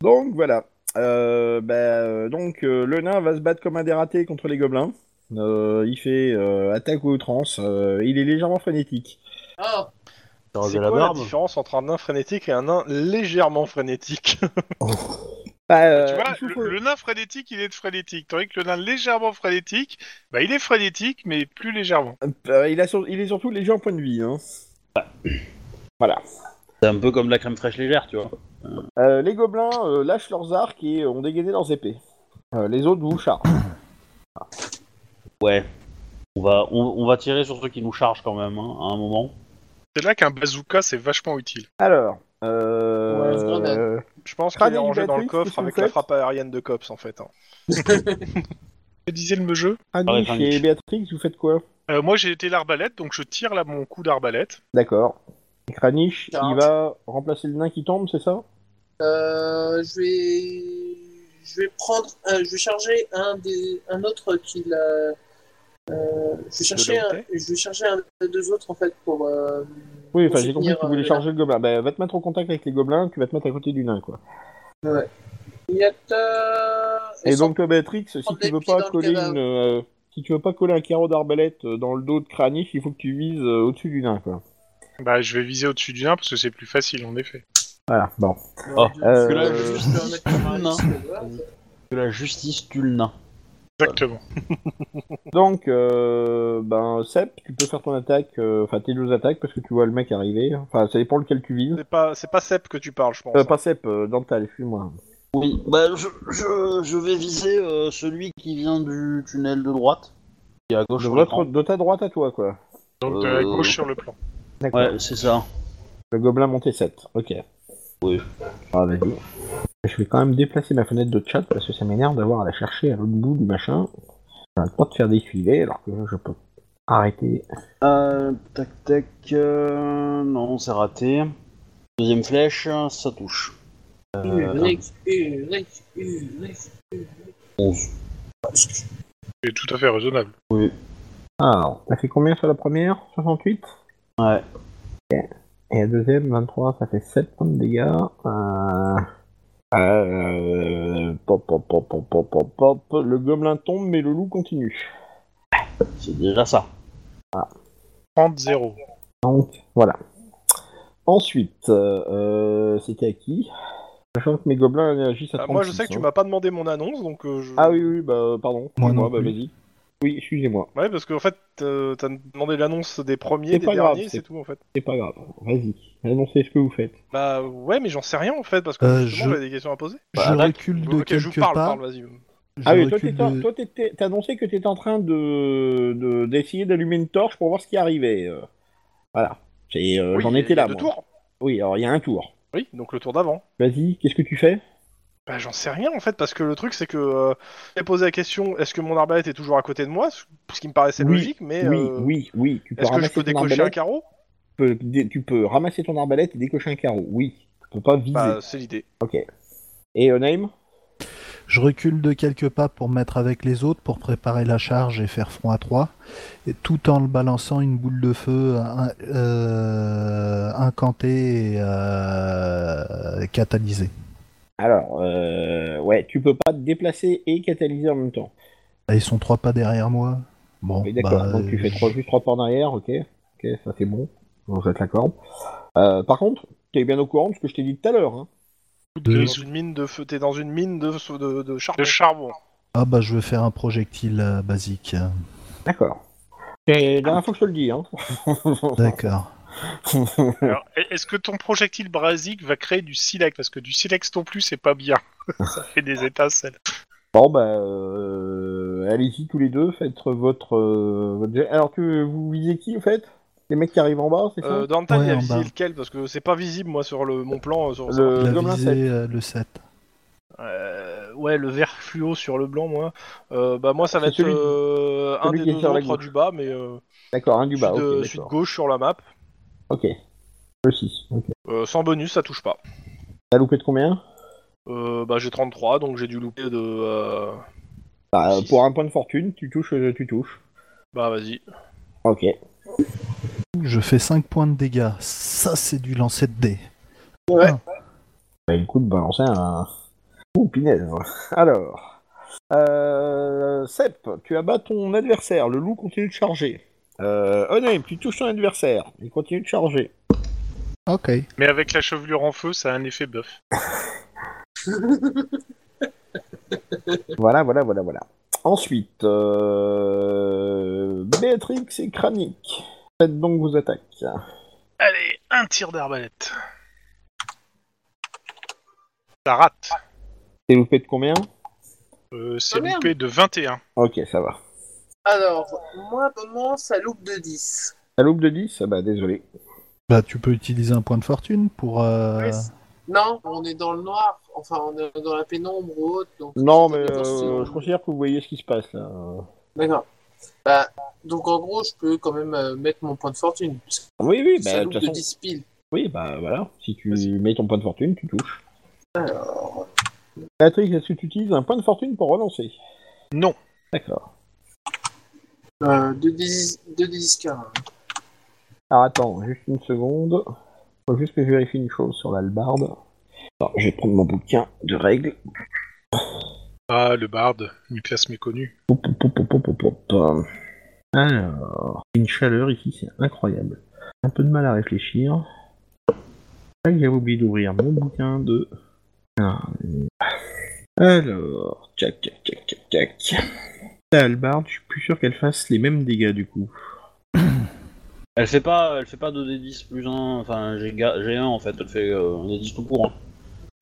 B: Donc voilà. Euh, bah, euh, donc euh, le nain va se battre comme un dératé contre les gobelins. Euh, il fait euh, attaque ou outrance. Euh, il est légèrement frénétique.
E: Ah,
A: T'as rasé
F: C'est
A: la
F: quoi la
A: barbe
F: différence entre un nain frénétique et un nain légèrement frénétique
B: Bah, euh,
C: tu vois,
B: il souffre-
C: le, le nain frénétique, il est frénétique. Tandis que le nain légèrement frénétique, bah, il est frénétique, mais plus légèrement.
B: euh, il, a sur- il est surtout léger en point de vie. Hein. Voilà.
A: C'est un peu comme de la crème fraîche légère, tu vois.
B: Euh, les gobelins euh, lâchent leurs arcs et ont dégainé leurs épées. Euh, les autres vous chargent.
A: Ouais. On va, on, on va tirer sur ceux qui nous chargent quand même, hein, à un moment.
C: C'est là qu'un bazooka, c'est vachement utile.
B: Alors, euh,
E: Ouais, grenade.
B: euh,
F: Je pense
B: Crâne
F: qu'il est rangé dans le
B: éliminatrice, qu'est-ce
F: coffre
B: que
F: avec
B: vous
F: la
B: faites
F: frappe aérienne de Cops en fait. hein.
C: Que disait le jeu
B: Annick
A: Ah ouais,
B: et
A: Annick.
B: Béatrix, vous faites quoi
C: Euh, Moi, j'ai été l'arbalète, donc je tire là mon coup d'arbalète.
B: D'accord. Kranich, il
E: Quarante.
B: va remplacer le nain qui tombe, c'est ça
E: Euh, je vais, je vais prendre, euh, je vais charger un des, un autre qui l'a. Euh, je vais chercher,
F: l'autre,
E: un, je vais chercher un des deux autres en fait pour. euh,
B: Oui,
E: pour
B: enfin j'ai compris
E: soutenir,
B: que tu voulais
E: euh,
B: charger le gobelin. Bah, va te mettre en contact avec les gobelins, tu vas te mettre à côté du nain, quoi.
E: Yata.
B: Et donc toi, Béatrix, si
E: prendre
B: tu
E: les
B: veux
E: pieds
B: pas
E: dans le
B: coller
E: cadavre.
B: une, euh, si tu veux pas coller un carreau d'arbalète euh, dans le dos de Kranich, il faut que tu vises euh, au-dessus du nain, quoi.
C: Bah, je vais viser au-dessus du nain parce que c'est plus facile, en effet.
B: Voilà. Bon.
A: Oh,
B: euh,
A: que là,
E: je
A: je-
E: vais juste le mettre comme un
A: Non.
E: risque, voilà.
A: Que la justice tue le nain.
C: Exactement.
B: Donc, euh, ben Sep, tu peux faire ton attaque, euh, enfin tes deux attaques parce que tu vois le mec arriver. Enfin, ça dépend lequel tu vises.
F: C'est pas, c'est pas Sep que tu parles, je pense.
B: Euh, pas Sep, euh, Dental, excuse-moi.
A: Oui, bah, je, je, je vais viser euh, celui qui vient du tunnel de droite. Qui est à gauche.
B: De,
A: sur
B: votre-
A: l'écran.
B: de ta droite à toi, quoi.
C: Donc, euh, à
A: Euh,
C: gauche sur le plan.
B: D'accord.
A: Ouais, c'est ça.
B: Le gobelin monté 7, ok.
A: Oui.
B: Ah, vas-y. Je vais quand même déplacer ma fenêtre de chat parce que ça m'énerve d'avoir à la chercher à l'autre bout du machin. J'ai le temps de faire des suivés alors que je peux arrêter.
A: Euh, tac tac. euh, non, c'est raté. Deuxième flèche, ça touche. Euh,
E: Ulrich, Ulrich, Ulrich, Ulrich.
A: 11.
C: C'est tout à fait raisonnable.
B: Alors, t'as fait combien sur la première 68
A: Ouais.
B: Et la deuxième, 23, ça fait 7 points de dégâts. Euh... Euh... pop, pop, pop, pop, pop, pop, pop. Le gobelin tombe mais le loup continue.
A: C'est déjà ça.
B: Ah,
F: Euh,
C: 30-0.
B: Donc, voilà. Ensuite, euh, euh, c'était à qui Sachant que mes gobelins agissent à
F: Ah,
B: 36.
F: moi je sais que tu
B: hein.
F: m'as pas demandé mon annonce donc euh, je.
B: Ah oui, oui, bah pardon. Moi,
D: Moi non
B: bah
D: plus.
B: vas-y. Oui, excusez-moi.
F: Ouais, parce qu'en fait euh, t'as demandé l'annonce des premiers,
B: C'est
F: des
B: pas grave,
F: derniers,
B: c'est-
F: c'est tout en fait.
B: C'est pas grave. Vas-y. Annoncez ce que vous faites.
F: Bah ouais, mais j'en sais rien en fait parce que
D: Euh,
F: justement
D: je-
F: j'avais des questions à poser.
A: Bah,
D: je
A: là,
D: recule de
F: Ok, je
D: quelques
F: vous parle,
D: pas.
F: parle, vas-y.
D: Je
B: ah oui, toi,
D: recule
B: t'étais en-
D: de-
B: toi, t'étais- t'as annoncé que t'étais en train de de- d'essayer d'allumer une torche pour voir ce qui arrivait. euh. Voilà. C'est, euh,
F: Oui,
B: J'en
F: il y a-
B: étais
F: il y
B: là.
F: a Deux
B: moi.
F: tours.
B: Oui, alors il y a un tour.
F: Oui, donc le tour d'avant.
B: Vas-y, qu'est-ce que tu fais
F: Bah j'en sais rien en fait parce que le truc c'est que euh, j'ai posé la question est-ce que mon arbalète est toujours à côté de moi, ce ce qui me paraissait
B: Oui,
F: logique, mais
B: Oui,
F: euh,
B: oui, oui. Tu peux
F: est-ce que
B: ramasser
F: je peux
B: ton
F: décocher un
B: arbalète.
F: carreau
B: Tu peux, dé- tu peux ramasser ton arbalète et décocher un carreau. Oui. Tu peux pas viser.
F: Bah c'est l'idée.
B: Et euh, Onaim
D: Je recule de quelques pas pour me mettre avec les autres pour préparer la charge et faire front à 3, et tout en le balançant une boule de feu un- euh, incantée et euh, catalysée.
B: Alors, euh, ouais, tu peux pas te déplacer et catalyser en même temps.
D: Ah, Ils sont trois pas derrière moi. Bon,
B: Oui, d'accord.
D: bah,
B: Donc tu fais
D: je-
B: trois, juste trois pas en arrière, ok. Ok, ça c'est bon. On jette la corde. Euh, par contre, t'es bien au courant de ce que je t'ai dit tout à l'heure. Hein.
F: T'es
D: Deux.
F: dans une mine de feu, t'es dans une mine de de, de charbon.
C: Le charbon.
D: Ah bah je veux faire un projectile euh, basique.
B: D'accord. C'est la dernière fois que je te le dis. Hein.
D: D'accord.
C: Alors, est-ce que ton projectile brasique va créer du silex Parce que du silex non plus, c'est pas bien. *laughs* Ça fait des étincelles.
B: bon, bah, euh, allez-y tous les deux, faites votre, euh, votre jet. Alors, tu, vous visez qui, en fait Les mecs qui arrivent en bas, c'est ça
F: Euh, Dantan,
D: Ouais,
F: il a
D: en
F: visé
D: bas.
F: lequel Parce que c'est pas visible, moi, sur le, mon plan. euh, Sur,
B: Le-
F: sur-
D: Il
B: Euh,
D: a
B: Gobelin
D: visé
B: sept.
D: euh, le 7.
F: Euh, ouais, le vert fluo sur le blanc, moi. Euh, bah, moi, ça va
B: C'est
F: être
B: celui-
F: euh, un
B: celui
F: des
B: qui est
F: deux
B: sur la
F: autres
B: gauche.
F: du bas, mais euh,
B: D'accord, un du bas,
F: sud,
B: ok.
F: sud
B: d'accord.
F: gauche sur la map.
B: Ok. Le 6, ok.
F: Euh, sans bonus, ça touche pas.
B: T'as loupé de combien
F: Euh, bah, j'ai 33, donc j'ai dû louper de. euh,
B: Bah,
F: Six.
B: Pour un point de fortune, tu touches, euh, tu touches.
F: Bah, vas-y.
B: Ok.
D: Je fais 5 points de dégâts. Ça c'est du lancer de dés.
B: Bah écoute, balancer un... Ouh, punaise. Alors... Euh... Sep, tu abats ton adversaire, le loup continue de charger. Euh... Onaim, tu touches ton adversaire, il continue de charger.
D: Ok.
C: Mais avec la chevelure en feu, ça a un effet buff.
B: Voilà, voilà, voilà, voilà. Ensuite, euh... Béatrix et Kranik. Faites donc vos attaques.
C: Allez, un tir d'arbalète. Ça rate.
B: Et vous faites combien
C: Euh, c'est
E: Ah, merde.
C: loupé de 21.
B: Ok, ça va.
E: Alors, moi, maman, ça loupe de 10.
B: La loupe de 10 Ah Bah désolé.
D: Bah, tu peux utiliser un point de fortune pour. euh,
E: Ouais, c'est- Non, on est dans le noir. Enfin, on est dans la pénombre ou autre. donc-
B: Non, mais
E: Attends, c'est-
B: euh, je considère que vous voyez ce qui se passe là.
E: D'accord. Bah, donc, en gros, je peux quand même euh, mettre mon point de fortune.
B: Oui, oui,
E: ça
B: bah, de
E: loupe
B: toute
E: de
B: façon,
E: 10 piles.
B: oui, bah voilà. Si tu mets ton point de fortune, tu touches.
E: Alors,
B: Béatrix, est-ce que tu utilises un point de fortune pour relancer
C: Non.
B: D'accord.
E: euh, 2 10 carats.
B: Alors attends, juste une seconde. Faut juste que je vérifie une chose sur l'albarde. Alors, je vais prendre mon bouquin de règles.
C: Ah, le barde, une classe méconnue.
B: Pop, pop, pop, pop, pop, pop. Euh, Alors, une chaleur ici, c'est incroyable. Un peu de mal à réfléchir. Ah, J'avais oublié d'ouvrir mon bouquin de. Ah, euh. Alors, tchac, tchac, tchac, tchac, tchac. La hallebarde, je suis plus sûr qu'elle fasse les mêmes dégâts du coup.
A: Elle fait pas, elle fait pas 2d10 plus 1, enfin j'ai ga- j'ai 1 en fait, elle fait euh, un d10 tout court. hein.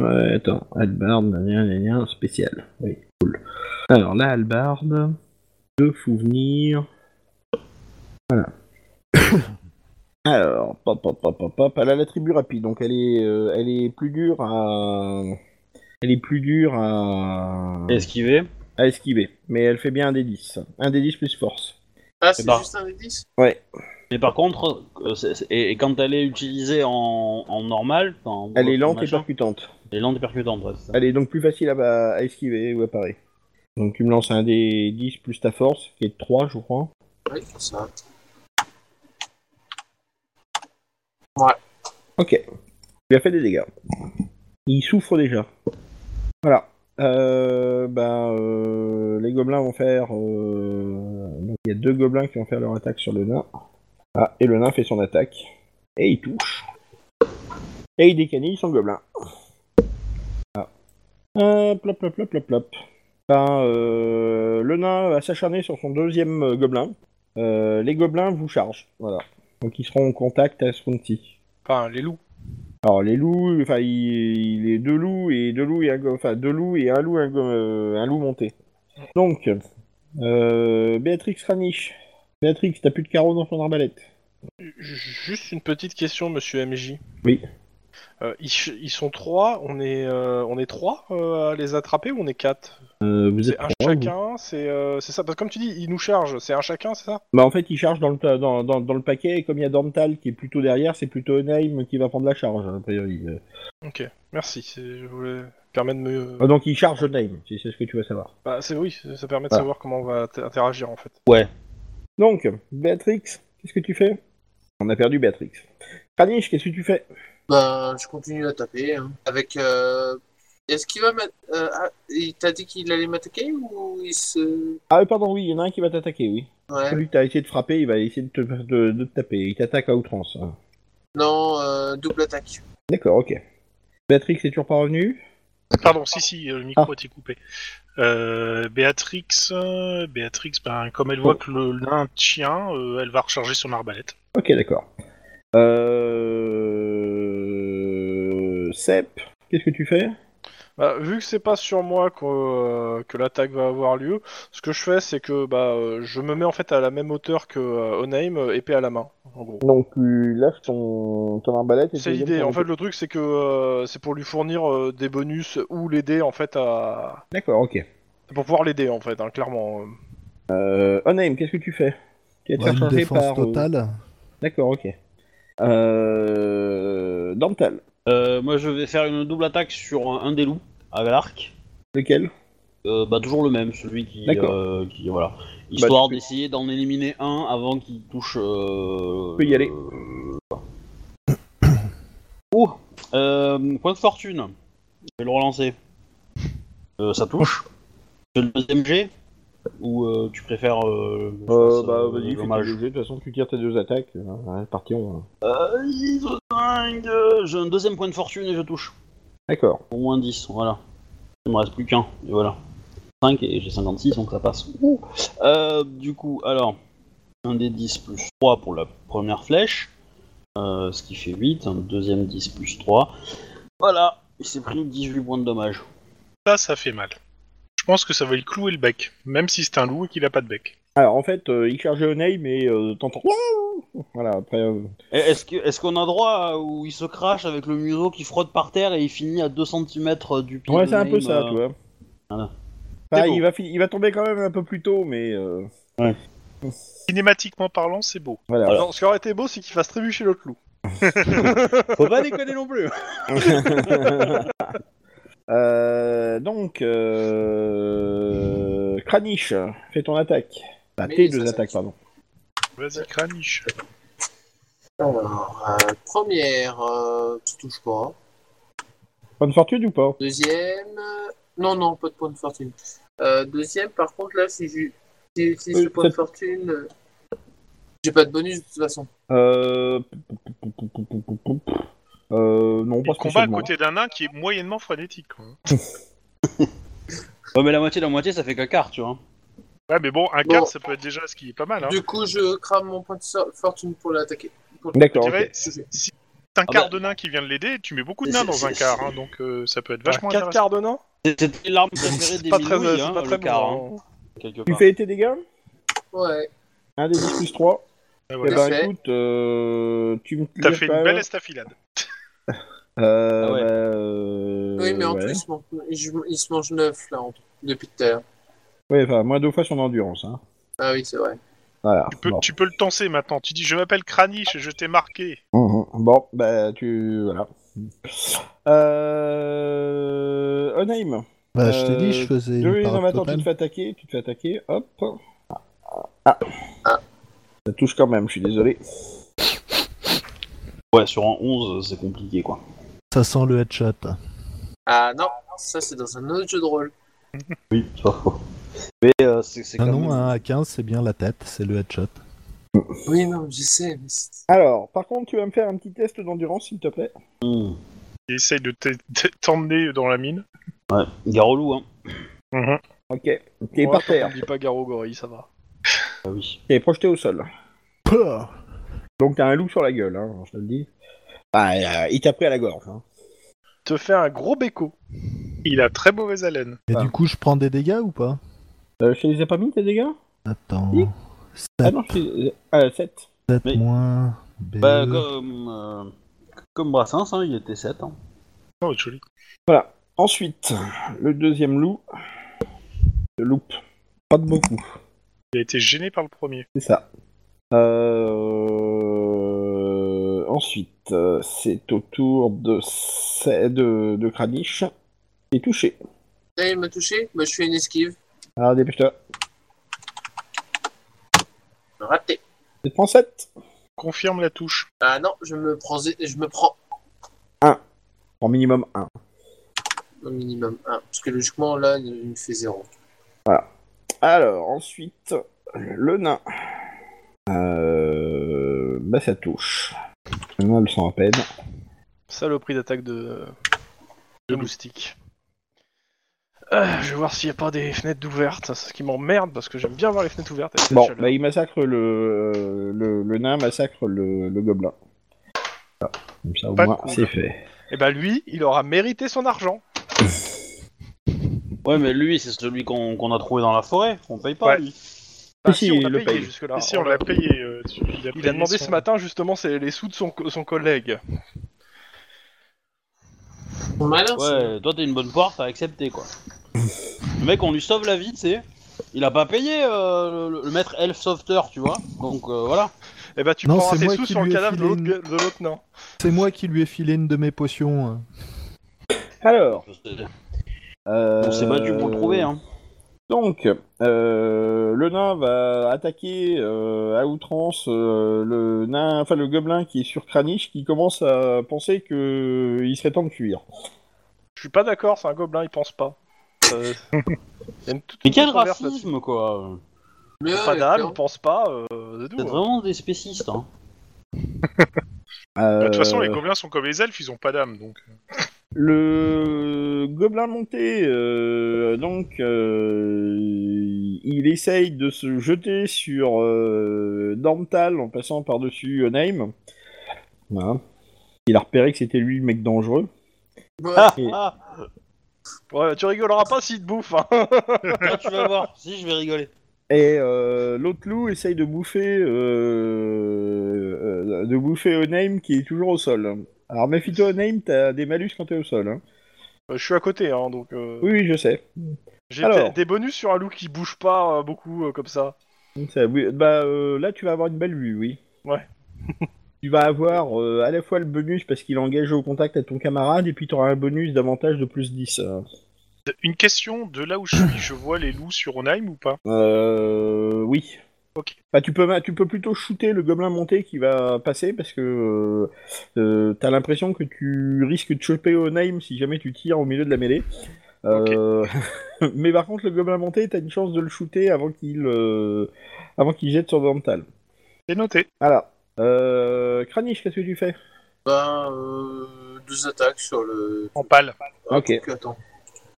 B: Ouais, attends, hallebarde, gna, gna, gna, spécial. Oui, cool. Alors, la hallebarde, deux souvenirs. Voilà. *coughs* Alors, pop, pop, pop, pop, pop. Elle a la tribu rapide, donc elle est, euh, elle est plus dure à. Elle est plus dure à.
A: Esquiver.
B: à esquiver. Mais elle fait bien un des 10. Un des 10 plus force.
E: Ah, c'est
A: bah.
E: juste un des 10
B: Ouais,
A: Mais par contre, euh, c'est- c'est- et, et quand elle est utilisée en, en normal, en-
B: elle est
A: en
B: lente et
A: machin,
B: percutante.
A: Elle est lente et percutante, ouais, c'est ça.
B: Elle est donc plus facile à, à esquiver ou à parer. Donc tu me lances un des 10 plus ta force, qui est 3, je crois.
E: Oui, ça.
B: Ok. Il a fait des dégâts. Il souffre déjà. Voilà. Euh, ben, euh, les gobelins vont faire. euh, donc il y a deux gobelins qui vont faire leur attaque sur le nain. Ah, et le nain fait son attaque. Et il touche. Et il décanille son gobelin. Ah. Euh, plop, plop, plop, plop, plop. Ben, euh, le nain va s'acharner sur son deuxième euh, gobelin. Euh, les gobelins vous chargent. Voilà. Donc ils seront en contact à ce round-ci.
F: Enfin, les loups.
B: Alors les loups, enfin il, il est deux loups et deux loups et un go- enfin deux loups et un loup un, go- euh, un loup monté. Donc euh, Béatrix Ranich. Béatrix, t'as plus de carreaux dans ton arbalète.
F: J- Juste une petite question, monsieur MJ.
B: Oui.
F: Euh, ils, ch- ils sont trois, on est, euh, on est trois euh, à les attraper ou on est quatre
B: Euh, vous
F: C'est
B: êtes
F: un
B: trois, vous
F: chacun, c'est euh, c'est ça. Parce que comme tu dis, ils nous chargent, c'est un chacun, c'est ça
B: Bah en fait il charge dans le pa- dans, dans, dans le paquet et comme il y a Dormtal qui est plutôt derrière, c'est plutôt Onaim qui va prendre la charge a priori. Euh,
F: Ok, merci. c'est- Je voulais permettre de me.
B: ah, donc il charge Onaim, si c'est ce que tu veux savoir.
F: Bah, c'est oui, ça permet de
B: Voilà.
F: savoir comment on va t- interagir en fait.
B: Donc Béatrix, qu'est-ce que tu fais On a perdu Béatrix. Ranich, qu'est-ce que tu fais
E: Ben, je continue à taper. hein. Avec. euh, Est-ce qu'il va. m'a- euh, ah, il t'a dit qu'il allait m'attaquer ou il se.
B: Ah euh, pardon, oui, il y en a un qui va t'attaquer, oui.
E: Ouais.
B: Celui que t'as essayé de frapper, il va essayer de te, de- de te taper. Il t'attaque à outrance. hein.
E: Non, euh, double attaque.
B: D'accord, ok. Béatrix est toujours pas revenu
C: Pardon, si, si, euh, le micro était coupé. Euh, Béatrix, euh, Béatrix, ben, comme elle voit que le nain tient, euh, elle va recharger son arbalète.
B: Ok, d'accord. Euh... Sep, qu'est-ce que tu fais
F: Bah, vu que c'est pas sur moi que, euh, que l'attaque va avoir lieu, ce que je fais c'est que bah, euh, je me mets en fait à la même hauteur que euh, Onaim, euh, épée à la main, en gros.
B: Donc tu lâches ton, ton arbalète et
F: C'est
B: tu lui donnes
F: l'idée.
B: ton
F: En fait,
B: épée.
F: le truc, c'est que euh, c'est pour lui fournir euh, des bonus ou l'aider en fait à.
B: D'accord, ok.
F: C'est pour pouvoir l'aider en fait, hein, clairement.
B: Euh, Onaim, qu'est-ce que tu fais Tu vas te faire
D: ouais, une
B: charger
D: défense
B: par... euh,
D: totale.
B: D'accord, ok. Euh... Dental,
A: Euh, moi je vais faire une double attaque sur un, un des loups avec l'arc.
B: lequel
A: Euh, bah toujours le même, celui qui,
B: D'accord. Bah,
A: euh, qui voilà, histoire
B: tu peux-
A: d'essayer d'en éliminer un avant qu'il touche. Euh,
B: peux y aller.
A: euh, *coughs* Oh, euh, point de fortune. Je vais le relancer. Euh, ça touche. C'est le deuxième G ou euh, tu préfères euh, que je
B: euh,
A: fasse,
B: Bah
A: euh,
B: vas-y, fais
A: l'hommage
B: tes deux jets. De toute façon, tu tires tes deux attaques. Ouais, partions. hein.
A: Euh, dix, cinq, euh, J'ai un deuxième point de fortune et je touche.
B: D'accord.
A: Au moins 10, voilà. Il me reste plus qu'un, et voilà. 5 et j'ai 56, donc ça passe. Ouh. Euh, du coup, alors, un des 10 plus 3 pour la première flèche, euh, ce qui fait 8, un deuxième 10 plus 3. Voilà, il s'est pris 18 points de dommage.
C: Ça, ça fait mal. Je pense que ça va lui clouer le bec, même si c'est un loup et qu'il a pas de bec.
B: Alors en fait, euh, il chargeait au nez, mais euh, t'entends. Ouah Voilà, après. euh,
A: Et Est-ce que- est-ce qu'on a droit à- où il se crache avec le museau qui frotte par terre et il finit à 2 cm du pied
B: Ouais,
A: de
B: c'est un peu
A: Naïm,
B: ça,
A: euh,
B: tu vois.
A: voilà.
B: bah, Enfin,
A: C'est beau.
B: il, va fi- il va tomber quand même un peu plus tôt, mais. euh,
C: Cinématiquement parlant, c'est beau.
B: Voilà.
F: Non, ce qui aurait été beau, c'est qu'il fasse trébucher l'autre loup.
A: Faut pas déconner non plus
B: Euh, donc, euh... Kranich, fais ton attaque. Bah,
E: Mais
B: tes
E: ça,
B: deux
E: ça-
B: attaques, pardon.
C: Vas-y, craniche.
E: Alors, euh, première, euh, tu touches pas.
B: Bonne fortune ou pas
E: Deuxième, euh, non, non, pas de point de fortune. Euh, deuxième, par contre, là, si j'ai si, si
B: Oui,
E: ce point de
B: ça-
E: fortune, euh, j'ai pas de bonus de toute façon.
B: euh... euh. Non, pas
C: Il combat à
B: spécialement.
C: côté d'un nain qui est moyennement frénétique. quoi.
A: Ouais, mais la moitié de la moitié, ça fait qu'un quart, tu vois.
C: Ouais, mais bon, un
E: Bon.
C: quart, ça peut être déjà ce qui est pas mal. Hein.
E: Du coup, je crame mon point de so- fortune pour l'attaquer. Pour-
B: D'accord,
C: Je
B: ok.
C: dirais, si si c'est un
A: Ah
C: quart
A: bah.
C: de nain qui vient de l'aider, tu mets beaucoup de nains
A: C'est-
C: dans un
A: c'est-
C: quart, hein, donc euh, ça peut être vachement
F: 4
C: intéressant.
F: quarts de nain
A: C'est- C'était l'arme préférée
F: C'est
A: des
F: pas très,
A: minouilles,
F: c'est
A: hein,
F: pas
A: le
F: très
A: quart,
F: bon. hein.
A: hein, quelque
B: Tu
A: part.
B: fais tes dégâts
E: Ouais.
B: 1 des 10 plus 3.
C: Ah,
B: Eh
C: voilà.
B: ben
E: Parfait.
B: écoute, euh, tu me
C: T'as
B: tires
C: fait
B: pas-
C: une belle estafilade.
B: Euh,
A: Ah ouais.
B: bah, euh,
E: oui, mais en
B: ouais.
E: plus, il se mange- il se, il se mange neuf, là, en- depuis tout à l'heure.
B: Ouais, enfin, moins deux fois son endurance. Hein.
E: Ah oui, c'est vrai.
B: Voilà.
C: Tu peux,
B: Bon.
C: tu peux le tenser maintenant. Tu dis Je m'appelle Kranich, je t'ai marqué.
B: Mhm. Bon, bah, tu. Voilà. Euh. Onaim.
D: Bah, je t'ai dit,
B: Euh,
D: je faisais
B: Oui,
D: une
B: non,
D: parade
B: mais attends, tu
D: totem.
B: te fais attaquer, tu te fais attaquer, hop. Ah.
E: Ah.
B: Ça touche quand même, je suis désolé.
A: Ouais, sur un 11, euh, c'est compliqué, quoi.
D: Ça sent le headshot.
E: Ah non, ça, c'est dans un autre jeu de rôle.
A: Oui, c'est pas faux. Mais euh, c'est c'est
D: Ah
A: quand
D: non,
A: même...
D: un à 15, c'est bien la tête, c'est le headshot.
E: Oui, non, je sais, mais c'est-
B: Alors, par contre, tu vas me faire un petit test d'endurance, s'il te plaît.
A: Hmm.
C: Il essaye de t'e- de t'emmener dans la mine.
A: Ouais, Garolou,
D: Euh.
A: hein.
C: Mhm.
B: Ok. T'es
F: Ouais,
B: par
F: quand
B: terre,
F: on dit pas Garo Gorille, ça va.
A: Ah oui.
B: t'es projeté au sol.
D: Pouah
B: Donc t'as un loup sur la gueule, hein, je te le dis. Ah, euh, il t'a pris à la gorge. Hein.
F: Te fait un gros béco.
C: Il a très mauvaise haleine.
D: Et
B: Ah.
D: du coup, je prends des dégâts ou pas
B: Euh, je te les ai pas mis tes dégâts
D: Attends.
B: Si.
D: 7,
B: Ah non, je te les ai- Ah, 7.
A: Mais-
D: moins. E.
A: Bah,
D: BE.
A: comme, euh, comme Brassens, hein, il était 7. Hein.
C: Oh, joli.
B: Voilà. Ensuite, le deuxième loup. Le loup. Pas de beaucoup,
C: Il a été gêné par le premier.
B: c'est ça. Euh... Ensuite, euh, c'est au tour de, c'est- de, de Kranich. Il est touché.
E: Là, il m'a touché, bah, je fais une esquive.
B: Alors dépêche-toi.
E: Raté.
B: Tu te prends 7.
C: Confirme la touche.
E: Ah non, je me prends, je me prends
B: En minimum 1.
E: au minimum 1. Parce que logiquement, là, il me fait 0.
B: Alors, ensuite, le nain. Euh... Bah, ça touche. Le nain le sent à peine.
F: Ça, le prix d'attaque de... de moustique. Ah, je vais voir s'il n'y a pas des fenêtres ouvertes. ça, C'est ce qui m'emmerde parce que j'aime bien voir les fenêtres ouvertes. avec cette
B: Bon,
F: chaleur.
B: bah, il massacre le... euh, Le, le nain massacre le, le gobelin. Voilà. Comme ça, au
C: Pas
B: moins,
C: cool.
B: c'est fait.
F: Et bah lui, il aura mérité son argent.
A: Ouais, mais lui, c'est celui qu'on qu'on a trouvé dans la forêt. On paye pas,
C: Ouais.
A: lui.
B: Ah,
F: Ah,
B: si,
F: si, on
B: il
F: l'a
B: le
F: payé
B: paye.
F: jusque-là.
C: Et si on l'a payé euh, tu- il,
F: Il a demandé
C: payé
F: ce
C: son-
F: matin justement c'est les sous de son, co- son collègue.
E: Malin, ça.
A: Ouais, toi, t'es une bonne poire, t'as accepté, quoi. le mec, on lui sauve la vie, tu sais. Il a pas payé euh, le, le maître elf sauveteur, tu vois. Donc, euh, voilà.
F: Et bah tu
D: Non,
F: prends
D: c'est
F: tes
D: moi
F: sous
D: qui
F: sur
D: lui
F: le
D: ai
F: cadavre de l'autre
D: filé
F: gue- de l'autre nain.
D: C'est moi qui lui ai filé une de mes potions. hein.
B: Alors, euh...
A: On s'est battu pour le trouver, hein.
B: Donc, euh, le nain va attaquer euh, à outrance euh, le nain, enfin le gobelin qui est sur Kranich, qui commence à penser que il serait temps de fuir.
F: Je suis pas d'accord, c'est un gobelin, il pense pas.
A: *laughs*
F: Euh, il y a une toute
A: Mais quel
F: controverse là-dessus.
A: racisme, quoi.
E: Mais ouais,
F: Pas d'âme,
E: clairement.
F: il pense pas, euh, c'est
A: C'est
F: tout. hein.
A: vraiment des spécistes, hein.
C: Bah, De toute façon,
B: Euh,
C: les gobelins sont comme les elfes, ils ont pas d'âme, donc.
B: Le gobelin monté, euh, donc, euh, il essaye de se jeter sur euh, Dormtal en passant par-dessus euh, Naim. Voilà. Il a repéré que c'était lui le mec dangereux.
E: Bon,
F: Ah.
A: Ah.
F: Ouais, tu rigoleras pas s'il te bouffe. Hein.
A: Là, ah. tu vas voir, si je vais rigoler.
B: Et euh, l'autre loup essaye de bouffer, euh, euh, de bouffer Onaim qui est toujours au sol. Alors méfie-toi Onaim, t'as des malus quand t'es au sol. hein.
F: Euh, Je suis à côté, hein, donc euh,
B: Oui, oui, je sais.
F: j'ai
B: alors.
F: des- des bonus sur un loup qui bouge pas euh, beaucoup euh, comme ça.
B: Donc ça- oui, bah, euh, là, tu vas avoir une belle vue, oui.
F: Ouais.
B: *laughs* tu vas avoir euh, à la fois le bonus parce qu'il est engagé au contact à ton camarade, et puis tu auras un bonus d'avantage de plus 10. euh.
C: Une question de là où je suis, je vois les loups sur Onheim ou pas
B: Euh, oui.
C: Ok.
B: Bah, tu, peux, ma- tu peux plutôt shooter le gobelin monté qui va passer parce que euh, euh, t'as l'impression que tu risques de choper Onaim si jamais tu tires au milieu de la mêlée. Euh, *laughs* Mais par contre, le gobelin monté, t'as une chance de le shooter avant qu'il euh, avant qu'il jette sur Dental.
C: C'est noté.
B: Voilà. Euh, Kranich, qu'est-ce que tu fais
E: ben, euh, deux attaques sur le.
C: En pâle.
B: Ok.
E: Quoique, attends.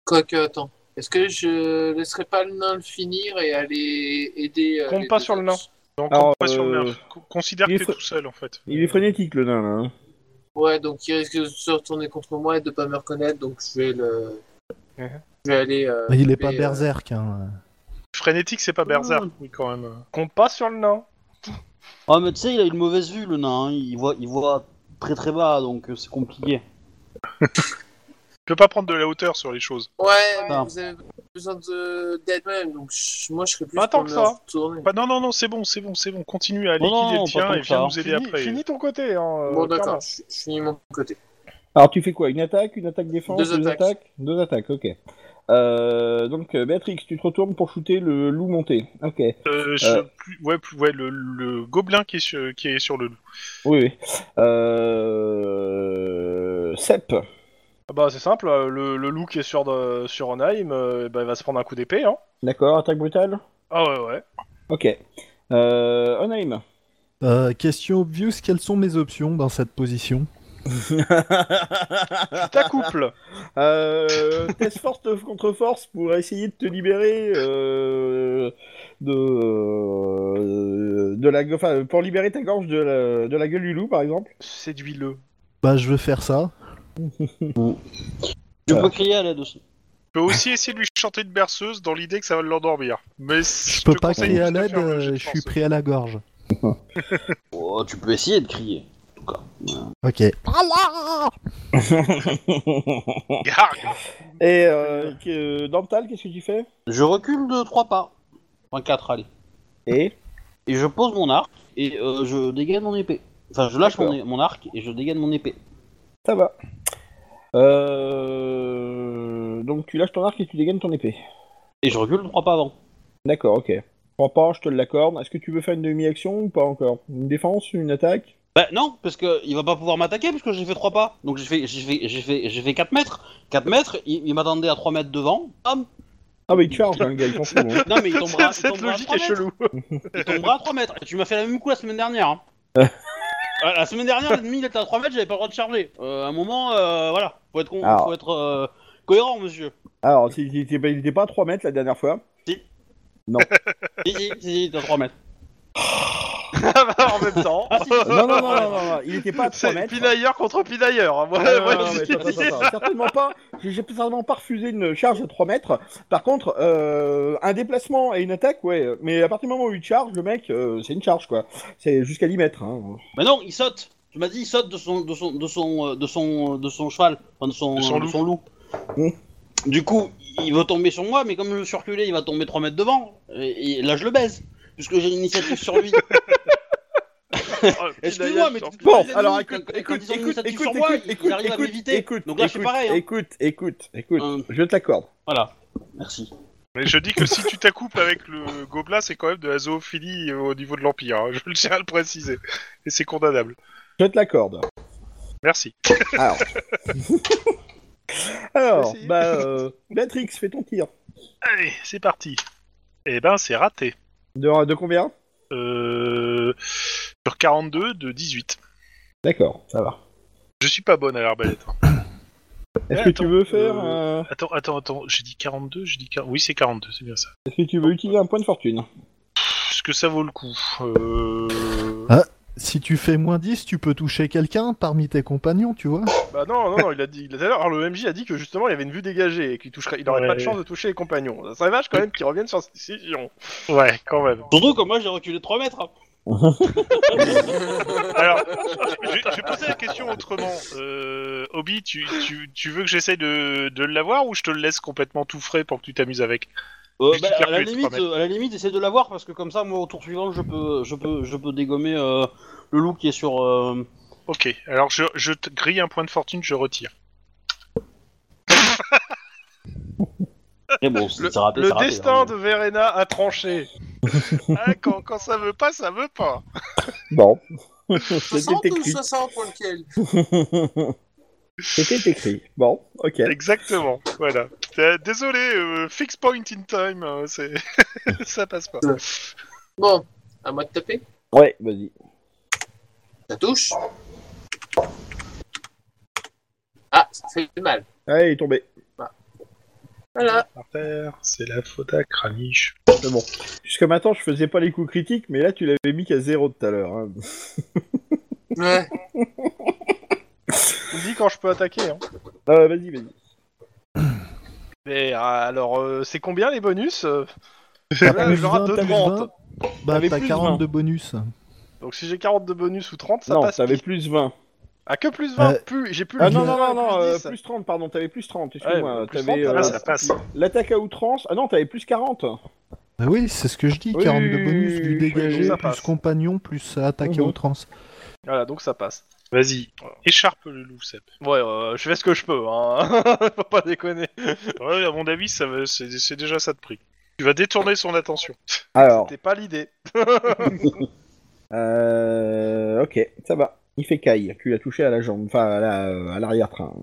E: Quoique, attends. Est-ce que je laisserai pas le nain le finir et aller aider. euh,
F: Compte
E: les
F: pas
E: deux
F: sur le
E: autres
F: nain.
C: Donc
B: Alors,
C: on pas sur le
B: euh,
C: nerf. Co- Considère
B: il
C: que t'es
B: faut-
C: tout seul en fait.
B: Il est frénétique le nain là. hein.
E: Ouais, donc il risque de se retourner contre moi et de pas me reconnaître, donc je vais le.
F: Mhm.
E: Je vais aller. euh,
D: Mais il est pas
E: taper, euh,
D: berserk. Hein.
C: Frénétique, c'est pas Berserk, oui quand même.
F: Compte pas sur le nain.
A: Ah, mais tu sais, il a une mauvaise vue, le nain. hein. Il voit, il voit très très bas, donc euh, c'est compliqué.
C: Tu peux pas prendre de la hauteur sur les choses.
E: euh. Ouais, mais
A: Non.
E: vous avez besoin de d'aide même, donc je- moi je serais plus
F: Pas tant
E: pour
F: que
E: me
F: ça.
E: retourner.
C: Bah non, non, non, c'est bon, c'est bon, c'est bon. Continue à
A: Non, non,
C: liquider
A: non,
C: le tien
A: pas
C: et
A: tant que ça.
C: viens nous aider
F: Finis,
C: après.
F: finis ton côté. Hein, euh, clairement.
E: Bon d'accord, je je finis mon côté.
B: Alors tu fais quoi Une attaque, une attaque défense, deux,
E: Deux
B: attaques.
E: attaques.
B: Deux attaques, ok. Euh, donc euh, Béatrix, tu te retournes pour shooter le loup monté. Ok.
C: Euh, je-
B: Euh.
C: plus- ouais, plus- ouais, le, le gobelin qui est, sur, qui est sur le loup.
B: Oui, oui. Euh... Sep.
F: Ah Bah c'est simple, euh, le, le loup qui est sur de, sur Onheim, euh, bah, il va se prendre un coup d'épée. Hein.
B: D'accord, attaque brutale
F: Ah ouais ouais.
B: Ok. Euh, Onaim.
D: Euh, question obvious, quelles sont mes options dans cette position
F: Tu t'accouples.
B: Euh, test force contre force pour essayer de te libérer euh, de, euh, de la... Enfin, pour libérer ta gorge de la, de la gueule du loup, par exemple.
F: Séduis-le.
D: Bah je veux faire ça.
A: Tu
B: Voilà.
A: peux crier à l'aide aussi.
C: Tu peux aussi essayer de lui chanter une berceuse dans l'idée que ça va l'endormir. Mais
D: Je peux pas crier à
C: juste de
D: l'aide,
C: faire le jet
D: euh,
C: de
D: je suis
C: force.
D: pris à la gorge.
A: Oh, tu peux essayer de crier.
D: Ok.
C: Gargue.
B: Et euh, que- Dental, qu'est-ce que tu fais
A: Je recule de 3 pas. Enfin, 4, allez.
B: Et
A: Et je pose mon arc et euh, je dégaine mon épée. Enfin, je lâche
B: D'accord.
A: mon, mon arc et je dégaine mon épée.
B: ça va. Euh, Donc tu lâches ton arc et tu dégaines ton épée.
A: Et je recule de 3 pas avant.
B: D'accord, ok. Prends pas, je te l'accorde. Est-ce que tu veux faire une demi-action ou pas encore Une défense, une attaque
A: Bah non, parce que il va pas pouvoir m'attaquer puisque j'ai fait 3 pas. Donc j'ai fait, j'ai fait, j'ai fait, j'ai fait 4 mètres. 4 mètres, il, il m'attendait à 3 mètres devant. Hop.
B: Ah bah il te charge, hein, le gars, il s'en
A: *laughs*
B: fout. hein.
A: Non mais il tombera, il
F: *laughs* Cette
A: tombera
F: logique
A: à 3
F: est
A: mètres.
F: chelou.
A: Il tombera à 3 mètres. Et tu m'as fait la même coup la semaine dernière. hein. Euh, la semaine dernière, l'ennemi il était à 3 mètres, j'avais pas le droit de charger. Euh, à un moment, euh, voilà, faut être, con-
B: Alors.
A: faut être euh, cohérent, monsieur.
B: Alors, il était pas- il était pas à 3 mètres la dernière fois.
A: Si, si, si, si, t'es à 3
F: *laughs*
A: mètres.
F: Ah bah, en même *laughs* temps.
B: Non, non, non, non, non, non, il était pas à 3
F: C'est
B: mètres.
F: pinailleur contre pinailleur. hein. Moi,
B: Ah, non,
F: moi,
B: non,
F: je
B: mais
F: dis-
B: attends, attends, attends. Certainement pas. J'ai j'ai certainement pas refusé une charge à 3 mètres. Par contre, euh, un déplacement et une attaque, ouais. euh, Mais à partir du moment où il charge, le mec, euh, c'est une charge, quoi. C'est jusqu'à 10 mètres. hein.
A: Mais Bah non, il saute. Tu m'as dit, il saute de son, de son, de son, euh, de son, de son cheval, enfin de son, euh,
C: De son
A: de
C: loup.
A: son loup.
B: Mm.
A: Du coup, il veut tomber sur moi, mais comme je me suis reculé, il va tomber 3 mètres devant. Et, et là, je le baise, puisque j'ai l'initiative sur
B: *laughs*
A: lui.
F: Oh,
A: Excuse-moi, mais
F: pinailleur,
A: tu-
B: Bon,
A: les ennemis,
B: alors
A: quand-
B: écoute,
A: quand
B: écoute,
A: ils ont une
B: écoute, écoute,
A: initiative sur
B: écoute,
A: moi, ils
B: écoute,
A: arrivent à
B: écoute,
A: m'éviter.
B: écoute,
A: Donc là, c'est
B: écoute,
A: pareil, hein.
B: écoute, écoute, écoute,
A: Euh.
B: je t'accorde.
A: Voilà, merci.
C: Mais je *laughs* dis que si tu t'accouples avec le gobelin, c'est quand même de la zoophilie au niveau de l'Empire. hein. Je tiens à le préciser. Et c'est condamnable.
B: Je te l'accorde.
C: Merci.
B: Alors, alors
F: Merci.
B: bah, euh, Matrix, fais ton tir.
C: Allez, c'est parti. Eh ben, c'est raté.
B: De, de combien
C: Euh, sur 42 de 18.
B: D'accord, ça va.
C: Je suis pas bonne à l'arbalète. hein.
B: Est-ce
C: Ouais,
B: que
C: attends,
B: tu veux faire
A: Euh,
B: euh, un-
C: Attends, attends, attends, j'ai dit 42, j'ai dit 40... Oui, c'est 42, c'est bien ça.
B: Est-ce que tu veux utiliser un point de fortune
C: Pff, Est-ce que ça vaut le coup Euh,
D: Si tu fais moins 10, tu peux toucher quelqu'un parmi tes compagnons, tu vois.
F: Bah non, non, non, il a dit. il a- D'ailleurs, le MJ a dit que justement il y avait une vue dégagée et qu'il toucherait, il aurait
C: Ouais.
F: pas de chance de toucher les compagnons. Ça serait vache quand même qu'ils reviennent sur cette décision.
C: Ouais, quand même.
A: Surtout que moi j'ai reculé 3 mètres. hein.
C: Alors, je, je vais poser la question autrement. Euh, Obi, tu, tu, tu veux que j'essaye de, de l'avoir ou je te le laisse complètement tout frais pour que tu t'amuses avec
A: Euh,
C: Juste
A: bah,
C: faire
A: à, la
C: reculer trois
A: limite,
C: mètres.
A: euh, à la limite, essaie de l'avoir parce que comme ça, moi au tour suivant, je peux, je peux, je peux dégommer euh, le loup qui est sur. euh,
C: Ok, alors je, je te grille un point de fortune, je retire.
A: Mais bon,
F: Le,
A: c'est c'est raté,
F: le
A: c'est raté,
F: destin
A: hein.
F: de Verena a tranché.
C: Ah, quand, quand ça veut pas, ça veut pas.
F: *laughs*
B: Bon.
E: 60
B: C'était
E: ou
B: écrit.
E: 60 pour lequel
B: C'était écrit. Bon, ok.
C: Exactement, voilà. Euh, Désolé, euh, fix point in time, euh, c'est *laughs* ça passe pas.
E: Bon, à moi de taper.
B: Ouais, vas-y.
E: Ça touche. Ah, ça fait mal.
B: Ah, il est tombé.
E: Voilà.
C: C'est la faute à Kranich.
B: Mais bon. Jusqu'à maintenant, je faisais pas les coups critiques, mais là, tu l'avais mis qu'à zéro tout à l'heure. hein.
E: Ouais.
F: Il me dit quand je peux attaquer. Hein.
B: Ah, vas-y, vas-y.
F: Mais euh, alors, euh, c'est combien les bonus euh
D: plus
F: Voilà, je leur rate
D: 20,
F: de
D: t'as plus
F: 30.
D: 20. Bah,
B: T'avais
D: t'as
B: plus
D: 40
B: 20.
D: de bonus.
F: Donc si j'ai 40 de bonus ou 30, ça
B: non,
F: passe.
B: t'avais plus 20.
F: Ah, que plus 20
D: Euh,
F: plus, J'ai plus
B: Ah
F: le
B: non,
F: plus
B: non, non,
F: 20,
B: non,
F: plus
B: euh,
F: 10.
B: plus 30, pardon, t'avais plus 30,
F: Ouais,
B: excuse-moi.
F: plus
B: t'avais
F: 30,
B: euh,
F: ça passe.
B: l'attaque à outrance. Ah non, t'avais plus 40.
D: Bah oui, c'est ce que je dis,
B: Oui,
D: 40 de
B: oui,
D: bonus
B: oui,
D: du
B: oui, oui,
F: donc
D: dégagé,
F: ça
D: plus
F: passe.
D: compagnon, plus attaque à
B: Mhm.
D: outrance.
F: Voilà, donc ça passe.
C: Vas-y, écharpe le loup, Seb.
F: Ouais, euh, je fais ce que je peux, hein. *laughs* Faut pas déconner.
C: Ouais, à mon avis, ça va- c'est c'est déjà ça de prix. Tu vas détourner son attention.
B: Alors,
F: C'était pas l'idée.
B: euh, ok, ça va. Il fait caille. Tu l'as touché à la jambe, enfin à la- euh, à l'arrière-train.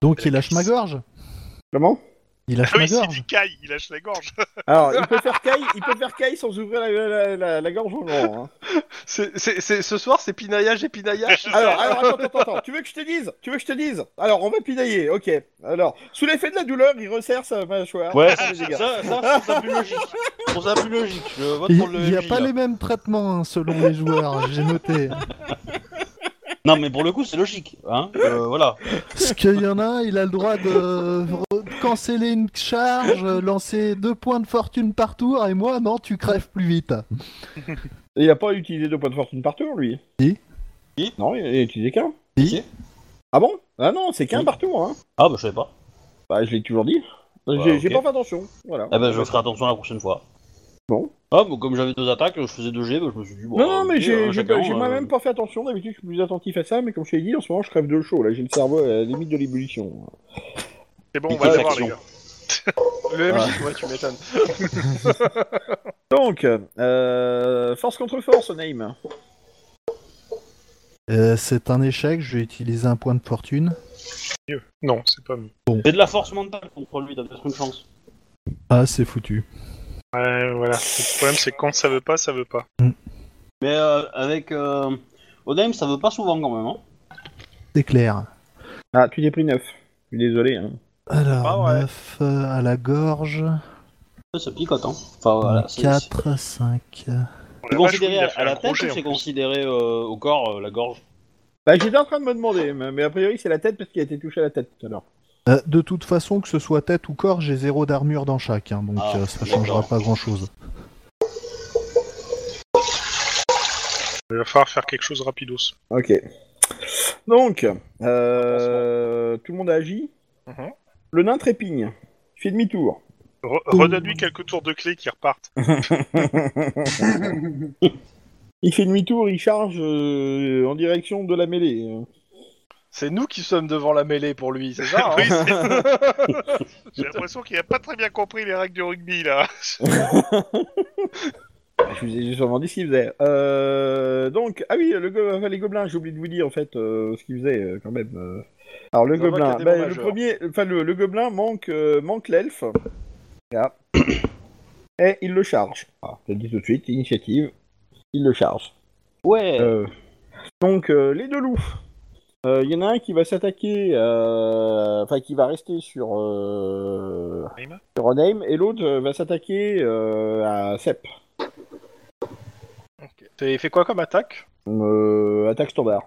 D: Donc il lâche ma gorge.
B: Comment *laughs*
D: Il
F: Ah
D: lâche ma
C: Oui, s'il
D: Ah, gorge.
C: dit caille, il lâche la gorge.
B: Alors, il peut faire caille, il peut faire caille sans ouvrir la, la- la- la gorge au grand. hein.
F: C'est, c'est, c'est- ce soir, c'est pinaillage et pinaillage. c'est ça
B: Alors, alors, attends, attends, attends. Tu veux que je te dise Tu veux que je te dise Alors, on va pinailler. Ok. Alors, sous l'effet de la douleur, il resserre sa mâchoire.
A: Ouais,
B: Ça fait des
A: ça,
B: dégâts.
A: ça, ça, je trouve ça plus logique. Je trouve ça plus logique. Je vote
D: Il
A: pour le
D: n'y a
A: MJ,
D: pas
A: là.
D: les mêmes traitements hein, selon les joueurs, *laughs* j'ai noté.
A: Non, mais pour le coup, c'est logique. Hein Euh, voilà.
D: Parce qu'il y en a un, il a le droit de re- canceller une charge, lancer deux points de fortune par tour, et moi, non, tu crèves plus vite.
B: Et Il a pas utilisé deux points de fortune par tour, lui
D: Si.
A: Si.
B: Non, il a utilisé qu'un.
D: Si.
B: Ah bon Ah non, c'est qu'un
A: Oui.
B: par tour, hein
A: Ah, bah, je savais pas.
B: Bah, je l'ai toujours dit. J'ai
A: Ouais,
B: j'ai
A: ok.
B: pas fait attention, voilà.
A: Eh ben, je ferai attention la prochaine fois.
B: Bon.
A: Ah, bon, comme j'avais deux attaques, je faisais deux G, bah, je me suis dit, bon.
B: Non, non,
A: ok,
B: mais j'ai
A: hein,
B: j'ai
A: chacun,
B: pas- j'ai
A: euh,
B: moi-même pas fait attention, d'habitude je suis plus attentif à ça, mais comme je t'ai dit, en ce moment je crève de le chaud, là j'ai le cerveau à la limite de l'ébullition.
C: *laughs* C'est bon,
A: Il
C: on va
A: fait
C: le voir,
A: l'action.
C: les gars.
F: Le MJ, ouais, tu m'étonnes.
B: Donc, euh, force contre force, Naïm.
D: Euh, c'est un échec, je vais utiliser un point de fortune.
C: Non, c'est pas mieux.
A: C'est de la force mentale contre lui, t'as peut-être une chance.
D: Ah, c'est foutu.
C: Ouais, voilà. Le problème, c'est que quand ça veut pas, ça veut pas.
A: Mais euh, avec. Euh, Odaim, ça veut pas souvent quand même, hein.
D: C'est clair.
B: Ah, tu t'es pris 9. Je suis désolé. Hein.
D: Alors,
F: Ah ouais.
D: 9 euh, à la gorge,
A: Ça picote, hein. Enfin, voilà. c'est-
D: 4, 5.
A: C'est
C: La vache, oui,
A: considéré
C: il a
A: à,
C: fait
A: à
C: un
A: la
C: gros
A: tête
C: jet,
A: ou c'est
C: en plus.
A: considéré euh, au corps, euh, la gorge
B: Bah, j'étais en train de me demander, mais mais a priori c'est la tête parce qu'il a été touché à la tête tout à l'heure.
D: Euh, de toute façon, que ce soit tête ou corps, j'ai zéro d'armure dans chaque, hein, donc
A: Ah,
D: euh, ça changera
A: d'accord.
D: pas grand chose.
C: Il va falloir faire quelque chose rapidos.
B: Ok. Donc, euh, tout le monde a agi.
C: Mhm.
B: Le nain trépigne. Il fait demi-tour.
C: Re- Redonne-lui quelques tours de clé qui repartent.
B: Il fait demi-tour, il charge euh, en direction de la mêlée.
F: C'est nous qui sommes devant la mêlée pour lui,
C: *laughs*
F: c'est ça hein
C: Oui, c'est- J'ai l'impression qu'il a pas très bien compris les règles du rugby là.
B: Je vous ai juste vraiment dit ce qu'il faisait. Euh, donc, ah oui, le go- enfin, les gobelins, j'ai oublié de vous dire en fait euh, ce qu'ils faisaient euh, quand même. euh. Alors, le
F: Ça va
B: gobelin,
F: qu'il y a des
B: bah,
F: bons
B: le
F: majeurs.
B: premier, enfin, le, le gobelin manque, euh, manque l'elfe. Là. Et il le charge. Ah, je le dis tout de suite, initiative, il le charge.
A: Ouais
B: Euh, donc, euh, les deux loups. Euh, Il y en a un qui va s'attaquer, euh, enfin qui va rester sur, euh,
C: Naïm
B: sur Onaim, et l'autre euh, va s'attaquer euh, à Sep.
F: T'as fait quoi comme attaque
B: Euh, attaque standard.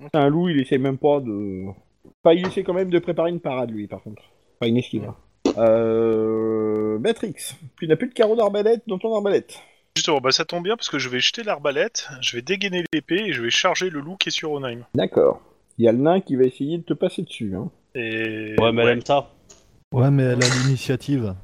B: C'est un loup, il essaie même pas de. Enfin, il essaie quand même de préparer une parade, lui, par contre. Enfin, une esquive. hein. Euh... Matrix, tu n'as plus de carreau d'arbalète dans ton arbalète.
C: Justement, bah ça tombe bien parce que je vais jeter l'arbalète, je vais dégainer l'épée et je vais charger le loup qui est sur Onheim.
B: D'accord. Il y a le nain qui va essayer de te passer dessus. Hein.
C: Et
A: Ouais, mais
C: ouais,
A: elle aime ça.
D: Ouais, mais elle a l'initiative.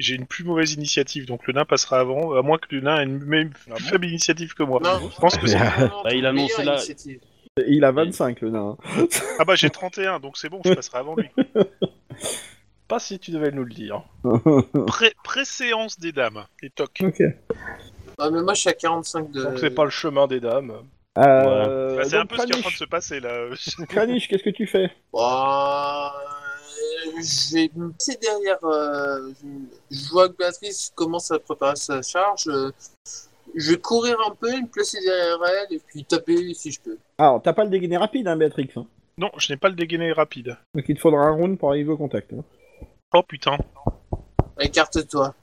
C: j'ai une plus mauvaise initiative, donc le nain passera avant, à moins que le nain ait une même plus
F: Ah bon
C: faible initiative que moi.
E: Non.
C: Je pense que c'est...
A: Bah, il annonce
E: meilleure
A: là.
E: initiative.
B: Et il a 25, le nain. *laughs* hein.
C: Ah bah j'ai 31, donc c'est bon, je passerai avant lui.
A: *laughs*
F: Pas si tu devais nous le dire.
B: Euh,
C: Pré- Préséance des dames, les tocs.
B: ok.
E: Ah, mais moi, je suis à 45 de.
F: Donc c'est pas le chemin des dames.
B: Euh,
C: Bah, c'est un
B: donc,
C: peu ce qui est en train de
B: Kranich,
C: se passer là. *laughs*
B: Kranich, qu'est-ce que tu fais
E: Bah, euh, je vais me passer derrière. euh, je- je vois que Béatrice commence à préparer sa charge. euh, je vais courir un peu, me placer derrière elle et puis taper si je peux.
B: Alors, Ah, t'as pas le dégainé rapide, hein, Béatrix. hein.
C: non, je n'ai pas le dégainé rapide.
B: Donc, il te faudra un round pour arriver au contact. hein.
C: Oh putain.
E: Écarte-toi.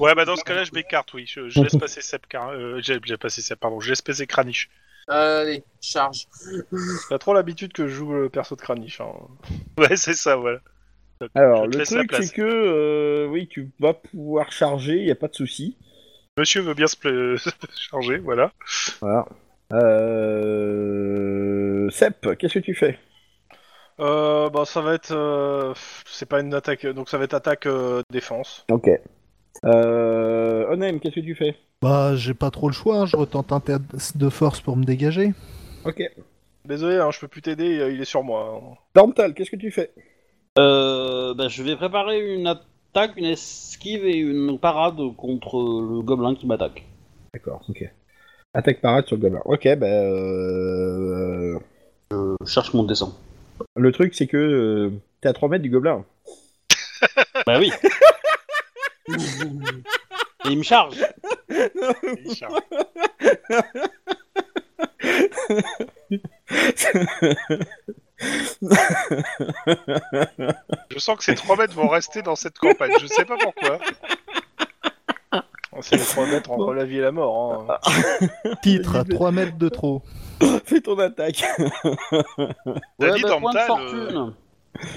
C: Ouais, bah dans ce cas-là, je m'écarte, oui. Je, je laisse passer Sep, car- euh, j'ai, j'ai passé Sep, pardon, je laisse passer Kranich. *laughs*
E: Allez, charge.
F: T'as trop l'habitude que je joue le perso de Kranich. hein.
C: Ouais, c'est ça, voilà.
B: Alors,
C: Je te
B: le
C: laisse la
B: truc,
C: place.
B: c'est que, euh, oui, tu vas pouvoir charger, il a pas de souci.
C: Monsieur veut bien se pla- euh, se charger, voilà.
B: Voilà. Euh... Sep, qu'est-ce que tu fais
F: Euh, bah ça va être... euh, pff, C'est pas une attaque... Donc ça va être attaque euh, défense.
B: Ok. Euh... Onem, qu'est-ce que tu fais
D: Bah, j'ai pas trop le choix, hein, je retente un test de force pour me dégager.
B: Ok.
F: Désolé, hein, je peux plus t'aider, euh, il est sur moi. hein.
B: Dormtal, qu'est-ce que tu fais
A: Euh, bah, je vais préparer une attaque, une esquive et une parade contre le gobelin qui m'attaque.
B: D'accord, ok. Attaque parade sur le gobelin. Ok, bah... euh,
A: Je cherche mon dessin.
B: Le truc, c'est que euh, t'es à 3 mètres du gobelin.
A: bah oui, et il me charge.
C: Il charge. Je sens que ces 3 mètres vont rester dans cette campagne, je sais pas pourquoi.
F: C'est les 3 mètres entre la vie et la mort.
C: Ah,
F: hein.
C: *laughs*
D: Titre à 3 mètres de trop.
B: *laughs* fais ton attaque
C: T'as
A: Ouais,
C: dit
A: bah,
C: dans
A: point de
C: Tal,
A: fortune. Mon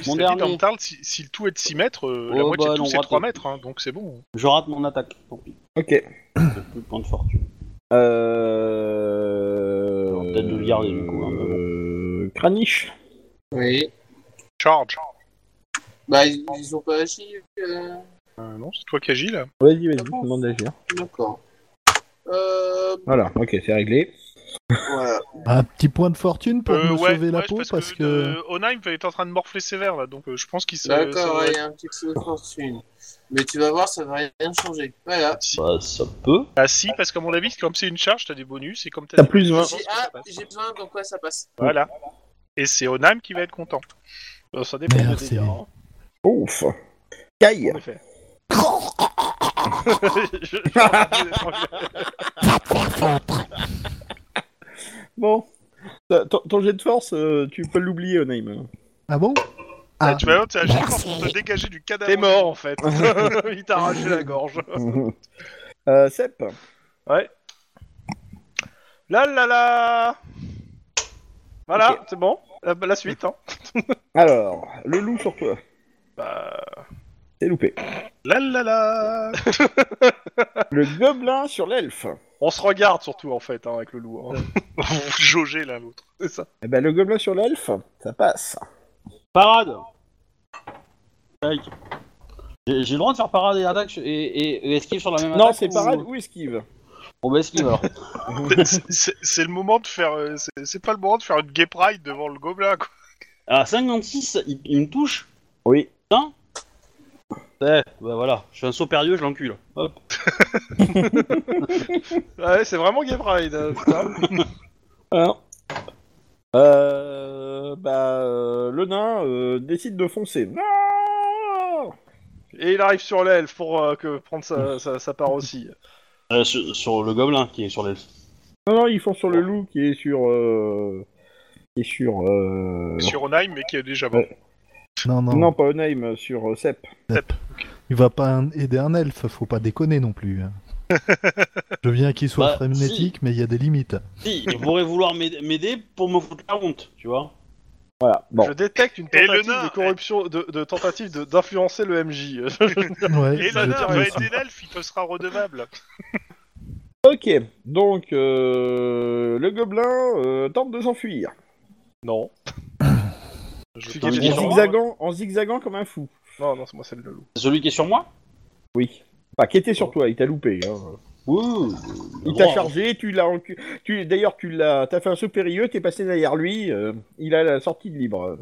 C: Mon
A: dernier.
C: dernier. si, si le tout est de 6 mètres, euh, la
A: Oh,
C: moitié
A: bah,
C: de tout
A: non,
C: c'est
A: raté.
C: 3 mètres, hein, donc c'est bon.
A: Je rate mon attaque. Tant pis.
B: Ok.
A: J'ai plus de point de fortune.
B: Euh...
A: On va peut-être le garder, du coup, hein, mais bon.
B: Euh... Kranich
E: Oui.
C: Charge
E: Bah, ils, ils ont pas agi. euh,
C: Euh, Non, c'est toi qui agis là.
B: Vas-y, vas-y,
E: Ah
B: je
E: bon
B: te demande d'agir.
E: D'accord. Euh,
B: Voilà, ok, c'est réglé.
E: voilà.
D: Un petit point de fortune pour
C: Euh,
D: me
C: ouais,
D: sauver la
C: ouais,
D: peau,
C: parce, que,
D: que...
C: euh, Onheim est en train de morfler sévère là, donc euh, je pense qu'il se.
E: D'accord,
C: se-
E: ouais, il y a un petit peu de fortune. Mais tu vas voir, ça va rien changer. Voilà.
C: Si.
A: Bah, ça peut.
C: Ah si, parce qu'à mon avis, comme c'est une charge, t'as des bonus, et comme t'as
B: T'as
C: des
B: plus
C: bonus,
B: 20.
C: je pense
E: J'ai
C: que ça
E: ah,
C: passe.
E: j'ai besoin, donc ouais, ça passe.
C: Voilà. Et c'est Onheim qui va être content.
F: Euh, ça dépend des
D: Merci.
F: dégâts. hein,
B: Ouf Kai
F: en effet. Je- je-
B: Bon. Ta- Ton, ton jet de force, euh, tu peux l'oublier, Onaim.
D: Ah bon
C: Ah,
D: Ah.
C: tu vas voir, t'as agi pour te dégager du cadavre.
F: T'es mort en fait. il t'a arraché la gorge.
B: euh, Sep,
F: La la la. Voilà,
B: Ok.
F: c'est bon. La, la suite. Hein.
B: alors, le loup sur toi.
F: Bah,
B: C'est loupé.
C: La la la
B: *laughs* Le gobelin sur l'elfe.
F: on se regarde surtout en fait hein, avec le loup. hein.
C: Vous vous jaugez l'un l'autre.
F: C'est ça.
B: Eh ben, le gobelin sur l'elfe, ça passe.
A: Parade. Tac. J'ai j'ai le droit de faire parade et attaque et, et- et esquive sur la même
B: non,
A: attaque
B: c'est
A: ou-
B: parade ou esquive.
A: On va esquive alors.
C: C'est- C'est c'est le moment de faire. euh, c'est- C'est pas le moment de faire une gay pride devant le gobelin, quoi.
A: À 56, il, il me touche.
B: Oui.
A: Eh, bah voilà, je suis un saut périlleux, je l'encule. Hop.
F: Ouais, c'est vraiment Gay Pride. euh, putain.
B: Alors. Euh, bah, euh, le nain euh, décide de foncer. Non
F: Et il arrive sur l'elfe pour euh, que prendre sa, sa, sa part aussi.
A: Euh, sur, sur le gobelin qui est sur l'elfe.
B: Non, non, ils font sur le loup qui est sur. euh, qui est sur. euh,
C: Sur Onheim, mais qui est déjà mort.
B: Ouais.
D: Non, non,
B: Non, pas Onaim, sur euh, Sep.
D: Il va pas un- aider un elfe, faut pas déconner
C: *laughs*
D: non plus. hein. Je veux bien qu'il soit
A: Bah,
D: frénétique, mais il y a des limites.
A: Si, il pourrait vouloir m'aider- m'aider pour me foutre la honte, tu vois.
B: Voilà, bon.
F: Je détecte une
C: Et le
F: tentative
C: nain, eh.
F: de corruption, de, de tentative de- d'influencer le MJ.
D: Ouais,
C: Et
D: je
C: la nain
D: tiens
C: va
D: aussi.
C: aider l'elfe, il te sera redevable.
B: Ok, donc euh, le gobelin euh, tente de s'enfuir.
F: *laughs*
C: *coughs*
F: non.
C: Je
F: suis
C: t'en
F: gagné
C: dis
B: En
F: sur
C: non.
F: moi.
B: zigzagant, en zigzagant comme un fou.
F: Non, non, c'est moi, c'est le loup.
A: C'est celui qui est sur moi
B: Oui. Enfin, qui était sur toi, il t'a loupé. hein.
A: Ouh
B: Il t'a chargé, tu l'as encu... tu D'ailleurs, tu l'as... T'as fait un saut périlleux, t'es passé derrière lui, euh, il a la sortie de libre.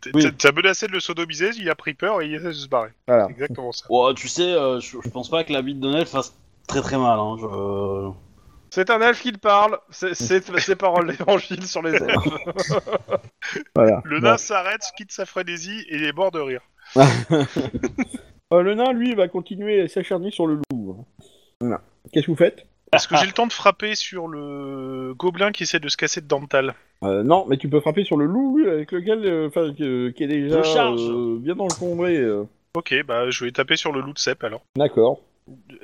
C: T'as-
A: Oui.
C: T'as menacé de le sodomiser, il a pris peur et il essaie de se barrer.
B: Voilà.
C: C'est exactement ça.
A: Ouais, tu sais, euh, je je pense pas que la bite de Nel fasse très très mal. Hein. Je...
F: C'est un elfe qui le parle.
B: *laughs*
F: C'est- C'est ses paroles d'évangile sur les elfes.
B: Voilà.
C: Le
B: Bon.
C: nain s'arrête, quitte sa frénésie et il est mort de rire.
B: Euh, le nain, lui, va continuer à s'acharner sur le loup. hein. Voilà. Qu'est-ce que vous faites
C: Est-ce que j'ai le temps de frapper sur le gobelin qui essaie de se casser de Dental
B: Euh, Non, mais tu peux frapper sur le loup, lui, avec lequel... euh, Enfin, que- qui est déjà
A: Le charge.
B: euh, bien encombré. euh.
C: Ok, bah je vais taper sur le loup de cep alors.
B: D'accord.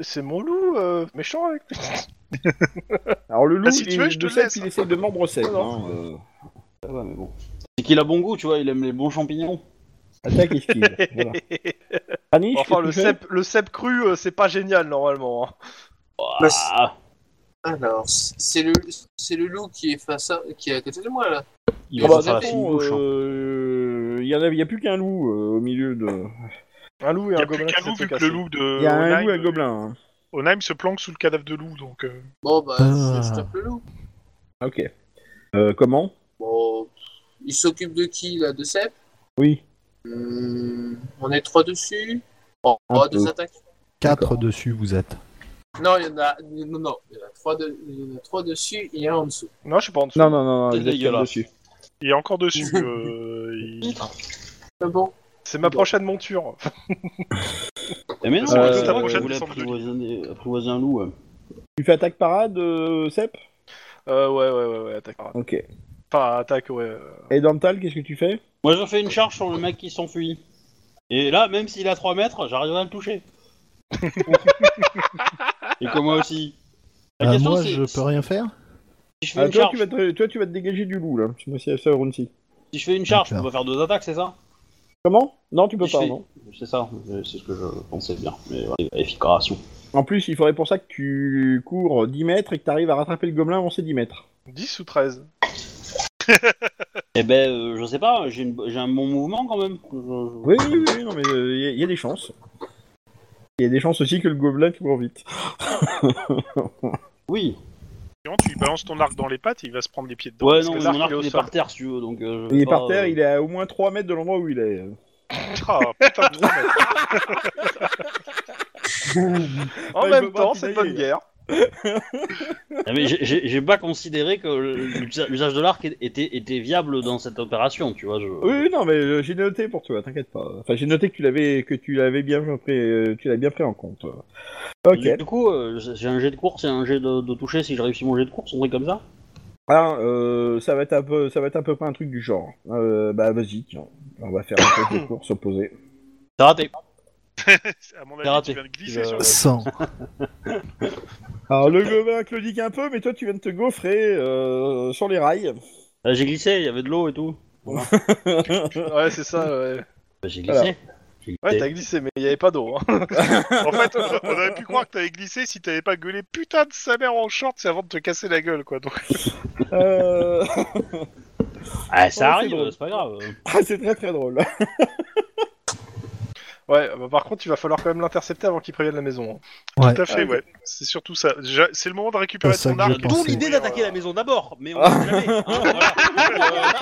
F: C'est mon loup euh, méchant avec.
B: Alors le loup,
C: Bah, si tu
B: il,
C: veux, je te
B: le cep,
C: laisse.
B: il essaie de hein, mordre Sep.
A: Non, euh, ça va, mais bon. C'est qu'il a bon goût, tu vois, il aime les bons champignons.
B: Attaque *laughs* esquive. voilà. Anish,
F: *laughs*
B: qu'est-ce
F: Enfin, le
B: que tu fais
F: cep, le cep cru, euh, c'est pas génial normalement. hein.
E: Bah,
A: Ah,
E: Alors, c'est le, c'est le loup qui est face à, qui est à côté de moi là.
A: il va
B: Ah bah,
E: reste à
A: la
E: la
B: attends,
A: fine bouche. hein.
B: euh, Il y en a, il y a plus qu'un loup euh, au milieu de.
F: Un loup et
C: Il y
F: un
C: a plus
F: gobelin.
C: qu'un
F: qui
C: loup
F: s'est
C: vu
F: fait
C: que le
F: casser.
C: loup de
B: Il y a un loup et un
C: Onheim,
B: gobelin. hein.
C: Onheim se planque sous le cadavre de loup donc. euh,
E: Bon bah,
D: Ah.
E: je tape le loup.
B: Ok. Euh, comment
E: Bon, il s'occupe de qui là, de Seb
B: Oui.
E: Hum, On est trois dessus. Bon,
B: Un
E: on a
B: peu.
E: deux attaques.
D: Quatre dessus, vous êtes.
E: Non, il y en a, non, non, il y en a trois, de- il y en a trois dessus et un en dessous.
F: Non, je suis pas en dessous.
B: Non, non, non, non,
A: C'est
B: euh, il est
A: dégueulasse.
B: dessus.
C: Il est encore dessus. euh, il-
E: Ah bon
F: C'est ma prochaine monture.
A: Eh mais non,
C: c'est
A: euh,
B: la
A: c'est
B: prochaine
A: moi qui voulais
C: descente de
A: apprivoiser apprivoiser un loup. ouais.
B: Tu fais attaque parade, euh, Sep
F: Euh, ouais, ouais, ouais, ouais, attaque.
B: Ok.
F: Enfin, attaque, ouais. euh.
B: Et Dental, qu'est-ce que tu fais
A: Moi, je fais une charge sur le mec qui s'enfuit. Et là, même s'il a 3 mètres, j'arriverai à le toucher. Et que moi aussi. La
D: Bah,
A: question,
D: moi,
A: c'est
D: je peux rien faire
A: si je fais
B: Ah,
A: une
B: toi,
A: charge,
B: tu vas te, toi, tu vas te dégager du loup, là. Tu vas essayer ça, Runti.
A: si je fais une charge, on
D: D'accord.
A: va faire deux attaques, c'est ça
B: Comment Non, tu peux
A: Si je
B: pas,
A: fais-
B: non.
A: C'est ça, euh, c'est ce que je pensais bien. Mais voilà, efficace.
B: En plus, il faudrait pour ça que tu cours 10 mètres et que tu arrives à rattraper le gobelin avant ses 10 mètres.
F: 10 ou 13
A: Eh ben, euh, je sais pas, j'ai une- j'ai un bon mouvement quand même. Je- je-
B: Oui, oui, oui, oui, non, mais euh, il y, a- y a des chances. Il y a des chances aussi que le gobelin court vite.
A: Oui.
C: Sinon, tu lui balances ton arc dans les pattes et il va se prendre les pieds dedans.
A: Ouais,
F: parce
A: non,
F: que
A: mais
F: l'arc,
A: mon arc
F: il est au
A: il est
F: sol.
A: par terre si tu veux, donc. euh, je vais
B: Il est
A: pas,
B: par
A: euh,
B: terre, il est à au moins 3 mètres de l'endroit où il est.
C: Ah, putain, putain, mec.
F: En
B: il
F: même
B: peut pas
F: temps, c'est de
B: pinailler.
F: bonne guerre.
A: Ah, mais j'ai- j'ai j'ai pas considéré que le- l'usage de l'arc était, était viable dans cette opération, tu vois. Je...
B: Oui, oui, non, mais euh, j'ai noté pour toi, t'inquiète pas. Enfin, j'ai noté que tu l'avais, que tu l'avais bien pris, euh, tu l'as bien pris en compte. Ok.
A: Du coup, euh, j'ai un jet de course et un jet de, de toucher si je réussis mon jet de course, on truc comme ça.
B: Ah, euh, ça va être un peu, ça va être à peu près un truc du genre. Euh, bah vas-y, tiens, on va faire un peu de course opposée.
A: T'as raté.
C: à mon
A: T'as
C: avis,
A: raté.
C: tu viens de glisser
A: Je-
C: sur le.
D: 100.
B: Alors le gobelin claudique un peu, mais toi tu viens de te gaufrer euh, sur les rails.
A: Ah, j'ai glissé, il y avait de l'eau et tout.
F: Ouais, c'est ça, ouais.
A: Bah, j'ai
B: Voilà.
A: glissé. J'ai glissé.
F: Ouais, t'as glissé, mais il y avait pas d'eau. hein.
C: *laughs* En fait, on aurait pu croire que t'avais glissé si t'avais pas gueulé putain de sa mère en short, c'est avant de te casser la gueule, quoi. Donc,
B: Euh... *laughs*
A: Ah, ça
B: Oh, c'est
A: arrive,
B: drôle.
A: c'est pas grave.
B: ah, c'est très très drôle.
F: Ouais, bah, par contre, il va falloir quand même l'intercepter avant qu'il prévienne la maison. hein.
D: Ouais.
C: tout à fait,
B: Ah, ok.
C: ouais. C'est surtout ça. Ja- C'est le moment de récupérer
D: C'est ça
C: ton
A: Ah,
D: que je
C: arc.
D: pensais. D'où l'idée
A: maison d'abord, mais *laughs* on sait jamais. hein, voilà.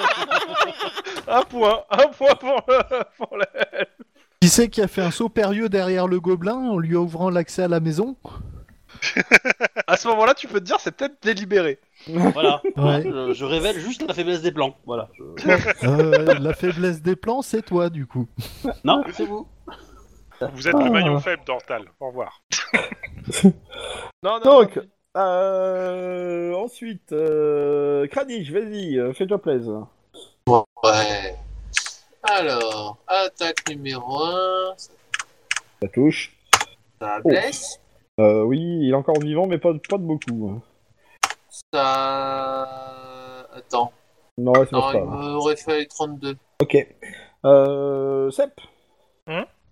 F: Un point, un point pour le. Pour le-
D: Qui c'est qui a fait un saut périlleux derrière le gobelin en lui ouvrant l'accès à la maison
F: À ce moment-là, tu peux te dire, c'est peut-être délibéré.
A: Voilà.
D: Ouais.
A: Je, je révèle juste la faiblesse des plans. Voilà. *laughs* Je-
D: Euh, *laughs* La faiblesse des plans, c'est toi, du coup.
A: Non, c'est vous.
C: Vous êtes le maillon faible, Dortal. Au revoir.
F: Non, non.
B: Donc,
F: non.
B: Euh, ensuite, euh, Kranich, vas-y, euh, fais-toi plaisir.
E: Ouais. Alors, attaque numéro 1,
B: Ça touche.
E: ça
B: Oh.
E: blesse,
B: Euh, oui, il est encore vivant, mais pas, pas de beaucoup.
E: ça... Attends,
B: Non, ouais, c'est
E: non,
B: pas
E: il
B: grave.
E: m'aurait fallu 32.
B: Ok. Euh, Sep,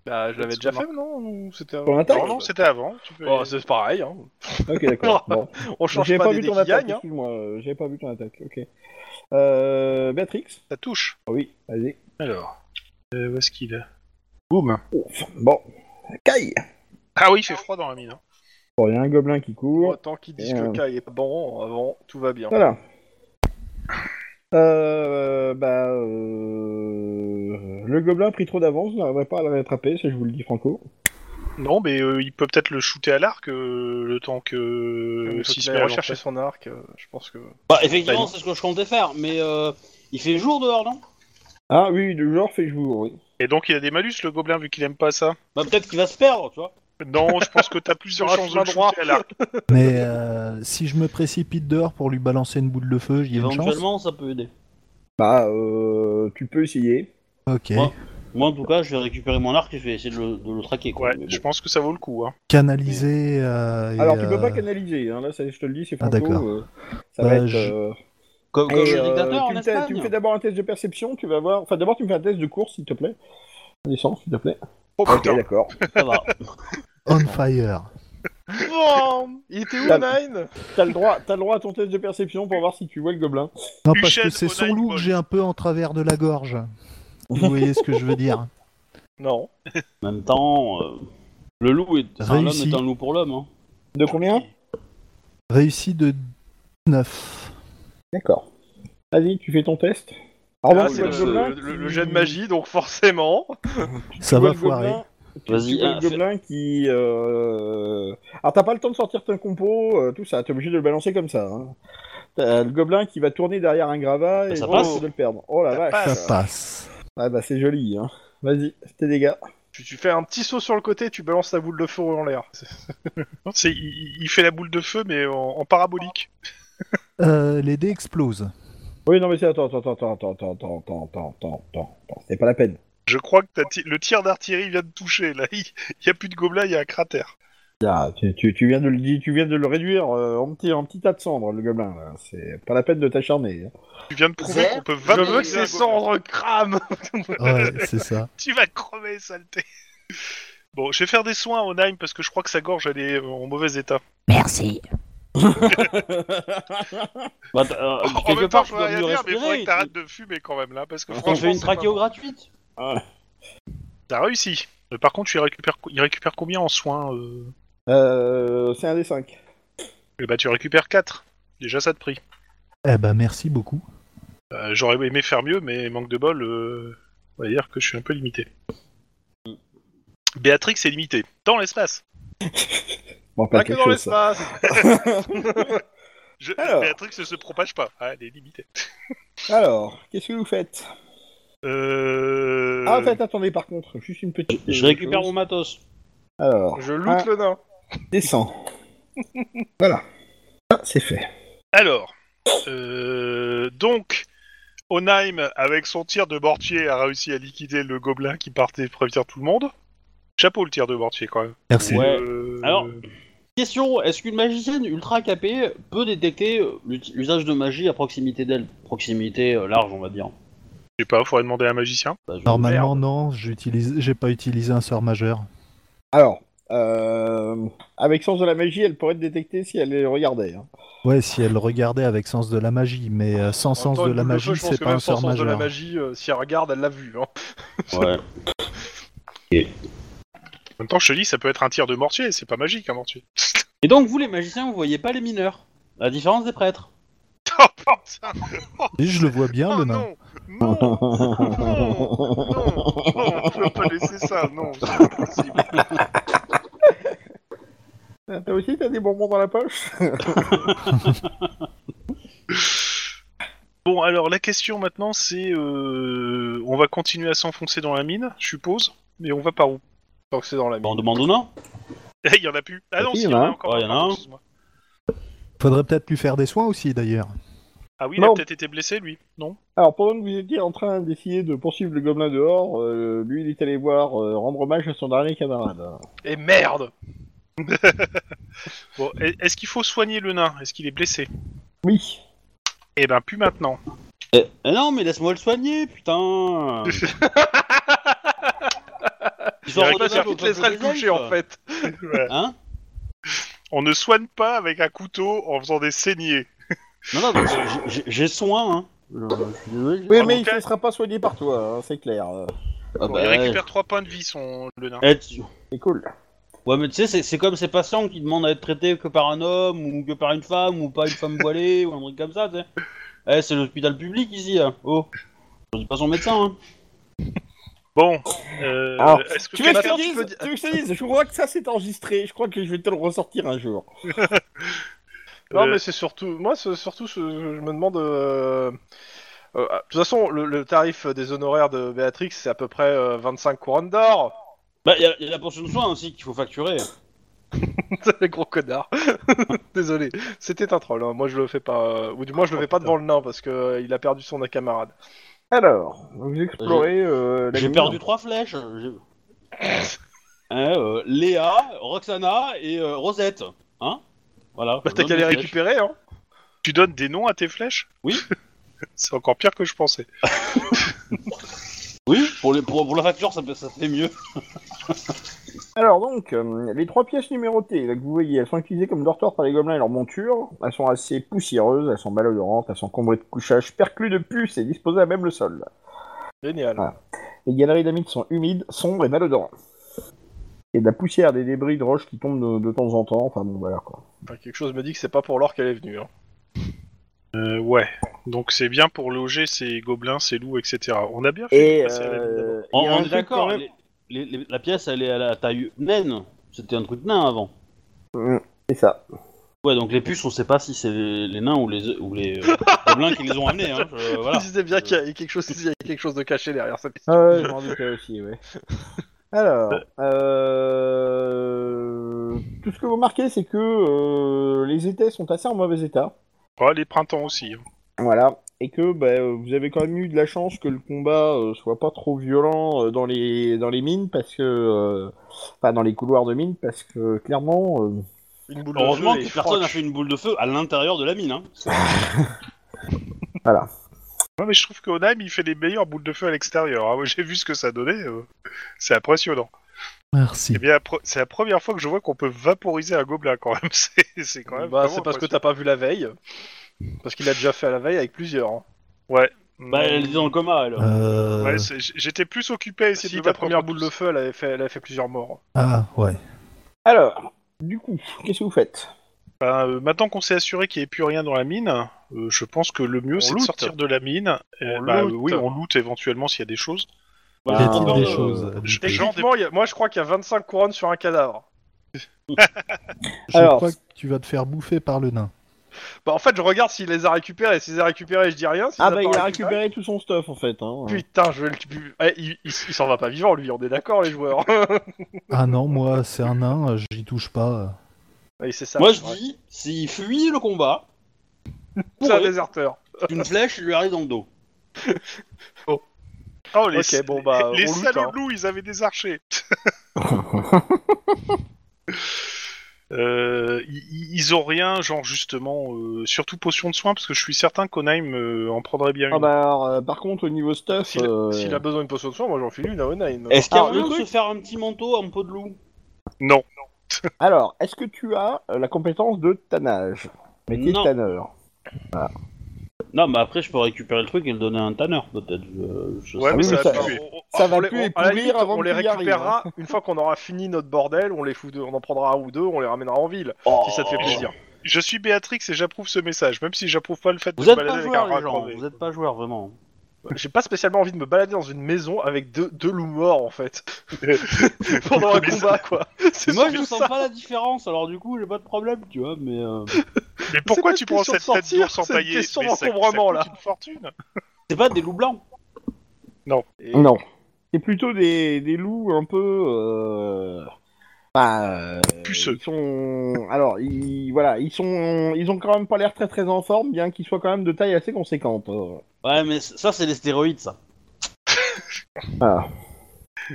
F: Bah, je l'avais
C: Parce
F: déjà
C: qu'on a-
F: fait, non Ou C'était
B: Pour l'attaque
C: Non, non, c'était avant. Tu peux...
F: Oh, c'est pareil, hein.
B: Ok,
F: *laughs*
B: d'accord. bon.
F: on change
B: J'avais
F: pas,
B: Bah, pas,
F: des
B: vu ton
F: dés qui
B: attaque,
F: gagnent. hein.
B: excuse-moi. euh, J'avais pas vu ton attaque, ok. Euh, Béatrix
C: Ça touche.
B: Ah Oui, vas-y.
C: Alors, euh, où est-ce qu'il est Boum.
B: Ouf, Bon. Kai
C: Ah oui, il fait froid dans la mine. hein.
B: Bon, il y a un gobelin qui court.
F: Bon, tant qu'ils disent
B: Euh.
F: que Kai est pas bon, avant, tout va bien.
B: Voilà. Euh, bah, euh, le gobelin a pris trop d'avance, je n'arriverai pas à le rattraper, ça je vous le dis franco.
C: Non, mais euh, il peut peut-être le shooter à l'arc euh, le temps que.
F: Euh,
C: S'il
F: S'il
C: se
F: se
C: met à
F: rechercher
C: rechercher.
F: son arc, euh, je pense que.
A: Bah, effectivement,
C: Bah,
A: c'est ce que je comptais faire, mais euh, il fait jour dehors, non
B: Ah oui, le genre fait jour, oui.
C: Et donc il a des malus le gobelin vu qu'il aime pas ça.
A: Bah, peut-être qu'il va se perdre, tu vois.
C: Non, je pense que t'as plusieurs
F: Sur un
C: chances de
F: chemin
C: le
F: droit.
C: shooter à l'arc.
D: Mais euh, si je me précipite dehors pour lui balancer une boule de feu, j'y ai une chance.
A: Éventuellement, ça peut aider.
B: Bah, euh, tu peux essayer.
D: Ok.
A: Ouais. Moi, en tout cas, je vais récupérer mon arc et je vais essayer de le, de le traquer. *laughs* Quoi.
C: Ouais,
A: Mais bon.
C: je pense que ça vaut le coup. Hein.
D: Canaliser. euh, et,
B: Alors, tu peux pas
D: euh,
B: canaliser, hein, là, ça, je te le dis, c'est
D: Ah,
B: franco.
D: d'accord.
B: euh, ça
D: Bah,
B: va être...
D: je-
B: euh,
A: Comme, comme
B: et,
A: le
B: euh,
A: dictateur
B: tu,
A: en
B: me fais- tu me fais
A: Espagne.
B: d'abord un test de perception, tu vas voir... Enfin, d'abord, tu me fais un test de course, s'il te plaît. Descends, s'il te plaît.
C: Oh
B: Ok,
C: putain.
B: d'accord.
A: Ça va.
D: On fire.
F: Bon, *laughs* il était où,
B: La-
F: Nine
B: T'as le droit, t'as le droit à ton test de perception pour voir si tu vois le gobelin.
D: Non, parce que
C: Huchel
D: c'est son
C: Bonite,
D: loup
C: Paul.
D: que j'ai un peu en travers de la *laughs* gorge. Vous voyez ce que je veux dire
F: Non.
A: En même temps, euh, le loup est... enfin, l'homme
D: Réussi.
A: est un loup pour l'homme. Hein.
B: De combien
D: Réussi de 9.
B: D'accord. Vas-y, tu fais ton test.
F: Ah,
B: Alors,
F: c'est le, le- le- le jet de magie, donc *laughs* forcément.
D: Ça va foirer.
A: Vas-y,
B: Vas-y,
A: ah,
B: le gobelin qui. euh, Alors, t'as pas le temps de sortir ton compo, euh, tout ça. T'es obligé de le balancer comme ça. hein. T'as le gobelin qui va tourner derrière un gravat et
A: Bah, ça
B: oh,
A: passe.
B: de le perdre. Oh la
C: Ça
B: vache.
C: passe.
D: Ça passe.
B: Ah bah c'est joli. Hein. Vas-y, fais tes dégâts.
F: Tu, tu fais un petit saut sur le côté, tu balances la boule de feu en l'air. C'est-
C: *laughs* C'est- il, il fait la boule de feu mais en, en parabolique.
D: Euh, les dés explosent.
B: Oui, non mais c'est attends, attends, attends, attends, attends, attends, attends, attends, attends, attends, attends. C'est pas la peine.
C: Je crois que t'as ti- le tir d'artillerie vient de toucher. Là, *laughs* il n'y a plus de gobelin, il y a un cratère.
B: Ah, tu, tu- tu viens de le dire- tu viens de le réduire euh, en petit en petit tas de cendres le gobelin. là. C'est pas la peine de t'acharner. hein.
C: Tu viens de prouver
E: Vert.
C: qu'on peut
F: Je veux que
C: valoriser un
F: ces
C: gobelin.
F: cendres crament
D: Ouais, c'est ça.
C: *laughs* Tu vas crever, saleté. Bon, je vais faire des soins à Onaim parce que je crois que sa gorge elle est en mauvais état.
G: Merci.
A: Bah, t'as- euh,
C: En- en
A: quelque
C: même
A: part,
C: temps, je
A: tu dois
C: vois rien
A: mieux
C: dire, mais il faudrait
A: respirer.
C: que t'arrêtes de fumer quand même là parce que
A: On
C: franchement,
A: fait une
C: c'est pas
A: trachéo
C: bon.
A: gratuite.
C: T'as réussi. Euh, Par contre, il récupère, il récupère combien en soins euh
B: Euh, c'est un des cinq.
C: Eh ben, tu récupères 4. Déjà, ça te prie.
D: Eh ben, merci beaucoup.
C: Euh, J'aurais aimé faire mieux, mais manque de bol, euh, on va dire que je suis un peu limité. Béatrix est limitée. Dans l'espace.
B: Bon,
F: pas
A: Ah,
B: pas
F: que
B: quelque
F: dans
B: chose, ça.
F: l'espace.
C: Je...
B: Alors.
C: Béatrix ne se propage pas. Ah, elle est limitée.
B: Alors, qu'est-ce que vous faites
C: Euh...
B: Ah, en fait, attendez, par contre, juste une petite.
A: Je
B: euh,
A: récupère
B: chose.
A: mon matos.
B: Alors,
F: Je loot
D: Ah.
F: le nain.
A: *laughs*
B: descends. voilà. Ah, c'est fait.
C: Alors, euh, donc, Onheim, avec son tir de mortier, a réussi à liquider le gobelin qui partait prévenir tout le monde. Chapeau le tir de mortier, quand même.
D: Merci.
A: Ouais.
C: Euh,
A: Alors- Question est-ce qu'une magicienne ultra capée peut détecter euh, l'ut- l'usage de magie à proximité d'elle Proximité euh, large, on va dire.
C: Je sais pas, faudrait demander à un magicien.
A: Bah, je-
D: Normalement, non, j'utilise, j'ai pas utilisé un sort majeur.
B: Alors, euh, avec sens de la magie, elle pourrait te détecter si elle les regardait. hein.
D: Ouais, si elle regardait avec sens de la magie, mais euh, sans
F: En même
D: sens
F: temps,
D: de
F: une
D: la
F: boule
D: magie,
F: feu, je pense
D: c'est
F: que
D: pas
F: même
D: un
F: sans
D: sort
F: sens de la
D: majeur.
F: magie, euh, si elle regarde, elle l'a vu. hein.
A: Ouais.
C: En même temps, je te dis, ça peut être un tir de mortier, c'est pas magique, un mortier.
A: Et donc, vous, les magiciens, vous voyez pas les mineurs. À la différence des prêtres.
C: oh putain
D: Et je le vois bien,
F: Ah,
C: Oh,
D: le nain.
C: non
B: *laughs*
C: Non Non Non On peut pas laisser ça, non c'est pas possible.
B: Ah, Toi aussi, t'as des bonbons dans la poche
C: Bon, alors la question maintenant, c'est. euh, on va continuer à s'enfoncer dans la mine, je suppose, mais on va par où *laughs*
F: Tant que c'est dans la mine.
A: Bon, Eh ben, on demande ou non
C: Eh, Il y en a plus. Ah non,
B: Si,
C: si, il y en a
B: un.
C: encore.
A: Ouais, il y en a
C: pardon,
A: un.
C: excuse-moi.
D: Faudrait peut-être lui faire des soins aussi, d'ailleurs.
C: Ah oui, il
B: Non.
C: a peut-être été blessé, lui Non
B: Alors, pendant que vous étiez en train d'essayer de poursuivre le gobelin dehors, euh, lui, il est allé voir euh, rendre hommage à son dernier camarade.
F: Et merde
C: Bon, e- est-ce qu'il faut soigner le nain Est-ce qu'il est blessé
B: Oui.
C: Eh ben, plus maintenant.
A: Eh, eh non, mais laisse-moi le soigner, putain
C: *laughs*
A: Ils sont
C: Il y a
A: redevables
C: quelqu'un
A: au
F: qui te
A: peuple
F: laissera le
A: des elfes.
F: toucher, en fait.
A: Hein
C: On ne soigne pas avec un couteau en faisant des saignées.
A: Non, non, donc, j'ai- j'ai- j'ai soin, hein. Je, je suis désolé, j'ai-
B: Oui,
C: En
B: mais
C: tout
B: il
C: cas-
B: ne sera pas soigné par toi, hein, c'est clair. euh,
A: Ah
C: Bon,
A: bah,
C: il récupère 3 points de vie, son le nain.
A: eh, tu-
B: c'est cool.
A: Ouais, mais tu sais, c'est- c'est comme ces patients qui demandent à être traités que par un homme, ou que par une femme, ou pas une femme voilée, *laughs* ou un truc comme ça, tu sais. Eh, c'est l'hôpital public ici, hein. Oh Je dis pas son médecin, hein.
C: Bon, euh,
F: Ah.
B: Alors,
C: est-ce que
B: Tu veux, que je
C: quelqu'un...
B: te dise, tu veux que je te dise Je crois que ça c'est enregistré. Je crois que je vais te le ressortir un jour.
F: Non,
C: Euh,
F: mais c'est surtout. Moi, c'est surtout, ce- je me demande. euh, euh, de toute façon, le, le tarif des honoraires de Béatrix, c'est à peu près euh, 25 couronnes d'or. *laughs*
A: Bah, il y, a- y a la portion de soins aussi qu'il faut facturer.
F: Les gros connard. *laughs* Désolé, c'était un troll. hein. Moi, je le fais pas. euh, Ou du moins, je
C: Oh,
F: le fais pas devant le nain parce que euh, il a perdu son camarade.
B: Alors, vous explorez euh, la
A: J'ai
B: commune.
A: perdu trois flèches. j'ai- Hein, euh, Léa, Roxana et euh, Rosette. Hein Voilà.
F: Bah, t'as qu'à les récupérer, hein.
C: Tu donnes des noms à tes flèches
A: Oui.
C: *laughs* C'est encore pire que je pensais.
A: Oui, pour, les, pour, pour la facture, ça, peut- ça fait mieux.
B: Alors donc, euh, les trois pièces numérotées là, que vous voyez, elles sont utilisées comme dortoirs par les gobelins et leurs montures. Elles sont assez poussiéreuses, elles sont malodorantes, elles sont combrées de couchages perclus de puces et disposées à même le sol.
F: Génial.
B: Ah. Les galeries d'amides sont humides, sombres et malodorantes. Et de la poussière, des débris de roches qui tombent de, de temps en temps. Enfin bon, voilà quoi.
F: Enfin, quelque chose me dit que c'est pas pour l'or qu'elle est venue. Hein.
C: Euh, ouais, donc c'est bien pour loger ces gobelins, ces loups, etc. On a bien fait
B: Et
C: de passer à la ville d'abord.
B: euh, il
A: On,
B: y a
A: on
B: un
A: est
B: truc quand
A: d'accord.
B: même-
A: les- les- les- La pièce, elle est à la taille naine. C'était un truc nain avant.
B: C'est ça.
A: Ouais, donc les puces, on sait pas si c'est les, les nains ou les ou les euh, gobelins qui les ont amenés. Hein. Je- voilà.
F: *laughs* Je disais bien qu'il y a quelque chose, il y a quelque chose de caché derrière sa piste.
B: Ah ouais, je m'en doutais aussi, ouais. Alors, euh, tout ce que vous remarquez, c'est que euh, les étais sont assez en mauvais état.
C: Ah, les printemps aussi. hein.
B: Voilà. Et que bah, euh, vous avez quand même eu de la chance que le combat euh, soit pas trop violent euh, dans les dans les mines parce que euh, pas dans les couloirs de mines parce que clairement euh,
F: Une boule de
A: Heureusement
F: feu et
A: que personne n'a
F: froc.
A: fait une boule de feu à l'intérieur de la mine. Hein.
D: Ah,
C: Ouais, mais je trouve qu'Onaim, il fait les meilleures boules de feu à l'extérieur. hein. Moi, J'ai vu ce que ça donnait. euh, C'est impressionnant.
D: Merci.
C: Eh bien, appre- c'est la première fois que je vois qu'on peut vaporiser un gobelin quand même. *laughs* C'est c'est quand même.
F: Bah,
C: vraiment
F: c'est parce que
C: impressionnant.
F: t'as pas vu la veille. Parce qu'il l'a déjà fait à la veille avec plusieurs. hein.
A: Bah,
C: Mm.
A: elle est dans le coma, elle.
D: Euh...
C: Ouais, c'est- j- J'étais plus occupé à essayer
F: Si
C: de me
F: ta
C: battre
F: première
C: contre
F: boule de
C: tous.
F: feu, elle avait fait, elle avait fait plusieurs morts.
D: Ah, ouais.
B: alors du coup qu'est-ce que vous faites
C: Bah, euh, maintenant qu'on s'est assuré qu'il n'y ait plus rien dans la mine, euh, je pense que le mieux c'est de
F: loot.
C: sortir de la mine. Euh,
F: On
C: bah,
F: loot.
C: euh, oui, on loot éventuellement s'il y a des choses.
A: Bah,
B: Ah,
D: y a-t-il
B: non,
D: des
B: euh,
D: choses à
C: je-
D: noter
C: Genre des-
F: Techniquement, il y a- moi je crois qu'il y a 25 couronnes sur un cadavre.
D: Je
B: Alors,
D: crois que tu vas te faire bouffer par le nain.
F: Bah, en fait, je regarde s'il les a récupérés. S'il les a récupérés, je dis rien. S'il
B: Ah
F: les
B: bah il
F: pas
B: a
F: récupérés-
B: récupéré tout son stuff en fait hein.
F: Putain, je vais le. Eh, il il- il s'en va pas vivant, lui, on est d'accord, les joueurs. *laughs*
D: Ah non, moi, c'est un nain, euh, j'y touche pas.
F: Et c'est ça.
A: Moi, je
F: ouais.
A: dis, s'il fuit le combat,
F: C'est un
A: pourrait,
F: déserteur.
A: une flèche lui arrive dans le dos.
C: Oh, les,
F: Ok, bon, bah,
C: les, les
F: on loot,
C: salauds
F: hein.
C: loups, ils avaient des archers. *laughs* Euh, ils, ils ont rien, genre justement, euh, surtout potion de soin, parce que je suis certain qu'Onaim euh, en prendrait bien
B: Ah
C: une.
B: bah alors, euh, par contre au niveau stuff
F: S'il
B: euh,
F: s'il a besoin d'une potion de soin, moi j'en file une à Onain.
A: Est-ce qu'il y a
B: Alors, le
A: moyen de Ah, se
B: truc-
A: faire un petit manteau en peau de loup
C: Non.
B: alors est-ce que tu as euh, la compétence de tannage métier de
A: Non.
B: tanneur
A: Non, mais après, je peux récupérer le truc et le donner à un tanneur, peut-être. je- je
F: Ouais,
A: sais
F: mais
B: oui,
A: pas.
F: ça,
B: mais
F: va
B: ça-
F: puer. On- on-
B: ça va
F: on les-
B: puer et
F: on- à la
B: pourrir
F: limite,
B: avant
F: On les
B: qu'il y arrive,
F: récupérera une fois qu'on aura fini notre bordel, on les fout de- on en prendra un ou deux, on les ramènera en ville,
A: Oh.
F: si ça te fait plaisir.
C: Je suis Béatrix et j'approuve ce message, même si j'approuve pas le fait
A: Vous
C: de me
A: êtes
C: balader
A: pas
C: avec un
A: joueurs,
C: rat
A: les gens.
C: crevé.
A: Vous êtes pas joueurs, vraiment.
F: J'ai pas spécialement envie de me balader dans une maison avec deux, deux loups morts en fait. *laughs* Pendant un
C: Mais ça-
F: combat quoi. C'est
A: Moi,
F: surtout
A: *laughs* je sens pas la différence, alors du coup, j'ai pas de problème, tu vois, mais... euh,
C: Mais pourquoi
F: pas
C: tu
F: une
C: prends cette
F: question de
C: tête
F: sortir,
C: d'ours
F: c'est une
C: entaillée
F: question
C: Mais ça-
F: d'encombrement,
C: ça coûte
F: là.
C: une fortune.
A: C'est pas des loups blancs.
F: Et-
B: Non. C'est plutôt des, des loups un peu. euh, Bah, euh,
C: Puceux.
B: Ils sont, alors, ils, voilà, ils sont, ils ont quand même pas l'air très très en forme, bien qu'ils soient quand même de taille assez conséquente. euh.
A: Ouais, mais c- ça, c'est les stéroïdes, ça.
B: Ah.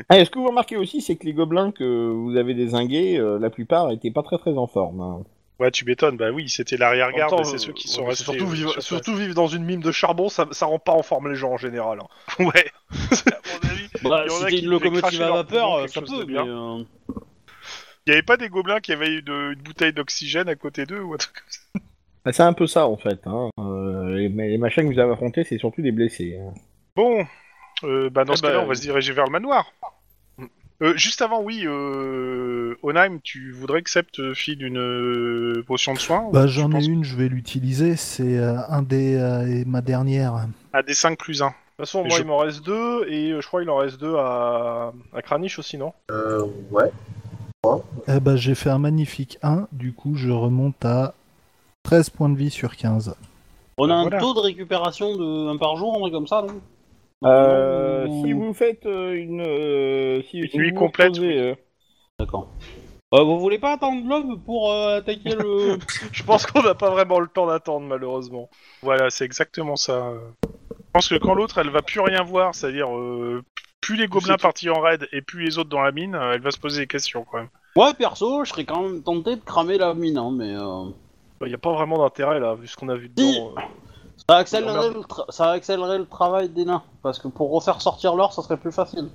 B: Ah, et ce que vous remarquez aussi, c'est que les gobelins que vous avez désingués, euh, la plupart étaient pas très très en forme. hein.
C: Ouais, tu m'étonnes. Bah oui, c'était l'arrière-garde,
F: Attends,
C: et c'est
F: euh,
C: ceux qui
F: ouais,
C: sont
F: mais
C: restés.
F: Surtout,
C: euh,
F: vivre,
C: sur
F: surtout vivre dans une mine de charbon, ça, ça rend pas en forme les gens en général. hein.
C: place. Ouais. à mon avis.
A: Bah,
C: Il y en
A: si
C: a
A: t'es
C: qui
A: une
C: devaient
A: locomotive
C: cracher
A: à
C: leur
A: vapeur,
C: poumon,
A: euh,
C: quelque
A: ça
C: chose de
A: peut, mais...
C: bien.
A: euh,
C: Il y avait pas des gobelins qui avaient une, une bouteille d'oxygène à côté d'eux ou un truc comme ça
B: Bah, c'est un peu ça en fait. Hein. Euh, les, mais les machins que vous avez affrontés, c'est surtout des blessés. hein.
C: Bon, euh, bah dans
F: Eh Mm.
C: ce
F: ben,
C: cas-là, on
F: euh,
C: va se diriger vers le manoir. Euh, juste avant, oui, euh, Onheim, tu voudrais que Sept te file une euh, potion de soin
D: Bah, j'en
C: Je
D: ai
C: pense-
D: une, je vais l'utiliser. C'est euh, un des euh, et ma dernière.
C: À des 5 plus 1.
F: De toute façon,
C: Et
F: moi,
C: je-
F: il m'en reste deux, et euh, je crois il en reste deux à, à Kranich aussi, non
E: Euh, ouais.
D: Eh bah, j'ai fait un magnifique 1. Du coup, je remonte à 13 points de vie sur 15.
B: Bah,
A: On a un
C: Voilà.
A: taux de récupération de un par jour, on est comme ça, non
B: Euh,
A: Non,
B: si vous faites euh, une, euh, si,
C: Une
B: si
C: nuit
B: vous vous
C: complète,
B: reposez, euh,
A: D'accord. Euh, vous voulez pas attendre l'aube pour euh, attaquer le...
B: *laughs*
F: Je pense qu'on n'a pas vraiment le temps d'attendre, malheureusement.
C: Voilà, c'est exactement ça. Je pense que quand l'autre, elle va plus rien voir, c'est-à-dire euh, plus les gobelins partis en raid et plus les autres dans la mine, euh, elle va se poser des questions quand même.
A: Moi, perso, je serais quand même tenté de cramer la mine, hein, mais... Euh...
F: Il n'y Bah, a pas vraiment d'intérêt, là, vu ce qu'on a vu dedans. euh.
A: Ça accélérerait, le tra- ça accélérerait le travail des nains, parce que pour refaire sortir l'or, ça serait plus facile.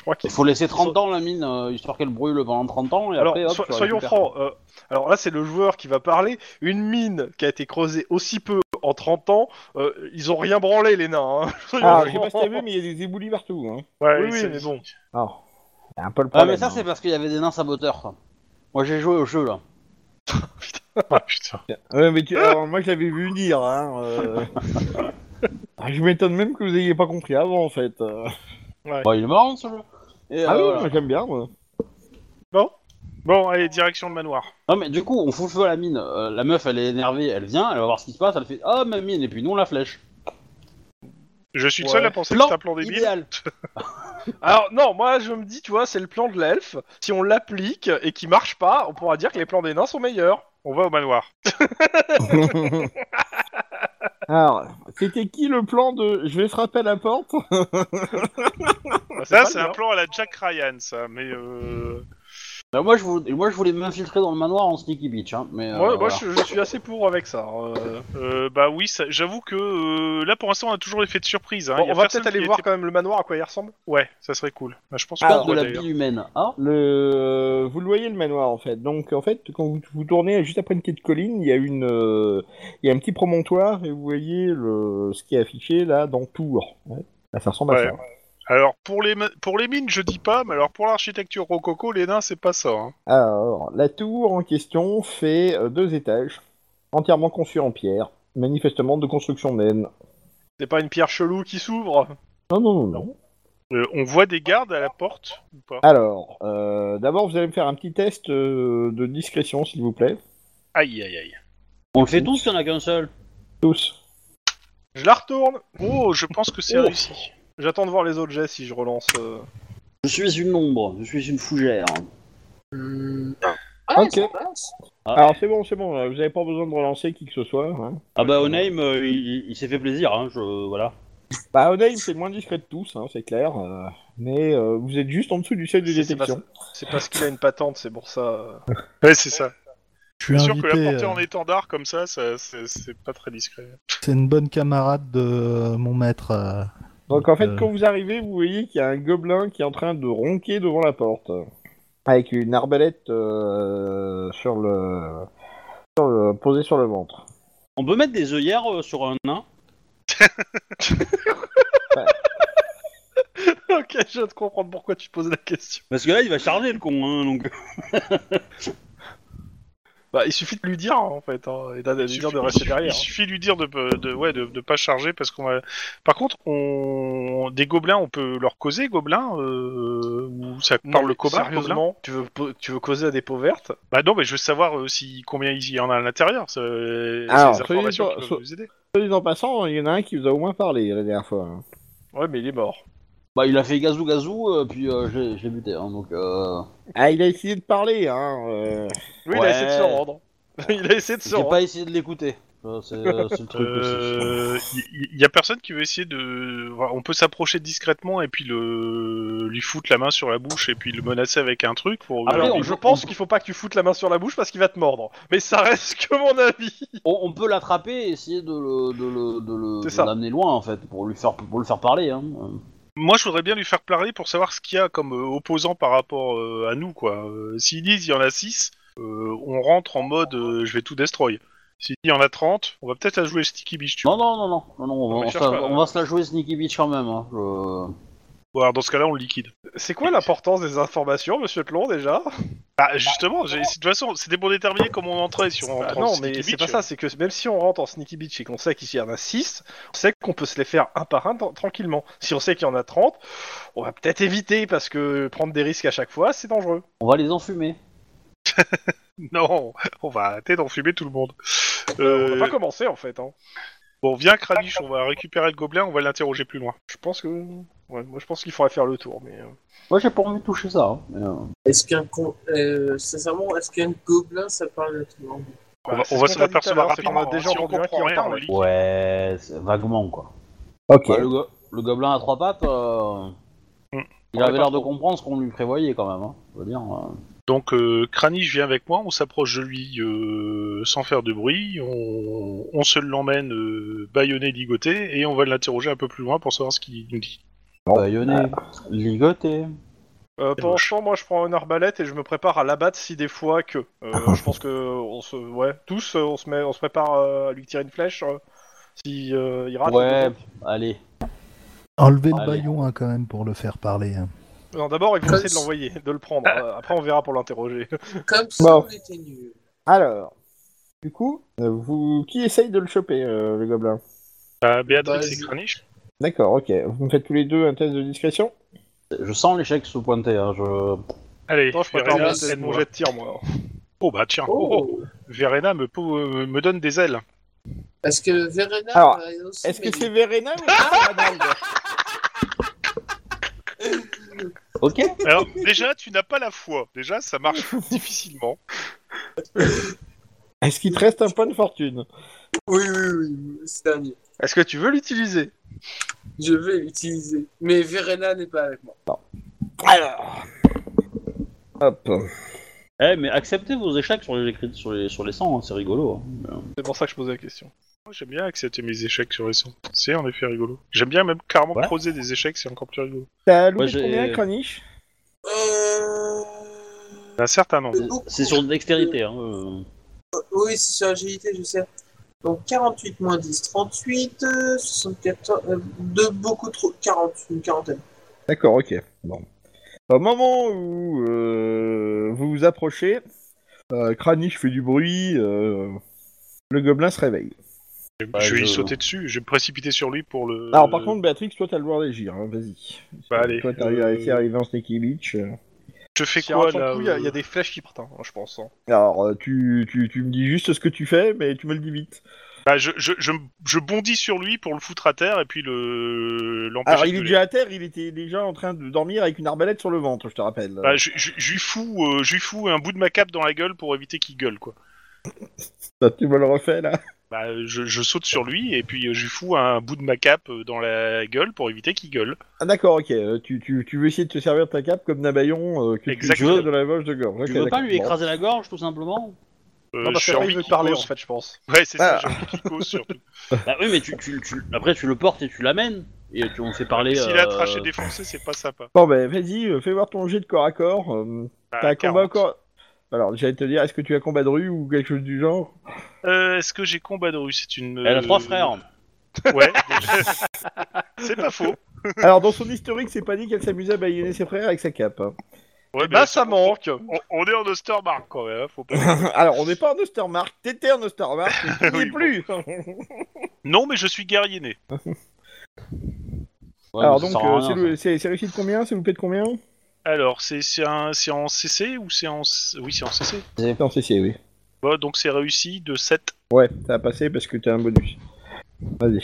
F: Je crois qu'il
A: Il faut laisser 30 ans la mine, euh, histoire qu'elle brûle pendant 30 ans, et
F: Alors,
A: après, hop,
F: so-
A: tu
F: soyons
A: récupères.
F: francs, euh, alors là c'est le joueur qui va parler. Une mine qui a été creusée aussi peu en 30 ans, euh, ils ont rien branlé les nains. hein. Soyons
B: Ah,
F: francs.
B: je sais pas si t'as vu, mais il y a des éboulis partout. Hein.
C: Ouais,
F: Oui, oui,
C: c'est-
F: mais bon.
B: Ah, c'est un peu le
A: Ah,
B: problème.
A: mais ça, c'est parce qu'il y avait des nains saboteurs, ça. Moi, j'ai joué au jeu, là.
C: Ah, putain.
B: hein. Ouais, mais tu-
A: Ah
B: alors, moi, je l'avais vu dire. Hein, *laughs* euh. Ah, je m'étonne même que vous ayez pas compris avant, en fait. euh.
A: Bah, il est marrant, ce jeu. Et,
B: Ah
A: euh,
B: oui,
A: voilà.
B: moi, j'aime bien. Moi.
C: Bon, allez, direction le manoir.
A: Non mais du coup, on fout le feu à la mine. Euh, la meuf, elle est énervée, elle vient, elle va voir ce qui se passe, elle fait ah ma mine et puis non la flèche.
C: Je suis le
F: Ouais.
C: seul à penser
A: Plan
C: que c'est un plan débile.
A: Idéal.
F: Alors non, moi je me dis, tu vois, c'est le plan de l'elfe. Si on l'applique et qu'il marche pas, on pourra dire que les plans des nains sont meilleurs.
C: On va au manoir.
B: Alors, c'était qui le plan de je vais frapper à la porte
F: Bah,
C: Ça,
F: pas
C: Ah, c'est
F: le
C: un
F: mien.
C: plan à la Jack Ryan, ça, mais euh...
A: Bah, moi je voulais, moi je voulais m'infiltrer dans le manoir en sneaky bitch hein, mais. euh,
F: Moi, moi,
A: voilà.
F: je, je suis assez pour avec ça. euh.
C: euh, bah oui, ça- j'avoue que euh, là pour l'instant on a toujours l'effet de surprise. Hein.
F: Bon,
C: Il y a
F: on va
C: personne
F: peut-être aller
C: qui
F: voir Ah,
C: était-
F: quand même le manoir à quoi il ressemble.
C: Ouais, ça serait cool. Bah, je pense
A: Perte
C: qu'on
A: de la
C: va, d'ailleurs.
A: vie humaine. Ah.
B: Le euh, vous le voyez le manoir en fait. Donc en fait, quand vous, vous tournez juste après une petite colline, il y a une euh, il y a un petit promontoire et vous voyez le ce qui est affiché là dans tour. Ouais. Ah, Ça ressemble
C: Ouais.
B: à ça.
C: Alors pour les ma- pour les mines, je dis pas, mais alors pour l'architecture rococo, les nains c'est pas ça. hein.
B: Alors, la tour en question fait euh, deux étages, entièrement conçue en pierre, manifestement de construction naine.
F: C'est pas une pierre chelou qui s'ouvre.
B: Non non non. non.
C: Euh, on voit des gardes à la porte ou pas
B: Alors, euh, d'abord vous allez me faire un petit test euh, de discrétion s'il vous plaît.
C: Aïe aïe aïe.
A: On le fait tous, il y en a qu'un seul.
B: Tous.
F: Je la retourne.
C: Oh, je pense que c'est
F: Oh.
C: réussi.
F: J'attends de voir les autres jets si je relance. euh.
A: Je suis une ombre, je suis une fougère.
E: Hum,
B: Ok.
E: ça passe.
B: Alors c'est bon, c'est bon, euh, vous avez pas besoin de relancer qui que ce soit. hein.
A: Ah bah Onaim, euh, il, il s'est fait plaisir, hein, je voilà.
B: Bah, Onaim, c'est le moins discret de tous, hein, c'est clair. euh, mais euh, vous êtes juste en dessous du seuil de
F: C'est- c'est pas
B: détection.
F: C'est parce qu'il a une patente, c'est pour ça. euh.
C: Ouais, c'est ça.
D: Je
C: C'est
D: suis
C: sûr
D: invité.
C: que la portée
D: euh,
C: en étendard comme ça, ça c'est c'est pas très discret.
D: C'est une bonne camarade de euh, mon maître. euh.
B: Donc en fait,
D: Euh.
B: quand vous arrivez, vous voyez qu'il y a un gobelin qui est en train de ronquer devant la porte. euh, Avec une arbalète euh, sur, le... sur le- posée sur le ventre.
A: On peut mettre des œillères euh, sur un nain.
F: *laughs* ok, je viens de comprendre pourquoi tu poses la question.
A: Parce que là, il va charger le con, hein, donc.
F: Bah, il suffit de lui dire hein, en fait, hein, et de, de lui dire de rester
C: il
F: derrière. hein.
C: suffit lui dire de, euh, de- ouais, de, de pas charger parce qu'on va. Par contre, on... des gobelins, on peut leur causer gobelins euh, ou ça
F: Non,
C: parle
F: mais
C: le combat gobelin
F: Sérieusement, tu veux, po- tu veux causer à des peaux vertes
C: Bah non, mais je veux savoir euh, si combien il y en a à l'intérieur. ça- Ah, C'est
B: Alors,
C: des informations
B: soyez-
C: qui
B: so-
C: peuvent nous aider.
B: Soit dit en passant, il y en a un qui vous a au moins parlé la dernière fois. hein.
F: Ouais, mais il est mort.
A: Bah, il a fait gazou gazou, euh, puis euh, je l'ai- je l'ai buté. Hein, donc, euh...
B: Ah, il a essayé de parler, hein. euh.
F: Lui, il a essayé de se
A: Ouais.
F: rendre. *laughs* il a essayé de se
A: J'ai
F: rendre.
A: pas essayé de l'écouter. Euh, C'est euh, c'est le truc aussi.
C: Il Euh, y, a personne qui veut essayer de. voilà, On peut s'approcher discrètement et puis le lui foutre la main sur la bouche et puis le menacer avec un truc pour.
A: Ah,
F: Alors,
A: mais on-
F: je pense
A: on-
F: qu'il faut pas que tu foutes la main sur la bouche parce qu'il va te mordre. Mais ça *laughs* reste que mon avis.
A: On, on peut l'attraper et essayer de le de le- de le-
F: C'est
A: de
F: ça.
A: l'amener loin en fait pour lui faire pour le faire parler. Hein.
C: Moi, je voudrais bien lui faire parler pour savoir ce qu'il y a comme euh, opposant par rapport euh, à nous, quoi. Euh, S'ils disent il y en a 6, on rentre en mode euh, je vais tout destroy. S'ils disent il y en a 30, on va peut-être la jouer Sticky Bitch, tu
A: Non non non non non, non, on,
F: Non,
A: va,
F: mais
A: on
F: cherche
A: se-
F: pas.
A: on va se la jouer sneaky bitch quand même. Hein. Je-
C: vois. Alors, Dans ce cas-là, on le liquide.
F: C'est quoi l'importance des informations, monsieur Tlon, déjà
C: Bah, justement, j'ai- de toute façon, c'était pour déterminer comment on entrait si on
F: Bah
C: rentrait en
F: Non,
C: Sticky
F: mais c'est
C: Bitch,
F: pas
C: euh,
F: ça. C'est que même si on rentre en Sneaky Beach et qu'on sait qu'il y en a 6, on sait qu'on peut se les faire un par un tra- tranquillement. Si on sait qu'il y en a 30, on va peut-être éviter parce que prendre des risques à chaque fois, c'est dangereux.
A: On va les enfumer.
C: *laughs* Non, on va arrêter d'enfumer tout le monde.
F: On
C: Euh,
F: va pas commencer, en fait. hein.
C: Bon, viens, Kranich, on va récupérer le gobelin, on va l'interroger plus loin.
F: Je pense que... Ouais, moi, je pense qu'il faudrait faire le tour, mais... euh,
A: Moi j'ai pas envie de toucher ça. hein, mais, euh,
E: Est-ce qu'un con... euh, sincèrement, est-ce qu'un gobelin ça parle à tout le monde
C: on va,
F: Bah, c'est
C: on
F: ce
C: va
F: qu'on
C: s'en
F: t'a dit tout à
C: apercevoir
F: l'heure, c'est qu'on a
C: rapidement. hein.
F: déjà
C: si on
F: entendu un qui
C: comprend
F: en
C: rien, on
F: parle.
C: lit.
A: Ouais c'est- vaguement quoi.
B: Ok.
A: Bah, le, go- le gobelin à trois pattes. euh,
C: Hmm.
A: Il
F: On est
A: avait
F: pas
A: l'air de
F: trop.
A: comprendre ce qu'on lui prévoyait quand même. Hein. Je veux dire. euh.
C: Donc, euh, Kranich vient avec moi, on s'approche de lui euh, sans faire de bruit, on, on se l'emmène euh, bâillonné, ligoté, et on va l'interroger un peu plus loin pour savoir ce qu'il nous dit.
B: Bon.
C: Euh,
A: Baïonné, ligoté.
F: Euh,
C: C'est
F: pour
C: moche.
F: l'instant, moi, je prends une arbalète et je me prépare à l'abattre si des fois que. Euh, je pense que on se, ouais, tous, euh, on se met, on se prépare euh, à lui tirer une flèche euh, si euh,
C: Ah,
F: il rate.
A: Ouais, allez.
D: Enlevez le
A: Allez.
D: baillon hein, quand même pour le faire parler. hein.
F: Non, d'abord, il faut essayer de
E: Comme-
F: l'envoyer, de
C: *laughs*
F: le prendre. Euh, Après, on verra pour l'interroger.
E: Comme si
B: Bon.
E: on était nul.
B: Alors, du coup, euh, vous... qui essaye de le choper, euh, le gobelin
C: Euh, Béatrix
E: Vas-y.
C: et Kranich
B: D'accord, ok. Vous me faites tous les deux un test de discrétion
A: Je sens l'échec se pointer. Hein. Je...
C: Allez,
F: Non, je
C: Verena,
F: prépare mon,
E: c'est
F: mon
C: aide-moi.
F: jet de tir, moi.
C: Oh bah tiens, oh,
E: Oh.
C: oh, Verena me, pou- euh, me donne des ailes.
E: Parce que Verena.
B: Alors,
E: euh, aussi,
B: Est-ce que
E: mais-
B: c'est Verena ou c'est
A: Ok.
C: Alors, déjà, tu n'as pas la foi. Déjà, ça marche difficilement.
B: Est-ce qu'il te reste un point de fortune
E: Oui, oui, oui, c'est dernier.
F: Est-ce que tu veux l'utiliser
E: Je vais l'utiliser. Mais Verena n'est pas avec moi.
B: Alors. Hop.
A: Eh, mais acceptez vos échecs sur les, écrits- sur les, sur les 100, hein, c'est rigolo. hein.
F: *laughs* C'est pour ça que je posais la question.
C: Moi, J'aime bien accepter mes échecs sur les sons. C'est en effet rigolo. J'aime bien même carrément
A: Ouais.
C: creuser des échecs, c'est encore plus rigolo.
B: T'as
A: Moi,
B: loupé
A: j'ai-
B: combien, Craniche
E: Euh...
C: Un certain nombre.
E: beaucoup.
A: C'est sur dextérité. Hein. euh.
E: Oui, c'est sur agilité, je sais. Donc 48 moins 10, 38, euh, 74, euh, de beaucoup trop, 40, une quarantaine.
B: D'accord, ok. Bon. Au moment où euh, vous vous approchez, euh, Kranich fait du bruit, euh, le gobelin se réveille.
C: Je-
A: Ouais,
C: je vais lui
A: je-
C: sauter dessus, je vais me précipiter sur lui pour le.
B: Alors
A: Euh.
B: par contre, Béatrix, toi t'as le droit d'agir, hein, vas-y.
C: Bah, allez,
B: toi t'arrives
C: euh,
B: à essayer d'arriver en Sneaky Beach. euh.
C: je fais
F: Si
C: quoi
F: il rate
C: là
F: son coup, Il y, a-
C: euh,
F: il y a des flèches qui partent, hein, je pense. hein.
B: Alors euh, tu, tu, tu me dis juste ce que tu fais, mais tu me le dis vite.
C: bah, je, je, je, je bondis sur lui pour le foutre à terre et puis le l'empêcher.
B: Alors
C: de
B: il est
C: gueuler.
B: déjà à terre, il était déjà en train de dormir avec une arbalète sur le ventre, je te rappelle.
C: Bah, je, je, je lui fous, euh, je lui fous un bout de ma cape dans la gueule pour éviter qu'il gueule quoi.
B: Ça, tu me le refais là
C: Bah, je, je saute sur lui et puis euh, je lui fous un bout de ma cape euh, dans la gueule pour éviter qu'il gueule.
B: Ah d'accord, ok. euh, tu, tu, tu veux essayer de te servir de ta cape comme Nabayon euh, que
C: Exactement.
B: tu tires de la poche de gorge.
A: tu
B: Ok,
A: veux pas
B: d'accord,
A: lui
B: bon.
A: écraser la gorge, tout simplement
C: Euh,
F: non, parce
C: j'ai
F: qu'après,
C: envie
F: il veut
C: qu'il
F: parler, en
C: cause.
F: fait, je pense.
C: Ouais, c'est
B: Ah.
C: ça, j'ai envie qu'il cause surtout.
A: Bah oui, mais tu, tu, tu- après tu le portes et tu l'amènes. Et tu, on le fait parler.
C: S'il a
A: euh,
C: traché défoncé, c'est pas sympa.
B: Bon, ben, vas-y, euh, fais voir ton jet de corps à corps. euh,
A: Bah,
B: T'as un combat
C: 40.
B: encore. Alors, j'allais te dire, est-ce que tu as combat de rue ou quelque chose du
A: *laughs*
B: genre
C: Euh, Est-ce que j'ai combat de rue C'est une.
A: Elle a
C: euh,
A: trois frères.
C: Ouais. *laughs* c'est pas faux.
B: Alors, dans son historique, c'est pas dit qu'elle s'amusait à baïonner ses frères avec sa cape. hein. *laughs*
C: Ouais,
F: bah,
C: mais
F: ça manque.
C: on, on est en Ostermark quand même. hein, Faut pas...
B: *laughs* Alors, on n'est pas en Ostermark, t'étais en Ostermark,
A: *laughs*
B: mais tu n'y
C: Oui,
B: es
C: bon.
B: plus
C: non, mais je suis guerrier né.
A: Ouais,
B: Alors,
A: mais ça
B: donc,
A: sert à
B: euh,
A: rien,
B: c'est
A: ça.
B: le- c'est c'est réussi de combien C'est loupé de combien
C: Alors, c'est c'est un- c'est en CC ou c'est en. C- Oui, c'est en CC.
B: Non, c'est si, oui.
C: Bah, donc c'est réussi de 7.
B: Ouais, ça a passé parce que t'as un bonus. Vas-y.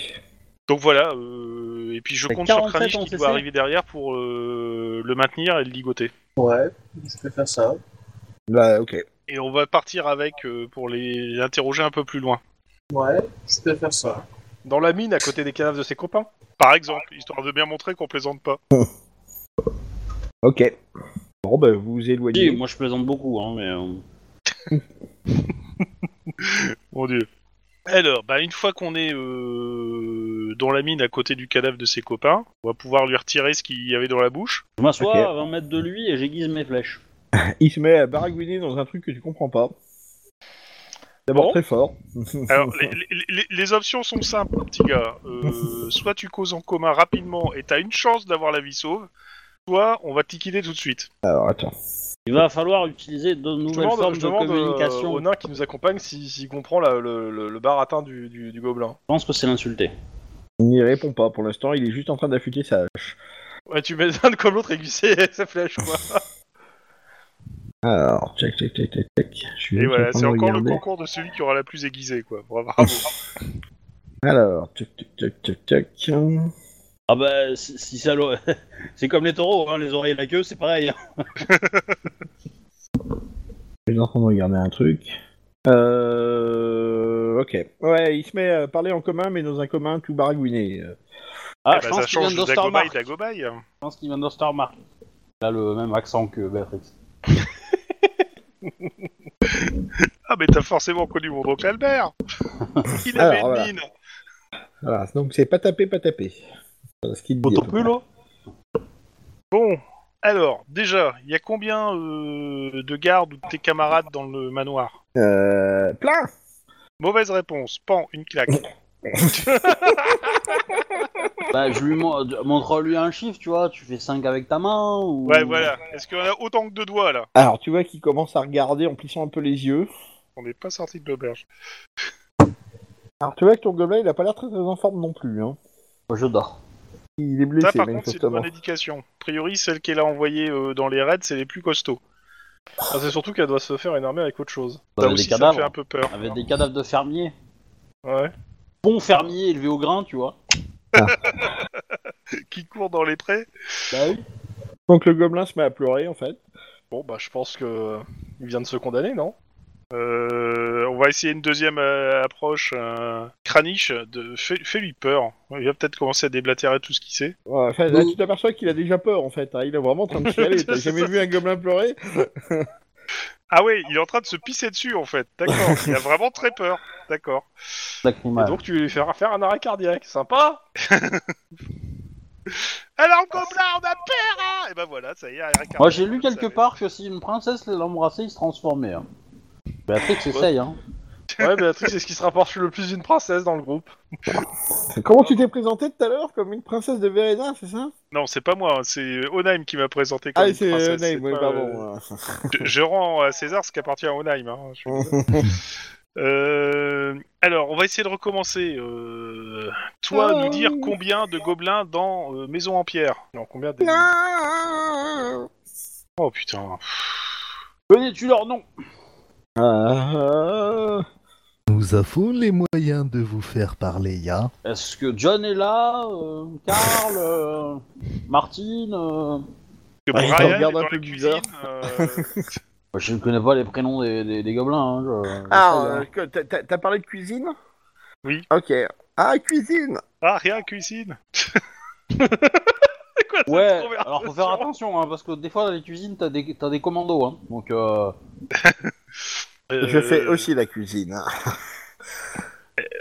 C: Donc voilà, euh, et puis je
A: T'as
C: compte sur
A: 47
C: Kranich
A: en
C: qui
A: CC.
C: doit arriver derrière pour euh, le maintenir et le ligoter.
E: Ouais, je peux faire ça.
B: Bah, ok.
C: Et on va partir avec euh, pour les interroger un peu plus loin.
E: Ouais, je peux faire ça.
F: Dans la mine, à côté des cadavres de ses copains
C: Par exemple, histoire de bien montrer qu'on plaisante pas.
B: Ok. Bon, bah, vous vous
A: Oui,
B: éloignez.
A: moi je plaisante beaucoup, hein, mais. euh,
C: Mon dieu. Alors, bah, une fois qu'on est euh, dans la mine à côté du cadavre de ses copains, on va pouvoir lui retirer ce qu'il y avait dans la bouche.
A: Je m'assois
B: Ok.
A: à 20 mètres de lui et j'aiguise mes flèches.
B: Il se met à baragouiner dans un truc que tu comprends pas. D'abord
C: Bon.
B: très fort.
C: Alors, les, les- les- les options sont simples, petit gars. Euh, soit tu causes en commun rapidement et t'as une chance d'avoir la vie sauve, soit on va te liquider tout de suite.
B: Alors, attends.
A: Il va falloir utiliser de
F: Je
A: nouvelles
F: demande,
A: formes
F: je
A: de
F: demande, euh,
A: communication.
F: au nain qui nous accompagne si- s'il comprend la- le, le, le baratin du, du, du gobelin.
A: Je pense que c'est l'insulter.
B: Il n'y répond pas pour l'instant, il est juste en train d'affûter sa hache.
F: Ouais, tu mets un comme l'autre aiguisé *laughs* sa flèche, quoi.
B: Alors, check, check, check, check, check. Je suis
C: Et
B: juste
C: voilà,
B: en train
C: c'est
B: de
C: encore
B: regarder.
C: le concours de celui qui aura la plus aiguisée, quoi. Bravo. Ah,
F: Ah,
C: bravo.
B: Alors, check, check, check, check, check.
A: Ah bah, si, si ça l'o- *laughs* C'est comme les taureaux, hein, les oreilles et la queue, c'est pareil.
B: Je suis en train de regarder un truc. Euh. Ok. Ouais, il se met à parler en commun, mais dans un commun tout baragouiné. Euh,
A: Ah,
C: Eh
A: je
C: ben,
A: pense
C: ça
A: qu'il vient
C: change
A: de
C: d'Agobaye
A: Starmark.
C: d'Agobaye.
A: Je pense qu'il vient de Starmark. Il a le même accent que Béatrix.
C: Ah, mais t'as forcément connu mon oncle Albert Il
B: Alors,
C: avait une
B: voilà.
C: mine
B: Voilà, donc c'est pas tapé, pas tapé. Voilà ce qu'il dit. à peu près.
A: hein.
C: Bon, alors, déjà, il y a combien euh, de gardes ou de tes camarades dans le manoir
B: Euh. Plein
C: Mauvaise réponse, pan, une claque.
B: *laughs*
A: Bah, je lui mon- montre-lui un chiffre, tu vois. Tu fais 5 avec ta main ou...
C: Ouais, voilà. Est-ce qu'on a autant que deux doigts, là
B: Alors, tu vois qu'il commence à regarder en plissant un peu les yeux.
C: On n'est pas sorti de l'auberge.
B: Alors, tu vois que ton gobelin, il a pas l'air très, très en forme non plus. Hein.
A: Je dors.
B: Il est blessé,
C: Ça, par contre, c'est
B: manifestement.
C: une bonne indication. A priori, celle qu'elle a envoyée euh, dans les raids, c'est les plus costauds.
F: Ah, c'est surtout qu'elle doit se faire une armée avec autre chose.
A: Bah,
C: Ça
A: avec
C: aussi,
A: des
C: ça
A: cadavres.
C: fait un peu peur.
A: Avec des cadavres de fermiers.
F: Ouais.
A: Bon fermier élevé au grain, tu vois.
C: Qui court dans les prés
A: Bah oui.
B: Donc, le gobelin se met à pleurer, en fait.
F: Bon, bah, je pense que euh, il vient de se condamner, non
C: Euh, on va essayer une deuxième euh, approche. Euh, Kranich, de... fais- fais-lui peur. Il va peut-être commencer à déblatérer tout ce qu'il sait.
B: Ouais, enfin, là,
E: Oui.
B: tu t'aperçois qu'il a déjà peur, en fait. hein. Il est vraiment en train de
C: *laughs*
B: chialer. T'as jamais vu un gobelin *laughs* pleurer
C: Ah ouais, il est en train de se pisser dessus en fait. D'accord. Il a vraiment très peur. D'accord.
F: Et
A: Lacrymal.
F: donc, tu lui feras faire un arrêt
C: *laughs*
F: cardiaque, sympa
C: Alors gobelin, on a peur hein Et ben voilà, ça y est. Eric
A: Moi,
C: Cartman,
A: j'ai lu
C: vous le
A: quelque
C: savez.
A: part que si une princesse l'embrassait, il se transformait. Hein. Béatrix essaye, hein.
F: Ouais, Béatrix, c'est ce qui se rapproche le plus d'une princesse dans le groupe.
B: Comment tu t'es présenté tout à l'heure Comme une princesse de Verena, c'est ça
C: Non, c'est pas moi. hein, C'est Onaim qui m'a présenté comme
B: Ah,
C: une
B: c'est
C: princesse.
B: euh, Naïm,
C: c'est
B: oui,
C: pas, euh,
B: pardon.
C: je, je rends à César ce qui appartient à Onaim. hein, je suis désolé.
B: *laughs*
C: Euh, alors, on va essayer de recommencer. Euh, toi,
B: Ah.
C: nous dire combien de gobelins dans euh, Maison en Pierre
F: Non, combien de...
B: Ah.
C: Oh putain.
A: Connais-tu leur nom
B: Euh,
D: Nous avons les moyens de vous faire parler, ya.
A: Est-ce que John est là euh, Karl euh, Martine euh,
C: Que
B: Ouais, Bah, il te
C: Brian
B: regarde
C: est
B: un
C: dans
B: peu
C: la
B: bizarre.
C: cuisine, euh,
A: Je ne connais pas les prénoms des, des- des gobelins. hein, je-
B: Ah, euh,
F: *laughs*
B: que- t'as- t'as t'as parlé de cuisine
C: Oui.
B: Ok. Ah, cuisine
C: Ah, rien, cuisine
A: Ouais,
C: conversation.
A: alors faut faire attention, hein, parce que des fois dans les cuisines, t'as des, t'as des commandos. Hein. Donc,
F: *laughs*
A: euh,
B: Je fais
C: Euh,
B: aussi la
C: *laughs*
B: cuisine.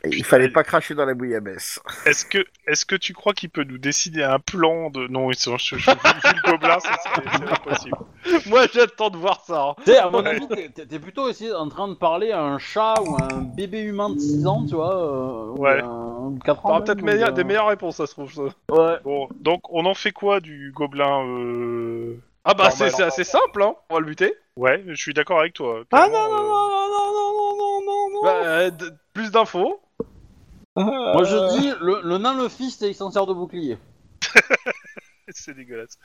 B: Il fallait pas cracher dans la bouillabaisse.
C: Est-ce que, est-ce que tu crois qu'il peut nous dessiner un plan de... Non, ils sont- je, je, je- le gobelin, ça, c'est c'est impossible.
F: *laughs* Moi, j'attends de voir ça. hein.
A: tu sais, à mon avis, t'es- t'es t'es plutôt essayé- en train de parler à un chat ou à un bébé humain de 6 ans, tu vois. euh, ou
C: Ouais.
A: un- ou
B: Ah,
A: 4 ans.
F: T'auras
A: même,
B: bah,
F: peut-être
A: ou
F: meilleur-
A: bien-
F: des meilleures réponses, ça se trouve. ça.
A: Ouais.
C: Bon, donc on en fait quoi du gobelin euh...
F: Ah, bah,
C: Normal.
F: c'est c'est assez simple, hein. On va le buter.
C: Ouais, je suis d'accord avec toi.
B: Ah non,
C: Clairement,
B: non,
C: euh,
B: non, non, non, non, non, non, non
F: Bah, euh, d- plus d'infos. Euh,
A: Moi je dis, le, le nain le fist et il s'en sert de bouclier.
C: C'est dégueulasse.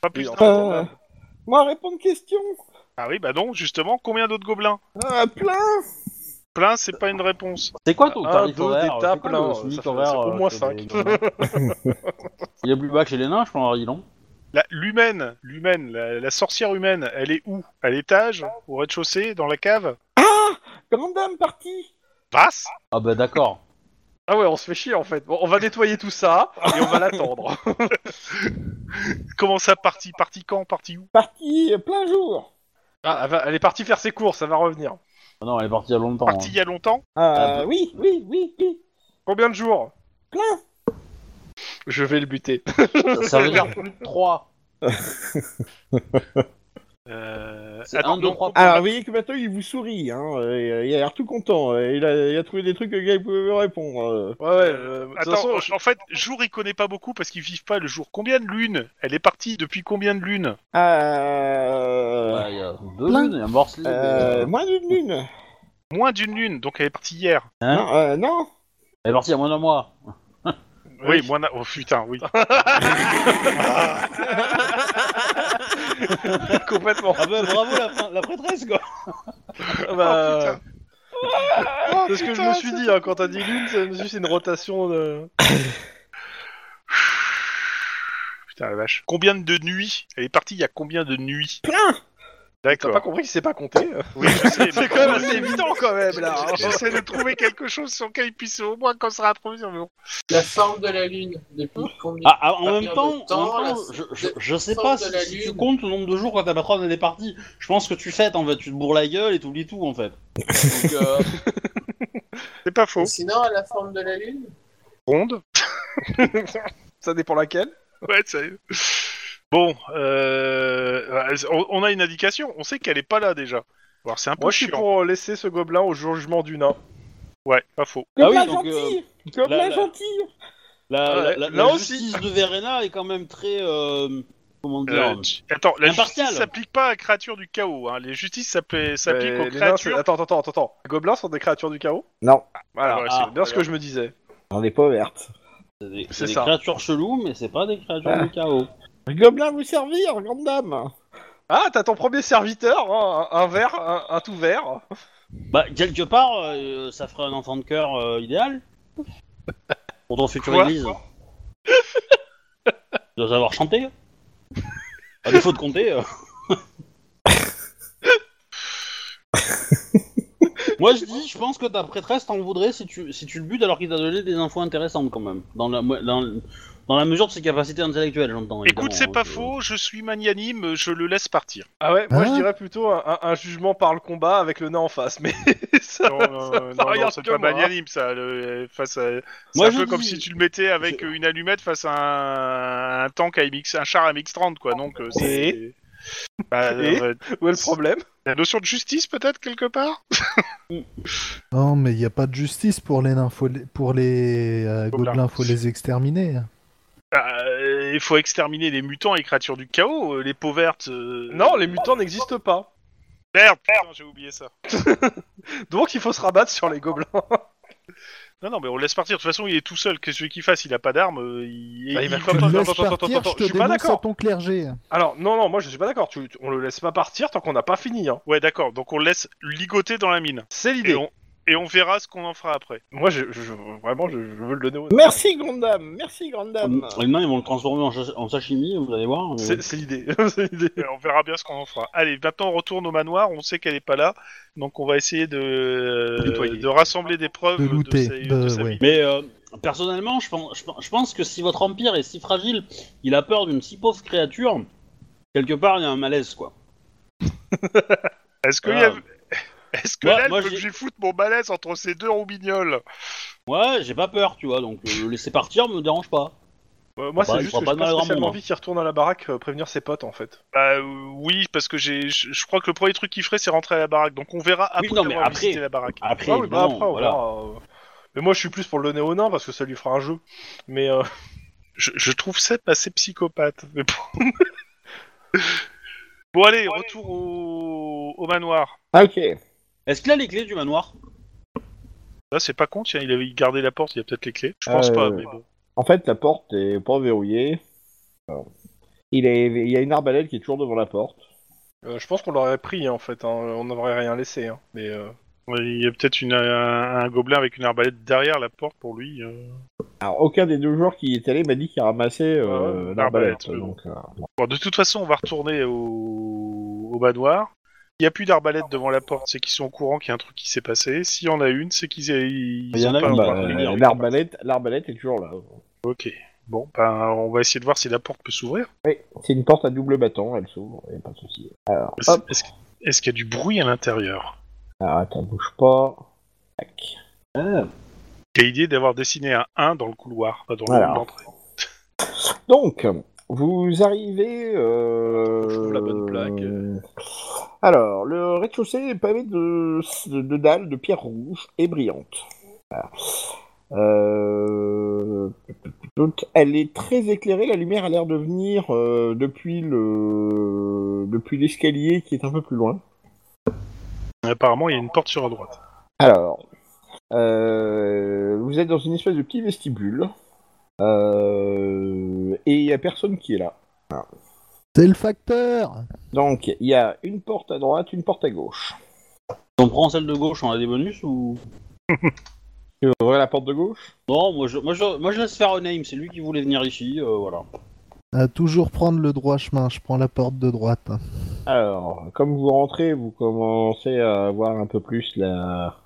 C: Pas plus
F: Oui,
C: d'un-
B: Euh, Moi, réponds de question
C: Ah oui, bah non, justement, combien d'autres gobelins
B: Ah, plein
C: plein, c'est pas une réponse.
A: C'est quoi ton
F: Un,
A: tarif
F: deux,
A: horaire
F: des tapes,
A: C'est quoi
F: là,
A: le
F: ça
A: SMIC
F: fait-
A: horaire,
F: c'est au
A: euh,
F: moins
A: que
F: cinq.
A: des- *laughs* Il est plus bas que chez les nains, je hein, prends un Rilon.
C: La- L'humaine, l'humaine, la, la sorcière humaine, elle est où À l'étage Au rez-de-chaussée Dans la cave
B: Grande dame partie
C: Passe
A: Ah bah d'accord.
F: Ah ouais, on se fait chier en fait. Bon, on va nettoyer tout ça et on
C: *laughs*
F: va l'attendre.
C: Comment ça, partie Partie quand Partie où
B: Partie euh, plein jour
F: Ah, elle, va- elle est partie faire ses courses, elle va revenir.
A: Ah non, elle est partie il y a longtemps.
C: Partie il y a longtemps
A: bah.
B: Ah, oui, oui, oui, oui.
F: Combien de jours
B: Plein.
F: Je vais le buter.
A: hein. Ça veut dire plus de 3.
C: euh...
A: C'est un, deux,
C: non.
A: trois.
B: Alors, vous voyez Ah, que maintenant, il vous sourit, hein. euh, Il a l'air tout content. euh, Il a, il a trouvé des trucs que le gars il pouvait me répondre. euh.
F: Ouais, ouais. euh, de toute
C: Attends,
F: façon,
C: en-
F: je-
C: en fait, jour il connaît pas beaucoup parce qu'ils vivent pas le jour. Combien de lunes Elle est partie depuis combien de lunes
B: Euh...
A: Ouais, il y a deux
D: Plein.
A: lunes, il y a un morceau.
B: euh, moins d'une lune.
C: Moins d'une lune, donc elle est partie hier.
A: Hein
B: Non, euh, non.
A: Elle est partie il y a moins d'un mois.
C: Oui, moins d'un- Oh putain, oui.
F: *laughs* complètement.
A: Ah bah bravo la, prêtresse quoi
F: Ah bah,
B: Oh,
F: c'est ce que je
B: putain,
F: me suis dit hein, quand t'as dit lune, c'est- je me suis dit, c'est une rotation de.
C: Putain, la vache. Combien de nuits Elle est partie il y a combien de nuits
B: Plein
F: T'as pas
C: D'accord.
F: compris qu'il sait pas compter
C: Oui, je sais, mais-
F: *laughs* C'est *laughs* quand même assez évident
A: Ah
F: quand même là. hein.
C: J'essaie de trouver quelque chose sur lequel il puisse au moins qu'on sera trouvé sur le
E: La forme de la lune, depuis combien
A: ah, ah, En
E: Ça
A: même
E: perd
A: temps,
E: le temps,
A: en même temps,
E: la-
A: je, je- je sais
E: la
A: pas
E: forme
A: si,
E: de la
A: si tu
E: lune.
A: comptes le nombre de jours quand ta patronne elle est partie. Je pense que tu fêtes en fait, tu te bourres la gueule et t'oublies tout en fait. Donc, euh,
C: C'est pas faux.
E: Et Sinon, à la forme de la lune
C: Ronde.
F: *laughs* Ça dépend laquelle.
C: Ouais, ça... Bon, euh... on- on a une indication. On sait qu'elle est pas là déjà. Alors c'est un peu
F: Moi je suis
C: chiant.
F: pour laisser ce gobelin au jugement du nain.
C: Ouais, pas faux.
B: Comme
A: Ah oui,
B: la
A: donc, euh,
B: gentille Comme
A: la-
B: la,
A: la-
B: gentille
A: la,
F: Ouais,
A: la- la-
F: là
A: la
F: aussi.
A: justice de Verena est quand même très... euh, comment dire
C: Euh, tu- attends, la
A: Impartial.
C: justice s'applique pas à créature du chaos. Hein. Les justices s'appli- s'appliquent
F: Mais
C: aux
F: les nains, c'est-
C: créatures.
F: Attends, attends, attends, attends. Les gobelins sont des créatures du chaos
B: Non,
F: Voilà,
C: Ah ouais,
F: c'est
A: c'est-
F: bien ce que je me disais.
B: on n'est pas verte.
A: C'est des,
F: C'est
A: c'est des
F: ça.
A: créatures cheloues, mais c'est pas des créatures
B: Ah.
A: du chaos.
B: Gobelin vous servir, grande dame
F: Ah, t'as ton premier serviteur, hein, un, un verre, un, un tout vert.
A: Bah, quelque part, euh, ça ferait un enfant de cœur euh, idéal. Pour ton futur
C: Quoi
A: église. Tu dois savoir chanter. À défaut de compter. euh. Moi je dis, je pense que ta prêtresse t'en voudrait si tu, si tu le butes alors qu'il t'a donné des infos intéressantes quand même. Dans la, dans, dans la mesure de ses capacités intellectuelles, j'entends. évidemment,
C: Écoute, c'est
A: hein,
C: pas
A: que-
C: faux. Je suis magnanime. Je le laisse partir.
F: Ah ouais, moi je
D: Hein
F: dirais plutôt un, un- un jugement par le combat avec le nain en face, mais *laughs* *laughs* ça...
C: Non, non, non, non,
F: regarde
C: c'est
F: que
C: pas
F: moi.
C: magnanime ça. le- euh, face à- C'est
A: Moi,
C: un
A: je
C: peu comme
A: dis-
C: si tu le mettais avec une allumette face à un, un tank AMX, un char AMX-30 quoi. Donc euh, c'est. Bah,
F: Et
C: euh,
F: Où est le problème
C: la notion de justice peut-être quelque part.
D: Non, mais il n'y a pas de justice pour les nains, faut les- pour les euh,
C: Gobelins.
D: gobelins, faut les exterminer. hein.
C: Euh, Il faut exterminer les mutants et créatures du chaos. euh, Les peaux vertes. euh,
F: Non, les mutants n'existent pas.
C: Merde, putain, j'ai oublié ça.
F: Donc il faut se rabattre sur les gobelins.
C: Non, non, mais on le laisse partir. De toute façon, il est tout seul. Qu'est-ce que tu veux qu'il fasse Il a pas d'arme. euh, Il...
F: Bah, il
C: il
F: va
C: va
F: Attends,
C: pas-
D: Tu
F: attends,
D: le laisses
F: attends, attends,
D: partir,
F: attends,
D: je te
F: je suis pas
D: dénonce à
F: d'accord.
D: ton clergé. hein,
F: Alors non, non, moi je suis pas d'accord. Tu- tu- on le laisse pas partir tant qu'on n'a pas fini. Hein.
C: Ouais, d'accord. Donc on le laisse ligoter dans la mine.
F: C'est
C: Et
F: l'idée.
C: on, et on verra ce qu'on en fera après.
F: Moi, je, je- je- vraiment, je, je veux le donner. Au...
B: Merci, grande dame Merci, grande dame
A: Euh, Non, ils vont le transformer en, sach- en sashimi, vous allez voir. mais-
F: Hum, C'est c'est l'idée. *laughs* c'est l'idée.
C: Et on verra bien ce qu'on en fera. Allez, maintenant on retourne au manoir. On sait qu'elle est pas là. Donc on va essayer de,
F: Nettoyer.
C: de rassembler des preuves
D: De
C: de,
D: looter,
C: sa- de
D: de-
C: sa
D: ouais.
C: vie.
A: Mais euh, personnellement, je pense, je pense- je pense que si votre empire est si fragile, il a peur d'une si pauvre créature, quelque part il y a un malaise quoi.
C: Est-ce que,
A: Ah.
C: y a- Est-ce que
A: Moi-
C: là, elle
A: moi,
C: veut que
A: j'ai-
C: j'y foute mon malaise entre ces deux roubignoles
A: Ouais, j'ai pas peur, tu vois, donc euh, le laisser partir me dérange pas.
F: Euh, moi,
A: Bah,
F: c'est
A: il
F: juste
A: fera
F: que
A: pas
F: j'ai
A: de
F: pas
A: mal à grand
F: spécialement
A: monde,
F: envie qu'il retourne à la baraque euh, prévenir ses potes en fait.
C: Bah euh, oui, parce que j'ai, je je crois que le premier truc qu'il ferait, c'est rentrer à la baraque. Donc on verra après
A: Oui, non, mais
C: avoir
A: après-
C: visité la baraque.
A: Après,
F: Ah oui, bah
A: évidemment,
F: après, on
A: voilà.
F: verra, euh. Mais moi, je suis plus pour le donner au nain parce que ça lui fera un jeu. Mais euh,
C: Je, je trouve Sep assez psychopathe. mais bon. *laughs* bon, allez, retour au, au manoir.
A: Mm.
B: Ok.
A: Est-ce qu'il a les clés du manoir
C: Là, ah, c'est pas con, tiens, il avait gardé la porte, il y a peut-être les clés. Je pense
B: Euh,
C: pas, mais bon.
B: En fait, la porte est pas verrouillée. Alors, Il, est, il y a une arbalète qui est toujours devant la porte.
F: euh, je pense qu'on l'aurait pris en fait. hein. On n'aurait rien laissé. hein. Mais euh,
C: Il y a peut-être une, un, un gobelin avec une arbalète derrière la porte pour lui. euh,
B: Alors, aucun des deux joueurs qui y est allé m'a dit qu'il ramassait euh,
C: Ouais,
B: l'arbalète.
C: l'arbalète,
B: donc, euh, bon.
C: Bon, de toute façon, on va retourner au, au manoir. Il n'y a plus d'arbalète devant la porte, c'est qu'ils sont au courant qu'il y a un truc qui s'est passé. S'il y en a une, c'est qu'ils ils
A: Il y en
C: sont
A: a
C: pas
A: une,
C: en
B: Bah,
C: train de lire.
B: l'arbalète, l'arbalète est toujours là.
C: Ok. Bon, ben, on va essayer de voir si la porte peut s'ouvrir.
B: Oui, c'est une porte à double battant, elle s'ouvre, y a pas de souci. Alors,
C: Est-ce
B: hop,
C: est-ce- est-ce qu'il y a du bruit à l'intérieur
B: alors attends, bouge pas. Tac. Ah.
C: J'ai l'idée d'avoir dessiné un 1 dans le couloir, pas dans le
B: Voilà.
C: hall d'entrée.
B: Donc, vous arrivez. euh,
F: Je trouve la bonne plaque.
B: Alors, le rez-de-chaussée est pavé de, de, de dalles de pierre rouge et brillante. Voilà. Euh, donc, elle est très éclairée, la lumière a l'air de venir euh, depuis le depuis l'escalier qui est un peu plus loin.
C: Apparemment, il y a une porte sur la droite.
B: Alors, euh, vous êtes dans une espèce de petit vestibule euh, et il n'y a personne qui est là.
D: C'est le facteur
B: Donc, il y a une porte à droite, une porte à gauche.
A: On prend celle de gauche, on a des bonus ou
B: Tu veux ouvrir la porte de gauche
A: Non, moi je, moi, je, moi je laisse faire Onaim, c'est lui qui voulait venir ici, euh, voilà.
D: À toujours prendre le droit chemin, je prends la porte de droite. hein.
B: Alors, comme vous rentrez, vous commencez à voir un peu plus la,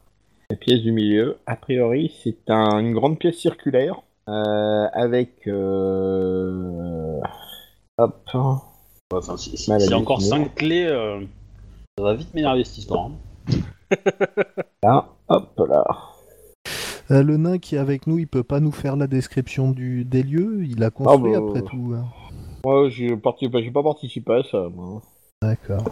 B: la pièce du milieu. A priori, c'est un- une grande pièce circulaire euh, avec... euh, Hop.
A: Enfin, si, si,
B: Maladie
A: s'il y a encore
B: finir.
A: 5 clés, euh, ça va vite m'énerver cette histoire. hein.
B: Là, hop là.
D: Euh, le nain qui est avec nous, il peut pas nous faire la description du, des lieux, il a construit
B: bah,
D: après tout. hein.
B: Moi, j'ai participé- j'ai pas participé à ça. moi.
D: D'accord.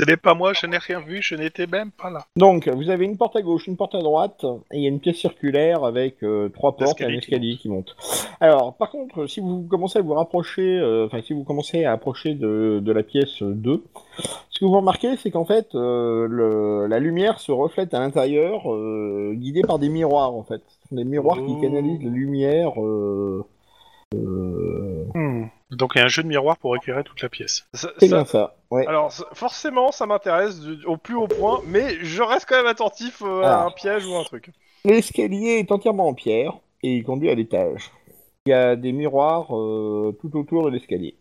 C: Ce n'est pas moi, je n'ai rien vu, je n'étais même pas là.
B: Donc, vous avez une porte à gauche, une porte à droite, et il y a une pièce circulaire avec euh, trois portes et un
C: L'escalier
B: escalier
C: qui
B: qui monte. Alors, par contre, si vous commencez à vous rapprocher, euh, enfin, si vous commencez à approcher de, de la pièce 2, ce que vous remarquez, c'est qu'en fait, euh, le- la lumière se reflète à l'intérieur, euh, guidée par des miroirs, en fait. Ce sont des miroirs qui
C: Oh.
B: canalisent la lumière. euh, euh,
C: Hmm. Donc, il y a un jeu de miroir pour éclairer toute la pièce.
F: Ça-
B: C'est
F: ça-
B: bien ça, ouais.
C: Ah.
F: Alors, ça- forcément, ça m'intéresse du- au plus haut point, mais je reste quand même attentif euh, à
B: Ah.
F: un piège ou un truc.
B: L'escalier est entièrement en pierre et il conduit à l'étage. Il y a des miroirs euh, tout autour de l'escalier.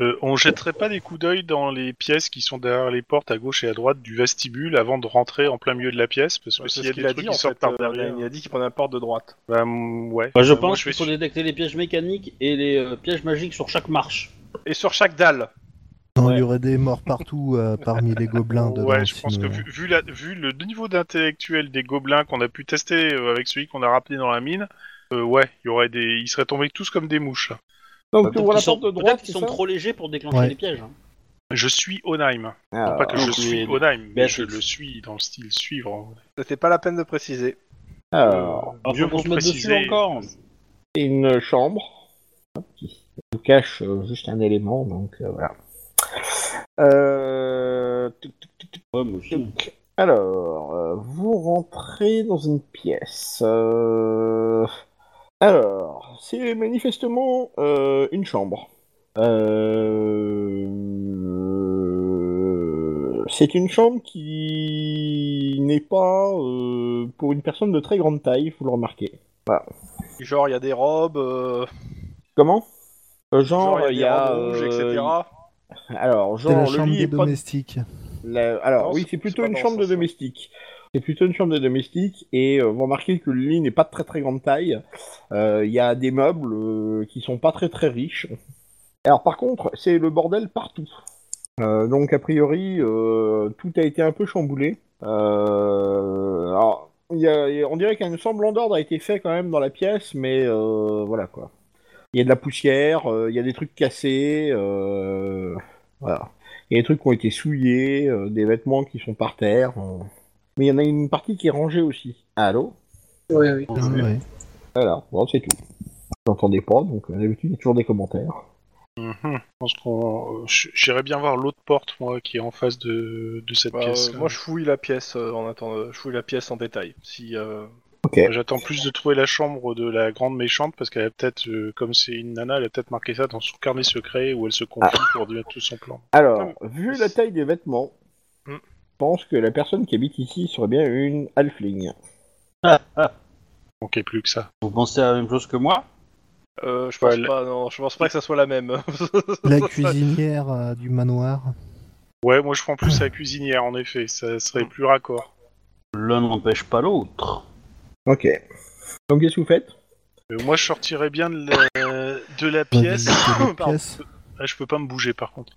C: Euh, on jetterait pas des coups d'œil dans les pièces qui sont derrière les portes à gauche et à droite du vestibule avant de rentrer en plein milieu de la pièce Parce que
F: C'est
C: s'il
F: ce
C: y a
F: qu'il a
C: des trucs
F: dit,
C: qui
F: en
C: sortent
F: fait,
C: par
F: euh,
C: derrière.
F: il a dit qu'il prenait la porte de droite.
C: Bah, mm, ouais.
A: Bah, je
C: Euh, moi,
A: pense
C: je
A: qu'il
C: vais
A: faut
C: su-
A: détecter les pièges mécaniques et les euh, pièges magiques sur chaque marche.
F: Et sur chaque dalle.
D: Non, Il y aurait des morts partout euh, parmi les gobelins. dedans,
C: Ouais, je pense que
D: sinon.
C: vu, vu la- vu le niveau d'intellectuel des gobelins qu'on a pu tester euh, avec celui qu'on a rappelé dans la mine, euh, ouais, il y aurait des, ils seraient tombés tous comme des mouches.
B: Donc tu
A: Peut-être
B: ouvres la
A: qu'ils sont,
B: porte de
A: peut-être
B: droite,
A: qu'ils
B: c'est
A: sont
B: ça
A: trop légers pour déclencher
D: Ouais.
A: les pièges. hein.
C: Je suis Onheim.
B: Ah,
C: Non pas que
A: non,
C: je
A: tu
C: suis
A: es-
C: Onheim,
F: Ben,
C: mais
A: Béatrix.
C: je le suis dans le style suivre.
F: C'était pas la peine de préciser.
B: alors,
A: Alors,
C: Mieux
A: faut qu'on
C: pour
A: se mette dessus
C: préciser.
A: encore.
B: c'est une chambre Hop, qui vous cache euh, juste un élément, donc euh, voilà. Euh, tic, tic, tic, tic,
A: Ouais, moi aussi.
B: tic. Alors, euh, vous rentrez dans une pièce. euh, Alors, c'est manifestement euh, une chambre. Euh, C'est une chambre qui n'est pas euh, pour une personne de très grande taille, vous le remarquez.
F: Genre, il y a des robes, euh,
B: Comment Euh, Genre,
F: genre, il
B: il
F: y a des robes
B: euh,
F: rouges, etc.
B: Alors,
D: C'est la
B: genre, le
D: chambre
B: lit
D: des
B: est pas...
D: domestiques.
B: la- Alors,
F: Non,
B: oui,
F: c'est-
B: c'est
F: c'est
B: plutôt
F: pas
B: une
F: dans
B: chambre
F: ce
B: de
F: sens-là.
B: domestique. C'est plutôt une chambre de domestique, et euh, vous remarquez que le lit n'est pas de très très grande taille. Euh, Il y a des meubles euh, qui sont pas très très riches. Alors, par contre, c'est le bordel partout. Euh, donc, a priori, euh, tout a été un peu chamboulé. Euh, alors, il y a- il y a- on dirait qu'un semblant d'ordre a été fait quand même dans la pièce, mais euh, voilà quoi. Il y a de la poussière, euh, il y a des trucs cassés, euh, voilà. Il y a des trucs qui ont été souillés, euh, des vêtements qui sont par terre. euh. Mais il y en a une partie qui est rangée aussi. Allô
E: Oui, oui.
D: Ah, Ouais.
B: Voilà, bon, c'est tout. Vous n'entendez pas, donc euh, d'habitude, il y a toujours des commentaires.
C: Mhm. Je pense qu'on, euh, j- j'irais bien voir l'autre porte moi qui est en face de, de cette
F: Bah,
C: pièce.
F: euh, moi, je fouille la pièce euh, en attendant. Je fouille la pièce en détail. Si euh,
C: J'attends plus de trouver la chambre de la grande méchante parce qu'elle a peut-être, euh, comme c'est une nana, elle a peut-être marqué ça dans son carnet
B: Ah.
C: secret où elle se confie pour dire tout son plan.
B: Alors, vu la taille des vêtements,
F: Hmm.
B: pense que la personne qui habite ici serait bien une halfling.
C: manquait plus que ça.
A: Vous pensez à la même chose que moi
F: Euh, je pense
C: Ouais,
F: pas, non, je pense pas que ça soit la même. *laughs*
D: La cuisinière euh, du manoir.
C: Ouais, moi je prends plus la cuisinière en effet, ça serait plus raccord.
A: L'un n'empêche pas l'autre.
B: Ok. Donc qu'est-ce que vous faites
C: Euh, moi je sortirais bien de la, de la pièce.
D: Dans
C: *laughs*
D: les
C: *coughs* Pardon.
D: pièces.
C: Ah, je peux pas me bouger par contre.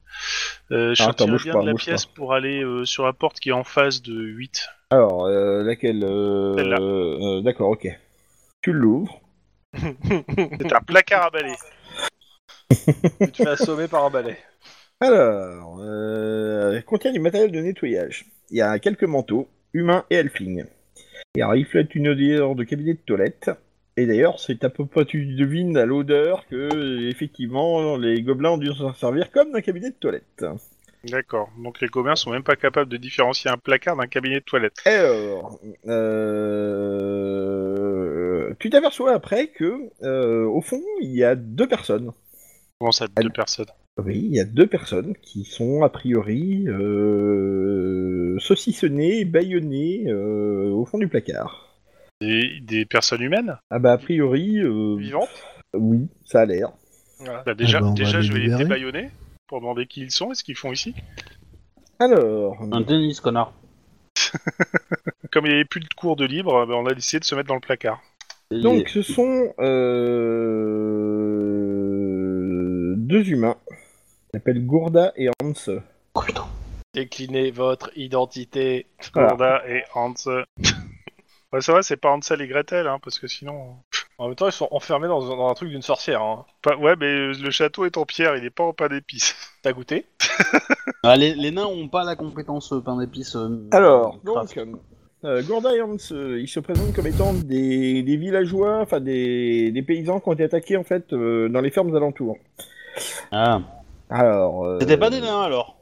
C: Euh, je
B: Ah, attends,
C: sortirais
B: bouge
C: bien
B: pas,
C: de la
B: bouge
C: pièce pour aller euh, sur la porte qui est en face de 8.
B: Alors, euh, laquelle euh,
C: Celle-là.
B: euh, D'accord, ok. Tu l'ouvres.
C: C'est un placard à balai.
F: tu te fais assommer par un balai.
B: Alors, euh, elle contient du matériel de nettoyage. Il y a quelques manteaux, humains et halfling. Il y a un reflète une odeur de cabinet de toilette. Et d'ailleurs, c'est à peu près, tu devines à l'odeur que, effectivement, les gobelins ont dû s'en servir comme d'un cabinet de toilette.
C: D'accord, donc les commerces sont même pas capables de différencier un placard d'un cabinet de toilette.
B: Et Alors, euh, tu t'aperçois après que, euh, au fond, il y a deux personnes.
C: Comment ça, deux personnes
B: Oui, il y a deux personnes qui sont a priori euh, saucissonnées, bâillonnées euh, au fond du placard.
C: des, des personnes humaines
B: Ah bah a priori, euh,
F: Vivante
B: oui, ça a l'air.
C: Bah, Déjà,
D: Ah bah, on va
C: déjà
D: les
C: je vais les
D: libérer.
C: débaillonner pour demander qui ils sont et ce qu'ils font ici.
B: Alors,
A: Un tennis, connard.
C: Comme il n'y avait plus de cours de libre, bah, on a décidé de se mettre dans le placard.
A: Et-
B: donc ce sont euh, deux humains. Ils s'appellent Gourda et Hans.
A: Oh, putain.
F: Déclinez votre identité.
B: Voilà.
C: Gorda et Hans. ouais, ça va, c'est pas Hansel et Gretel, hein, parce que sinon.
F: En même temps, ils sont enfermés dans, un- dans un truc d'une sorcière. Hein.
C: Pas- Ouais, mais euh, le château est en pierre, il est pas en pain d'épices.
F: T'as goûté
A: Ah, les, les nains ont pas la compétence euh, pain d'épices. euh,
B: Alors,
A: craft.
B: donc, euh, Gourda et Hans, euh, ils se présentent comme étant des, des villageois, enfin des, des paysans qui ont été attaqués en fait euh, dans les fermes alentours.
A: Ah.
B: Alors, euh,
A: C'était pas des nains alors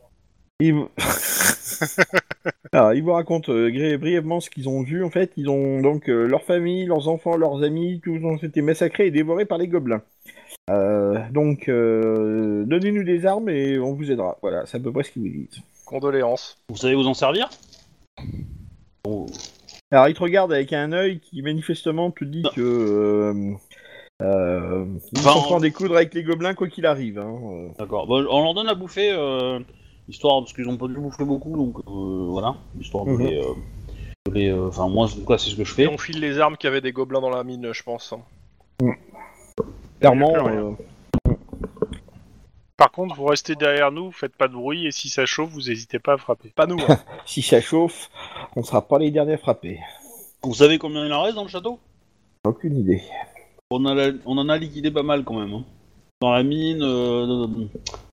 B: Ils vous... Alors, ils vous racontent euh, gré- brièvement ce qu'ils ont vu. En fait, ils ont donc euh, leur famille, leurs enfants, leurs amis, tous ont été massacrés et dévorés par les gobelins. Euh, donc, euh, donnez-nous des armes et on vous aidera. Voilà, c'est à peu près ce qu'ils vous disent.
F: Condoléances.
A: Vous savez vous en servir Oh.
B: Alors, ils te regardent avec un œil qui manifestement te dit que euh, euh, ils
A: Enfin,
B: sont en train
A: on-
B: des coudres avec les gobelins quoi qu'il arrive. hein. Euh,
A: D'accord. Bon, on leur donne à bouffer, euh, histoire, parce qu'ils ont pas dû bouffer beaucoup, donc euh, voilà. Histoire de
B: Mhm.
A: les. euh, de les, euh, Enfin, moi, en tout cas, c'est ce que je
F: Et
A: fais.
F: on file les armes qu'avaient des gobelins dans la mine, je pense. hein.
B: Clairement,
C: rien.
B: euh,
C: Par contre, vous restez derrière nous, faites pas de bruit, et si ça chauffe, vous n'hésitez pas à frapper.
F: Pas nous. hein.
B: si ça chauffe, on sera pas les derniers frappés.
A: Vous savez combien il en reste dans le château
B: Aucune idée.
A: on, a la- on en a liquidé pas mal quand même. hein. Dans la mine, euh,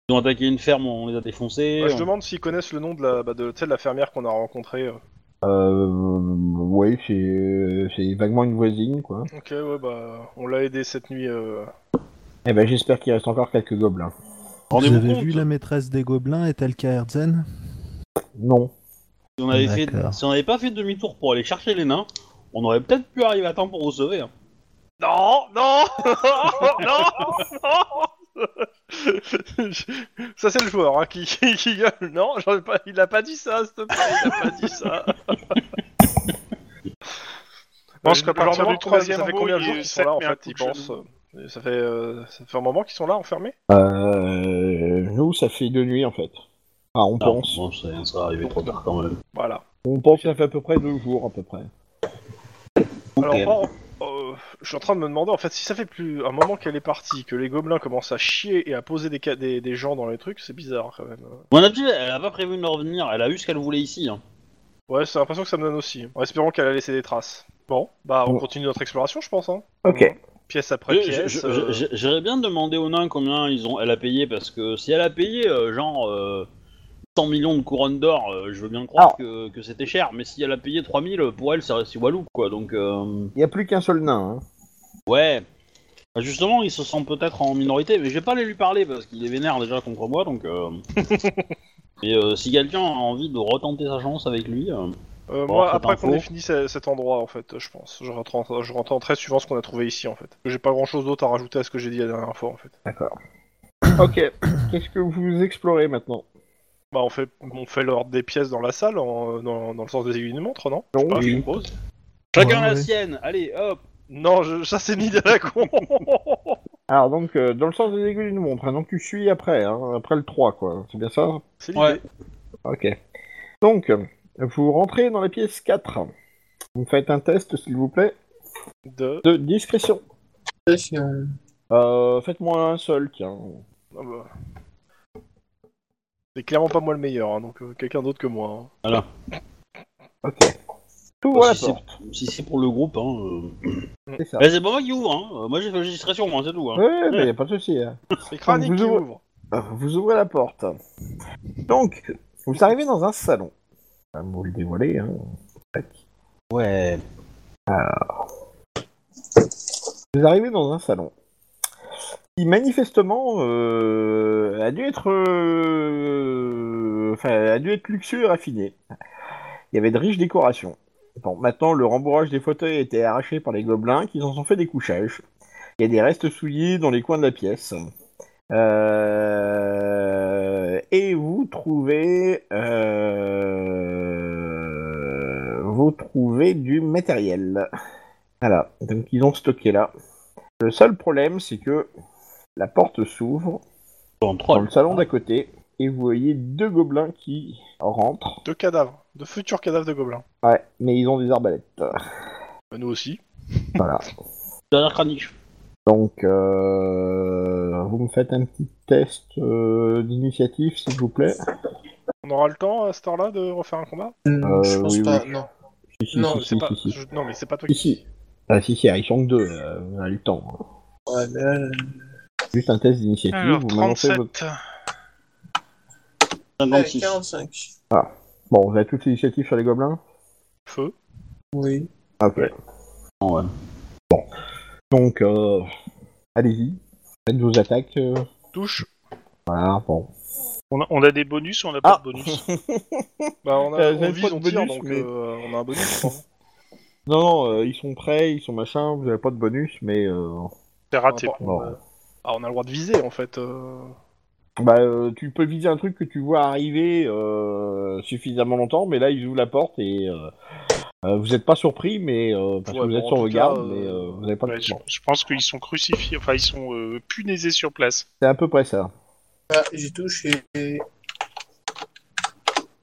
A: ils ont attaqué une ferme, on les a défoncés.
F: Moi, Bah, je
A: on-
F: demande s'ils connaissent le nom de la, bah, de, tu sais, de la fermière qu'on a rencontrée. euh.
B: Euh, ouais, c'est c'est vaguement une voisine, quoi.
F: Ok, ouais, bah, on l'a aidé cette nuit. euh.
B: Eh ben, j'espère qu'il reste encore quelques gobelins.
D: Vous
A: Rendez-vous
D: avez
A: compte,
D: vu la maîtresse des gobelins est-elle Herzen
B: Non.
A: si, on avait fait,
D: D'accord.
A: si on n'avait pas fait demi-tour pour aller chercher les nains, on aurait peut-être pu arriver à temps pour vous sauver. hein.
F: Non, non, *laughs* non, non. ça c'est le joueur hein, qui, qui, qui gueule. Non, j'en ai pas- il a pas dit ça, s'il te plaît. Il a pas
C: *laughs*
F: dit ça.
C: Je pense qu'à
F: leur
C: partir
F: demande
C: du
F: combien-
C: troisième
F: Euh, Ça fait
C: mot,
F: combien de
C: il-
F: jours qu'ils sont
C: ça
F: là en
C: te met un
F: fait
C: coup
F: Ils
C: de genou.
F: pensent. euh, Ça fait, euh, ça fait un moment qu'ils sont là enfermés.
B: Euh, nous, ça fait deux nuits, en fait. Ah, on
A: Ah,
B: pense.
A: bon, ça, ça arrivait trop tard quand même.
F: Voilà.
B: On pense que ça fait à peu près deux jours, à peu près.
F: Alors,
A: Ok.
F: bon, euh, je suis en train de me demander en fait si ça fait plus un moment qu'elle est partie, que les gobelins commencent à chier et à poser des, ca- des, des gens dans les trucs, c'est bizarre quand même.
A: Mon appli, elle a pas prévu de revenir, elle a eu ce qu'elle voulait ici. hein.
F: Ouais, c'est l'impression que ça me donne aussi, en espérant qu'elle a laissé des traces. Bon, bah on
B: Bon.
F: continue notre exploration, je pense. Hein.
B: Ok.
F: Pièce après
A: Je- je-
F: pièce.
A: je-
F: euh,
A: je- J'aurais bien demandé aux nains combien ils ont, elle a payé, parce que si elle a payé, euh, genre, euh, 100 millions de couronnes d'or, euh, je veux bien croire
B: Alors.
A: que, que c'était cher, mais si elle a payé 3000, euh, pour elle, c'est c'est Walou, quoi, donc... euh,
B: Il n'y a plus qu'un seul nain, hein.
A: Ouais. Bah, Justement, ils se sentent peut-être en minorité, mais je vais pas aller lui parler parce qu'il est vénère déjà contre moi, donc. Euh... Et euh, si quelqu'un a envie de retenter sa chance avec lui, euh,
F: euh,
A: Bon,
F: moi,
A: cette
F: après qu'on
A: info.
F: ait fini ce- cet endroit, en fait, je pense, je rentre, en, je rentre en très suivant ce qu'on a trouvé ici, en fait. J'ai pas grand chose d'autre à rajouter à ce que j'ai dit la dernière fois, en fait.
B: *coughs* D'accord. ok. Qu'est-ce que vous explorez maintenant
F: Bah, on fait, on fait l'ordre des pièces dans la salle, en- euh, dans, dans le sens des aiguilles d'une montre, non
B: Non,
F: Je sais pas,
A: oui.
F: je propose.
A: Chacun
D: Ouais,
A: la
D: ouais.
A: sienne, allez, hop
F: Non, je- ça c'est une idée à la con
B: Alors donc, euh, dans le sens des aiguilles d'une montre, hein, donc tu suis après, hein, après le 3, quoi. C'est bien ça
F: C'est l'idée.
A: Ouais,
B: Ok. Donc, euh, vous rentrez dans la pièce 4. Vous faites un test, s'il vous plaît,
F: De...
B: de discrétion.
E: Je suis un-
B: Euh, Faites-moi un seul, tiens.
F: Ah bah. C'est clairement pas moi le meilleur, hein, donc euh, quelqu'un d'autre que moi. hein.
B: Ok. Tout voilà,
A: si c'est- si c'est pour le groupe, hein. euh.
B: c'est ça.
A: Eh, c'est pas moi qui ouvre, hein. Euh, Moi j'ai fait la registration, moi, c'est tout. Hein.
B: Ouais, mais y a pas de souci. hein.
F: C'est Kranik
B: Vous
F: qui
B: ouvrez-
F: ouvre.
B: Alors, Vous ouvrez la porte. Donc, vous arrivez dans un salon. Un mot le dévoiler. Hein.
A: Ouais.
B: Vous arrivez dans un salon qui manifestement euh, a dû être, euh, enfin, a dû être luxueux et raffiné. Il y avait de riches décorations. Bon, maintenant le rembourrage des fauteuils a été arraché par les gobelins qui en ont fait des couchages. Il y a des restes souillés dans les coins de la pièce. Euh, et vous trouvez, euh, vous trouvez du matériel. Voilà, donc ils ont stocké là. Le seul problème, c'est que la porte s'ouvre
A: En
B: dans
A: troll.
B: le salon d'à côté et vous voyez deux gobelins qui rentrent.
F: Deux cadavres, de futurs cadavres de gobelins.
B: Ouais, mais ils ont des arbalètes.
F: Bah, nous aussi.
B: Voilà.
A: Dernière chronique.
B: Donc, euh, vous me faites un petit test euh, d'initiative, s'il vous plaît.
F: On aura le temps à cette heure-là de refaire un combat
E: Je
B: Euh,
E: pense
B: oui,
E: pas,
B: oui.
E: non.
B: Si, si,
E: Non,
B: si,
F: C'est
B: si,
F: pas-
B: si, si.
F: je- Non, mais c'est pas toi
B: Si,
F: qui.
B: si. Ah, si, si, ils sont que deux, euh, vous avez le temps.
E: Ouais, mais là, là,
B: Juste un test d'initiative,
C: Alors,
B: vous m'annoncez
C: 37.
B: votre...
A: 56.
E: 45.
B: Bon, vous avez toutes les initiatives sur les gobelins
F: Feu.
E: Oui.
B: Ok.
A: Ouais.
B: Donc, euh, allez-y. Faites vos attaques. euh,
F: Touche.
B: Voilà, bon.
C: *laughs* On a, on a des bonus ou on n'a pas
B: Ah.
C: de bonus
F: Bah, on, a,
B: Euh, j'ai
F: on
B: une
F: vise,
B: fois de
F: on tire,
B: bonus,
F: donc
B: mais-
F: euh, on a
B: *laughs*
F: un bonus, je pense.
B: Non, non, euh, ils sont prêts, ils sont machin, vous avez pas de bonus, mais... euh,
C: C'est raté.
F: Ah,
B: bon.
F: Ah, on a le droit de viser en fait. euh.
B: Bah, euh, tu peux viser un truc que tu vois arriver euh, suffisamment longtemps, mais là, ils ouvrent la porte et... euh, euh, vous n'êtes pas surpris, mais... euh, parce
F: Ouais,
B: que vous
F: bon,
B: êtes
F: en
B: sur
F: tout
B: vos gardes,
F: cas, euh,
B: mais euh, vous avez pas de...
C: Ouais, je,
B: bon,
C: je pense qu'ils sont crucifiés, enfin ils sont euh, punaisés sur place.
B: C'est à peu près ça.
E: Ah, j'ai touché.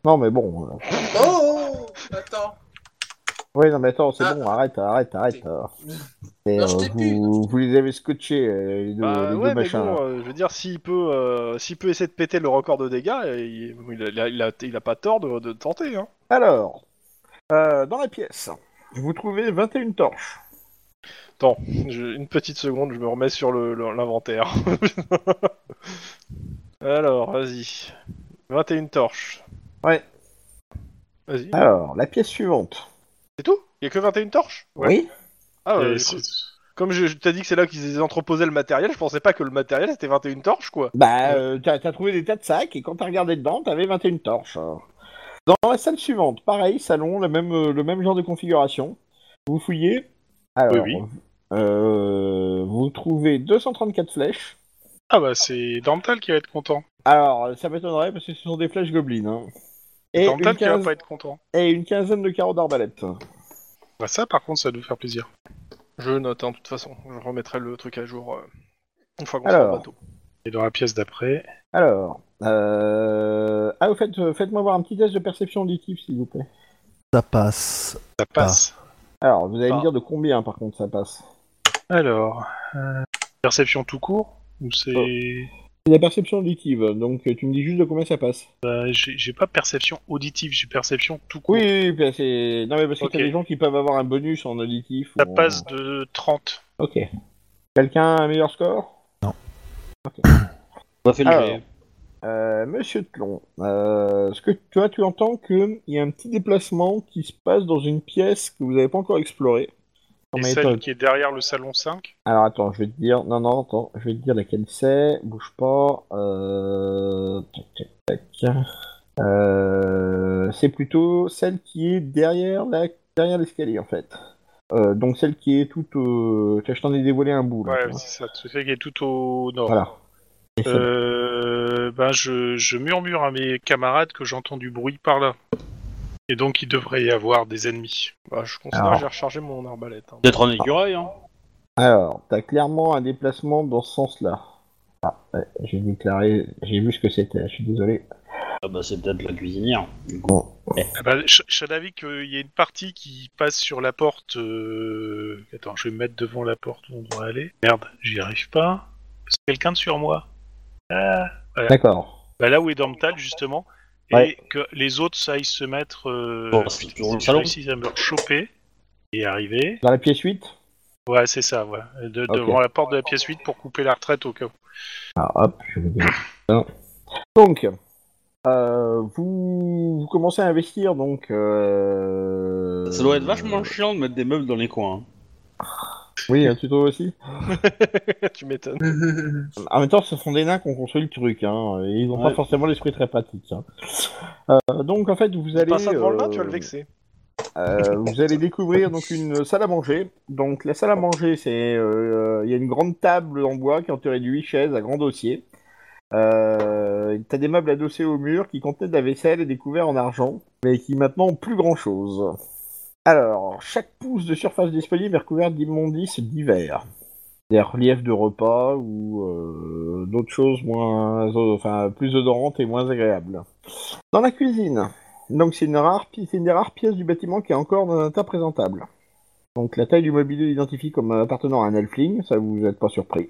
B: Non, mais bon... euh,
E: Oh *laughs* Attends.
B: Ouais, non, mais attends, c'est
E: Ah.
B: bon, arrête, arrête, arrête.
E: Ok.
B: euh. Et,
E: Non, je
B: euh,
E: t'ai plus.
B: vous, vous les avez scotchés, euh, les deux,
F: Bah,
B: les deux
F: ouais, mais
B: machins.
F: bon, euh, je veux dire, s'il peut, euh, s'il peut essayer de péter le record de dégâts, euh, il, il a, il a- il a- il a pas tort de, de tenter. Hein.
B: Alors, euh, dans la pièce, vous trouvez 21 torches.
F: Je- une petite seconde, je me remets sur le- le- l'inventaire. *laughs* Alors, vas-y. 21 torches.
B: Ouais.
F: Vas-y.
B: Alors, la pièce suivante.
F: C'est tout Il y a que 21 torches
B: Oui
F: Ah,
C: Et
F: ouais,
C: c'est-
F: Comme je, je t'ai dit que c'est là qu'ils entreposaient le matériel, je pensais pas que le matériel c'était 21 torches quoi.
B: Bah, euh, t'as t'as trouvé des tas de sacs et quand t'as regardé dedans, t'avais 21 torches. hein. Dans la salle suivante, pareil, salon, le même, euh, le même genre de configuration. Vous fouillez. Alors,
C: Oui, oui.
B: euh, vous trouvez 234 flèches.
C: Ah bah c'est Dantal qui va être content.
B: Alors, ça m'étonnerait parce que ce sont des flèches gobelines. hein. Et, une
C: Dantal qui va
B: quinze-
C: pas être content.
B: et une quinzaine de carreaux d'arbalète.
C: Bah ça par contre ça doit nous faire plaisir.
F: Je note, hein, de toute façon, je remettrai le truc à jour euh, une fois qu'on
B: Alors.
F: sera en bateau.
C: Et dans la pièce d'après,
B: Alors, euh... ah, au fait, euh, faites-moi voir un petit test de perception auditive, s'il vous plaît.
D: Ça passe.
C: ça passe.
B: Alors, vous allez
F: Ah.
B: me dire de combien, par contre, ça passe.
C: Alors, euh, perception tout court ou c'est
B: C'est la perception auditive, donc euh, tu me dis juste de combien ça passe.
C: Bah, j'ai j'ai pas perception auditive, j'ai perception tout court.
B: Oui, oui, oui, bah, c'est... Non, mais parce que
C: Ok.
B: t'as des gens qui peuvent avoir un bonus en auditif.
C: Ça
B: ou en-
C: passe de 30.
B: Ok. Quelqu'un a un meilleur score
A: On a fait le
B: Alors.
A: jet.
B: Euh, Monsieur Tlon, euh, ce que toi, tu entends qu'il y a un petit déplacement qui se passe dans une pièce que vous n'avez pas encore explorée. Ça
C: Et
B: m'étonne.
C: celle qui est derrière le salon 5
B: Alors attends, je vais te dire. Non, non, attends, je vais te dire laquelle c'est. Bouge pas. Euh... Tac, tac, tac. Euh... C'est plutôt celle qui est derrière la... derrière l'escalier en fait. Euh, donc celle qui est toute. Euh... tiens, Je t'en ai dévoilé un bout. là.
C: Ouais, c'est ça, c'est celle qui est tout au nord.
B: Voilà. Et celle-
C: Euh, euh, ben je, je murmure à mes camarades que j'entends du bruit par là. Et donc il devrait y avoir des ennemis.
F: Bah, je considère
B: Alors.
F: que j'ai rechargé mon arbalète. hein.
A: Peut-être un écureuil, hein.
B: Alors, t'as clairement un déplacement dans ce sens-là. Ah, ouais, j'ai déclaré, j'ai vu ce que c'était, je suis désolé.
A: Ah bah c'est peut-être la cuisinière. du coup.
B: Bon,
C: Ah ben, Sh- Shadavik, euh, il y a une partie qui passe sur la porte. euh, Attends, je vais me mettre devant la porte où on doit aller. Merde, j'y arrive pas. C'est quelqu'un de sur moi. Ah.
B: d'accord.
C: Bah, là où est Dormtal, justement. Et
B: Ouais.
C: que les autres ça aillent se mettre. Euh,
A: Bon, c'est toujours le
C: si je
A: salon.
C: réussis à me choper et arriver.
B: Dans la pièce 8
C: Ouais, c'est ça, voilà. De-
B: Ok.
C: Devant la porte de la pièce 8 pour couper la retraite au cas où.
B: Ah, hop, je vous dis. ça. Donc, euh, vous, vous commencez à investir, donc... euh,
A: Ça doit être vachement chiant de mettre des meubles dans les coins. hein.
B: Oui, tu trouves aussi
F: tu m'étonnes.
B: En même temps, ce sont des nains qui ont construit le truc, hein, et ils n'ont
A: Ouais.
B: pas forcément l'esprit très pratique. hein. Euh, donc, en fait, vous allez...
F: Pas ça devant le nain,
B: euh,
F: tu vas le vexer.
B: Euh, vous allez découvrir donc une salle à manger. Donc la salle à manger, c'est euh, il y a une grande table en bois qui est entourée de huit chaises à grand dossier. Euh, T'as des meubles adossés au mur qui contenaient de la vaisselle et des couverts en argent, mais qui maintenant ont plus grand chose. Alors chaque pouce de surface disponible est recouverte d'immondices divers, des reliefs de repas ou euh, d'autres choses moins, enfin plus odorantes et moins agréables. Dans la cuisine. Donc c'est une, rare, pi- c'est une des rares pièces du bâtiment qui est encore dans un état présentable. Donc la taille du mobilier identifie comme euh, appartenant à un elfling, ça vous êtes pas surpris.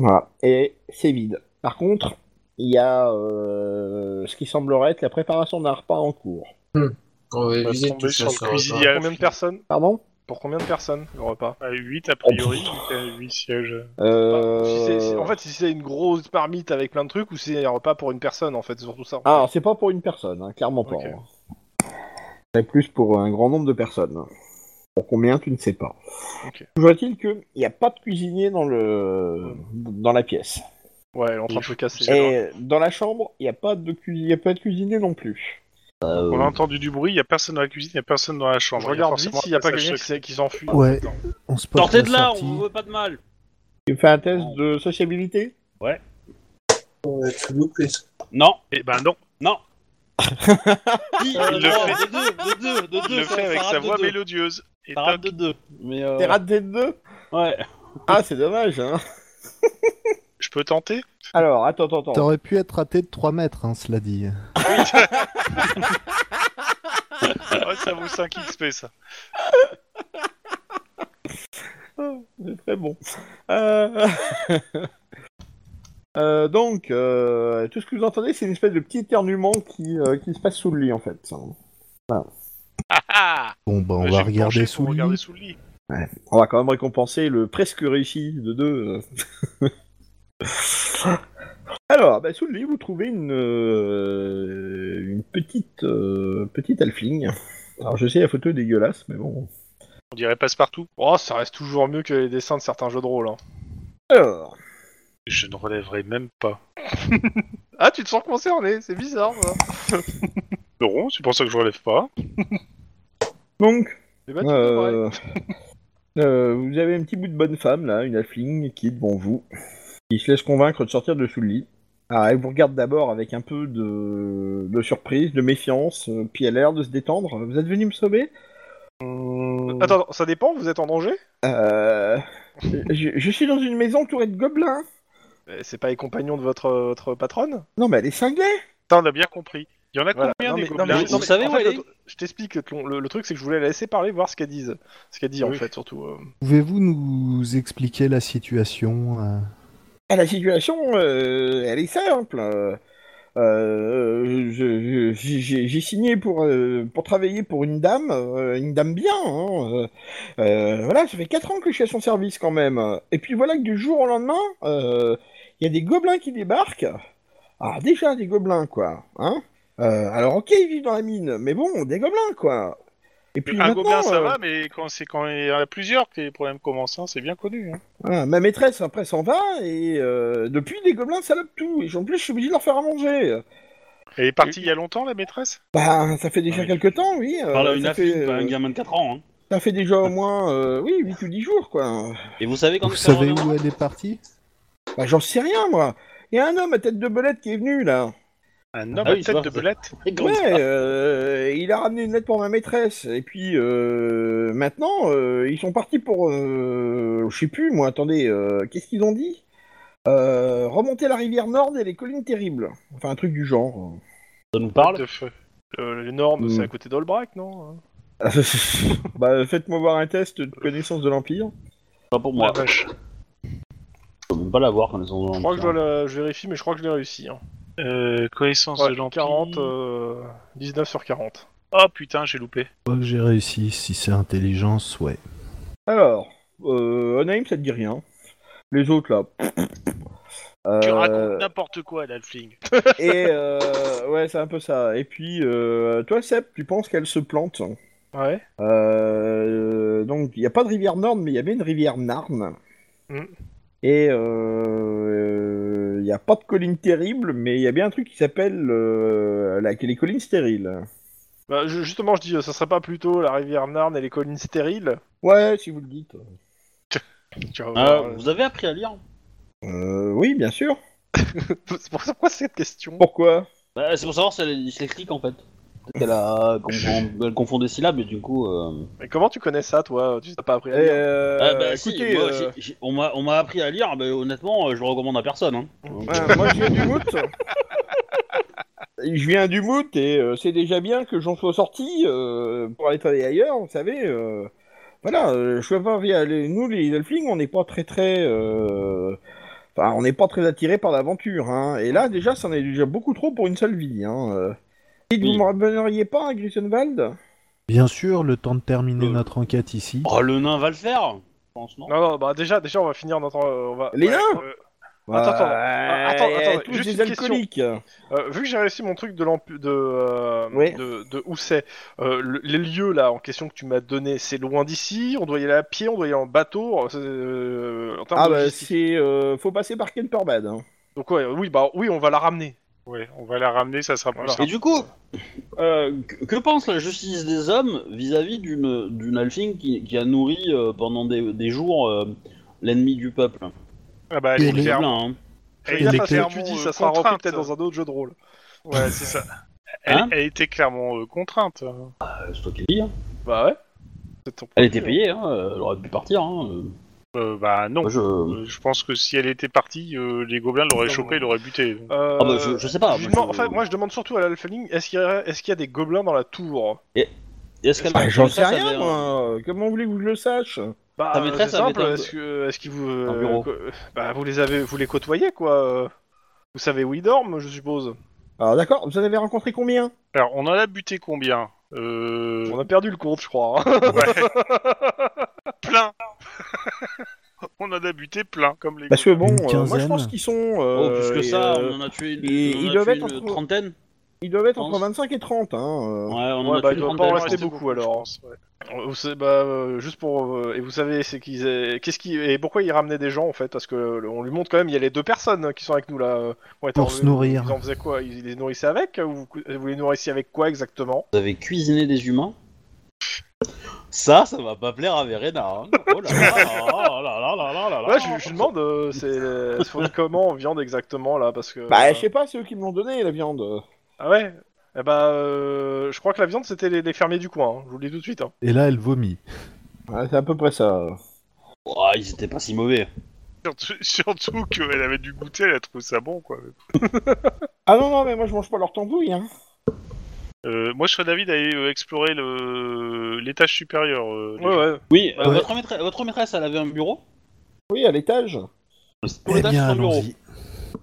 B: Voilà, et c'est vide. Par contre, il y a euh, ce qui semblerait être la préparation d'un repas en cours.
E: On va
C: On va
E: éviter
C: tomber
E: tout ça.
C: sur
E: ça
C: le
E: va
C: cuisinier.
E: pas.
C: a-
F: Combien de personnes
B: Pardon
F: Pour combien de personnes le repas
C: À 8 Bah, a priori, 8 sièges.
B: euh...
F: Si c'est- si- En fait, si c'est une grosse marmite avec plein de trucs ou si c'est un repas pour une personne, en fait, c'est surtout ça.
B: Alors, ah, c'est pas pour une personne, hein, clairement pas.
F: Ok.
B: hein. C'est plus pour un grand nombre de personnes. Pour combien, tu ne sais pas.
F: Ok.
B: Toujours est-il qu'il n'y a pas de cuisinier dans, le... dans la pièce.
F: Ouais, elle est en train de se casser.
B: Et dans la chambre, il n'y a pas de cuisine, il a pas de cuisinier non plus.
A: Bah, euh,
C: On a entendu du bruit, il n'y a personne dans la cuisine, il n'y a personne dans la chambre.
F: Je
C: Il y a
F: regarde
C: forcément
F: vite s'il n'y a pas
C: passage
F: quelqu'un qui
C: secret.
F: s'est- qui s'enfuit.
D: Ouais. On se porte
A: Sortez
D: la
A: de là,
D: sortie.
A: on veut pas de mal.
B: Tu me fais un test de sociabilité
E: On va tout louper.
A: Non,
C: Eh ben non,
A: *laughs* non. Il
C: le fait.
A: Euh, de deux, de deux, de
C: il
A: deux.
C: le
A: ça-
C: fait
A: ça
C: avec
A: rate
C: sa
A: de
C: voix
A: deux.
C: mélodieuse. Et
A: Ça
C: toc.
A: rate de deux. Mais euh,
B: T'es raté de deux
A: ouais.
B: Ah, c'est dommage, hein
C: je peux tenter
B: Alors, attends, attends, attends.
D: T'aurais pu être raté de 3 mètres, hein, cela dit.
C: Ouais, ça vaut 5 XP ça.
B: Ah, C'est très bon. Euh... *laughs* Euh, donc, euh, tout ce que vous entendez, c'est une espèce de petit éternuement qui, euh, qui se passe sous le lit, en fait.
C: Ah
D: Bon, bah, on
C: J'ai
D: va
C: penché
D: regarder
C: pour
D: sous le
C: regarder
D: lit.
C: sous le lit.
B: On va quand même récompenser le presque réussi de deux. euh. *laughs* Alors, bah, sous le lit, vous trouvez une, euh, une petite, euh, petite halfling. Alors, je sais, la photo est dégueulasse, mais bon.
C: On dirait passe-partout.
F: Oh, ça reste toujours mieux que les dessins de certains jeux de rôle. hein.
B: Alors,
C: Je ne relèverai même pas.
F: Ah, tu te sens concerné, c'est bizarre. Ça.
C: Non, c'est pour ça que je relève pas.
B: donc,
F: Eh ben, tu devrais.
B: euh, *laughs* euh, vous avez un petit bout de bonne femme, là, une halfling qui est devant vous, qui se laisse convaincre de sortir de sous le lit. Alors, elle vous regarde d'abord avec un peu de, de surprise, de méfiance, euh, puis elle a l'air de se détendre. Vous êtes venu me sauver
F: Attends, attends, ça dépend, vous êtes en danger
B: Euh, je, je suis dans une maison entourée de gobelins.
F: Eh, C'est pas les compagnons de votre, votre patronne
B: Non, mais elle est cinglée.
C: Ça, on a bien compris. Il y en a
F: Voilà.
C: combien
F: Non,
C: des
F: mais- non,
C: gobelins
F: mais-
A: Vous
F: non, mais
A: savez
F: en
A: où
F: fait,
A: elle est
F: le tr- Je t'explique, Tlon, le, le truc c'est que je voulais la laisser parler, voir ce qu'elle dise. Ce qu'elle dit en
C: Oui.
F: fait, surtout. euh.
D: Pouvez-vous nous expliquer la situation euh
B: Ah, La situation, euh, elle est simple. Euh, euh, je- je- J'ai j'ai signé pour, euh, pour travailler pour une dame, euh, une dame bien. hein, euh, euh, voilà, ça fait 4 ans que je suis à son service quand même. Et puis voilà que du jour au lendemain, euh, il y a des gobelins qui débarquent. Ah, déjà des gobelins, quoi. Hein Euh, alors, ok, ils vivent dans la mine, mais bon, des gobelins, quoi. Et puis
C: Un
B: maintenant,
C: gobelin ça
B: euh,
C: va, mais quand c'est quand il y en a plusieurs que les problèmes commencent, hein, c'est bien connu. hein.
B: Voilà, ma maîtresse après s'en va et euh, depuis les gobelins salopent tout et en plus je suis obligé de leur faire à manger.
C: Elle est partie il y a longtemps la maîtresse
B: Bah ça fait déjà
A: Ouais.
B: quelques temps oui. euh,
A: Ah Parle à une
B: ça,
A: affiche,
B: fait,
A: pas un
B: euh,
A: gamin de 4 ans. hein.
B: ça fait déjà au moins euh, oui 8 ou 10 jours quoi.
A: Et vous savez quand
D: Vous
A: ça
D: savez
A: revient
D: où elle est partie
B: Bah j'en sais rien moi. Il y a un homme à tête de belette qui est venu là.
C: Un homme
A: Ah oui,
C: à
A: c'est
C: tête
A: vrai,
C: de
A: ça.
C: belette
B: Ouais, euh, il a ramené une lettre pour ma maîtresse. Et puis euh, maintenant, euh, ils sont partis pour, euh, je sais plus, moi. Attendez, euh, qu'est-ce qu'ils ont dit Euh, Remonter la rivière Nord et les collines terribles. Enfin, un truc du genre. euh.
A: Ça nous parle
C: de feu.
F: Le- les normes,
B: Mm.
F: c'est à côté d'Olbrac, non hein.
B: *laughs* bah, faites-moi voir un test de connaissance de l'Empire.
A: Pas pour
C: La
A: moi.
C: vache.
A: Je peux même pas l'avoir quand ils sont dans
F: Je crois que je dois la... je vérifie, mais je crois que je l'ai réussi. Hein.
C: Euh, connaissance
F: Ouais,
C: de l'Empire.
F: 40, euh, 19 sur 40.
C: Oh putain, j'ai loupé.
D: Je crois que j'ai réussi, si c'est intelligence, ouais.
B: Alors, euh, Onaim, ça te dit rien. Les autres là.
C: Tu
B: Euh,
C: racontes n'importe quoi, l'Alfling.
B: et euh, ouais, c'est un peu ça. Et puis, euh, toi, Seb, tu penses qu'elle se plante
F: Ouais.
B: Euh, donc, il n'y a pas de rivière Norne, mais il y a bien une rivière Narne.
F: Mm.
B: Et euh, il n'y a pas de colline terrible, mais il y a bien un truc qui s'appelle euh, la- les collines stériles.
F: Bah, je- justement, je dis, euh, ça serait pas plutôt la rivière Narne et les collines stériles
B: Ouais, si vous le dites.
F: Tu vas
A: Euh,
F: voir, euh,
A: vous avez appris à lire
B: Euh, oui, bien sûr.
F: C'est pour ça pourquoi cette question
B: Pourquoi
A: Bah, C'est pour savoir si elle est dyslexique en fait. Peut-être qu'elle a- *laughs* confond- elle confond des syllabes et du coup. euh,
F: Mais comment tu connais ça, toi Tu t'as pas appris à lire
B: Euh,
A: Ah bah
B: écoutez,
A: si, moi,
B: euh,
A: j'ai- j'ai- on m'a on m'a appris à lire, mais honnêtement, euh, je le recommande à personne. hein. Donc, euh,
B: Ouais, moi je viens du Mout. Je viens du Mout et euh, c'est déjà bien que j'en sois sorti euh, pour aller travailler ailleurs, vous savez. euh, voilà, euh, je peux pas via les- nous les Elflings, on n'est pas très très, euh, enfin on n'est pas très attirés par l'aventure. Hein. Et là déjà, ça en est déjà beaucoup trop pour une seule vie. Hein. euh. Et
A: Oui.
B: vous me ramèneriez pas hein, à Grisonwald
D: Bien sûr, le temps de terminer
A: Euh.
D: notre enquête ici.
A: Oh, le nain va le faire Je pense, non
F: Non, non, bah déjà, déjà, on va finir notre. euh, on va...
B: Les
F: ouais,
B: nains
F: euh, Attends, attends,
B: Ouais,
F: attends, attends,
B: tous
F: juste
B: des
F: une question.
B: alcooliques.
F: euh, vu que j'ai réussi mon truc de l'amp- de, euh,
B: Ouais.
F: de de où c'est, euh, le- les lieux là en question que tu m'as donné, c'est loin d'ici. On doit y aller à pied, on doit y aller en bateau. euh, en termes
B: Ah
F: de
B: bah
F: logistique.
B: c'est, euh, faut passer par Kenperbad. Hein.
F: Donc ouais, oui, bah oui, on va la ramener.
C: Ouais, on va la ramener, ça sera plus
F: Voilà.
A: Et
C: simple.
A: du coup, euh, que que pense la justice des hommes vis-à-vis d'une d'une Alfing qui, qui a nourri euh, pendant des, des jours euh, l'ennemi du peuple
C: Ah bah,
D: Et
C: elle est
D: les-
A: C'est
C: claire.
A: plein, hein.
F: Et
D: Et
F: là,
D: les
F: ça,
D: clés-
F: c'est tu dis, ça
C: euh,
F: sera repris
C: contrainte.
F: peut-être dans un autre jeu de rôle.
C: Ouais, c'est ça. Elle,
A: Hein
C: elle était clairement euh, contrainte.
A: Euh, c'est toi qui le dis, hein.
F: Bah ouais. C'est ton
A: Elle
F: point de
A: était
F: vue,
A: payée, hein, euh, elle aurait pu partir. hein, euh.
C: Euh, bah non.
A: Moi, je...
C: Euh, Je pense que si elle était partie, euh, les gobelins l'auraient
F: Non,
C: chopée,
F: ouais.
C: l'auraient butée.
F: hein. Euh,
A: Ah bah, je- je sais pas,
F: je
A: moi,
F: demande-
A: je-
F: En fait, moi je demande surtout à l'Alpheling, est-ce qu'il y, a- est-ce qu'il y a des gobelins dans la tour hein
A: Est-ce qu'elle
B: Bah,
A: sa
B: J'en sais
A: maîtresse avait
B: rien,
A: un-
B: moi. Comment voulez-vous que je le sache
F: Bah,
A: Ta
F: euh,
A: maîtresse
F: c'est
A: avait
F: simple.
A: un-
F: Est-ce que, est-ce qu'ils vous, euh,
A: bureau.
F: co- euh, bah, vous les avez, vous les côtoyez quoi euh, Vous savez où ils dorment, je suppose.
B: Alors d'accord, vous en avez rencontré combien
C: Alors, on en a buté combien euh...
F: On a perdu le compte, je crois. hein.
C: Plein On en a buté plein, comme les
B: Parce que bon,
D: Une
B: euh, moi je
D: quinzaine.
B: pense qu'ils sont...
A: Oh,
B: euh,
A: plus que
B: et,
A: ça,
B: euh,
A: on en a tué une,
B: et-
A: on en
B: ils
A: a
B: doivent
A: tué
B: être
A: une
B: entre-
A: trentaine.
B: ils doivent être
A: pense.
B: entre 25 et 30. Hein, euh.
A: Ouais, on en
F: Ouais,
A: a
F: bah,
A: tué
F: il
A: une
F: doit pas en
A: trentaine.
F: rester beaucoup, alors.
C: pense, ouais.
F: On- vous savez, bah, euh, juste pour euh, et vous savez c'est qu'ils aient- qu'est-ce qui et pourquoi ils ramenaient des gens en fait parce que le- on lui montre quand même il y a les deux personnes hein, qui sont avec nous là. euh, qui ont été
D: Pour
F: en-
D: se nourrir.
F: Ils en faisaient quoi Ils les nourrissaient avec ou vous, cou- vous les nourrissiez avec quoi exactement
A: Vous avez cuisiné des humains Ça, ça va pas plaire à Verena. hein. Oh là là, oh là là là là là là.
C: Bah,
F: Ouais, je, je lui demande euh, c'est c'est
C: *laughs*
F: fourni comment en viande exactement là parce que
B: Bah
F: euh,
B: je sais pas, c'est eux qui me l'ont donné la viande.
F: ah ouais. Eh bah, euh, je crois que la viande c'était les, les fermiers du coin. hein, je vous le dis tout de suite. hein.
D: Et là, elle vomit.
B: Ouais, c'est à peu près ça.
A: Oh, ils étaient pas si mauvais.
C: Surtout, surtout *laughs* qu'elle avait dû goûter, elle a trouvé ça bon, quoi.
B: Ah non, non, mais moi je mange pas leur tambouille. Hein.
C: Euh, moi, je serais d'avis d'aller euh, explorer le... l'étage supérieur. euh,
F: Ouais,
C: déjà.
F: ouais.
A: Oui, euh,
D: Ouais.
A: votre, maîtresse, votre maîtresse, elle avait un bureau
B: Oui, à l'étage.
A: Tous les
D: eh
A: dates
D: bien,
A: sont bureau.
D: allons-y.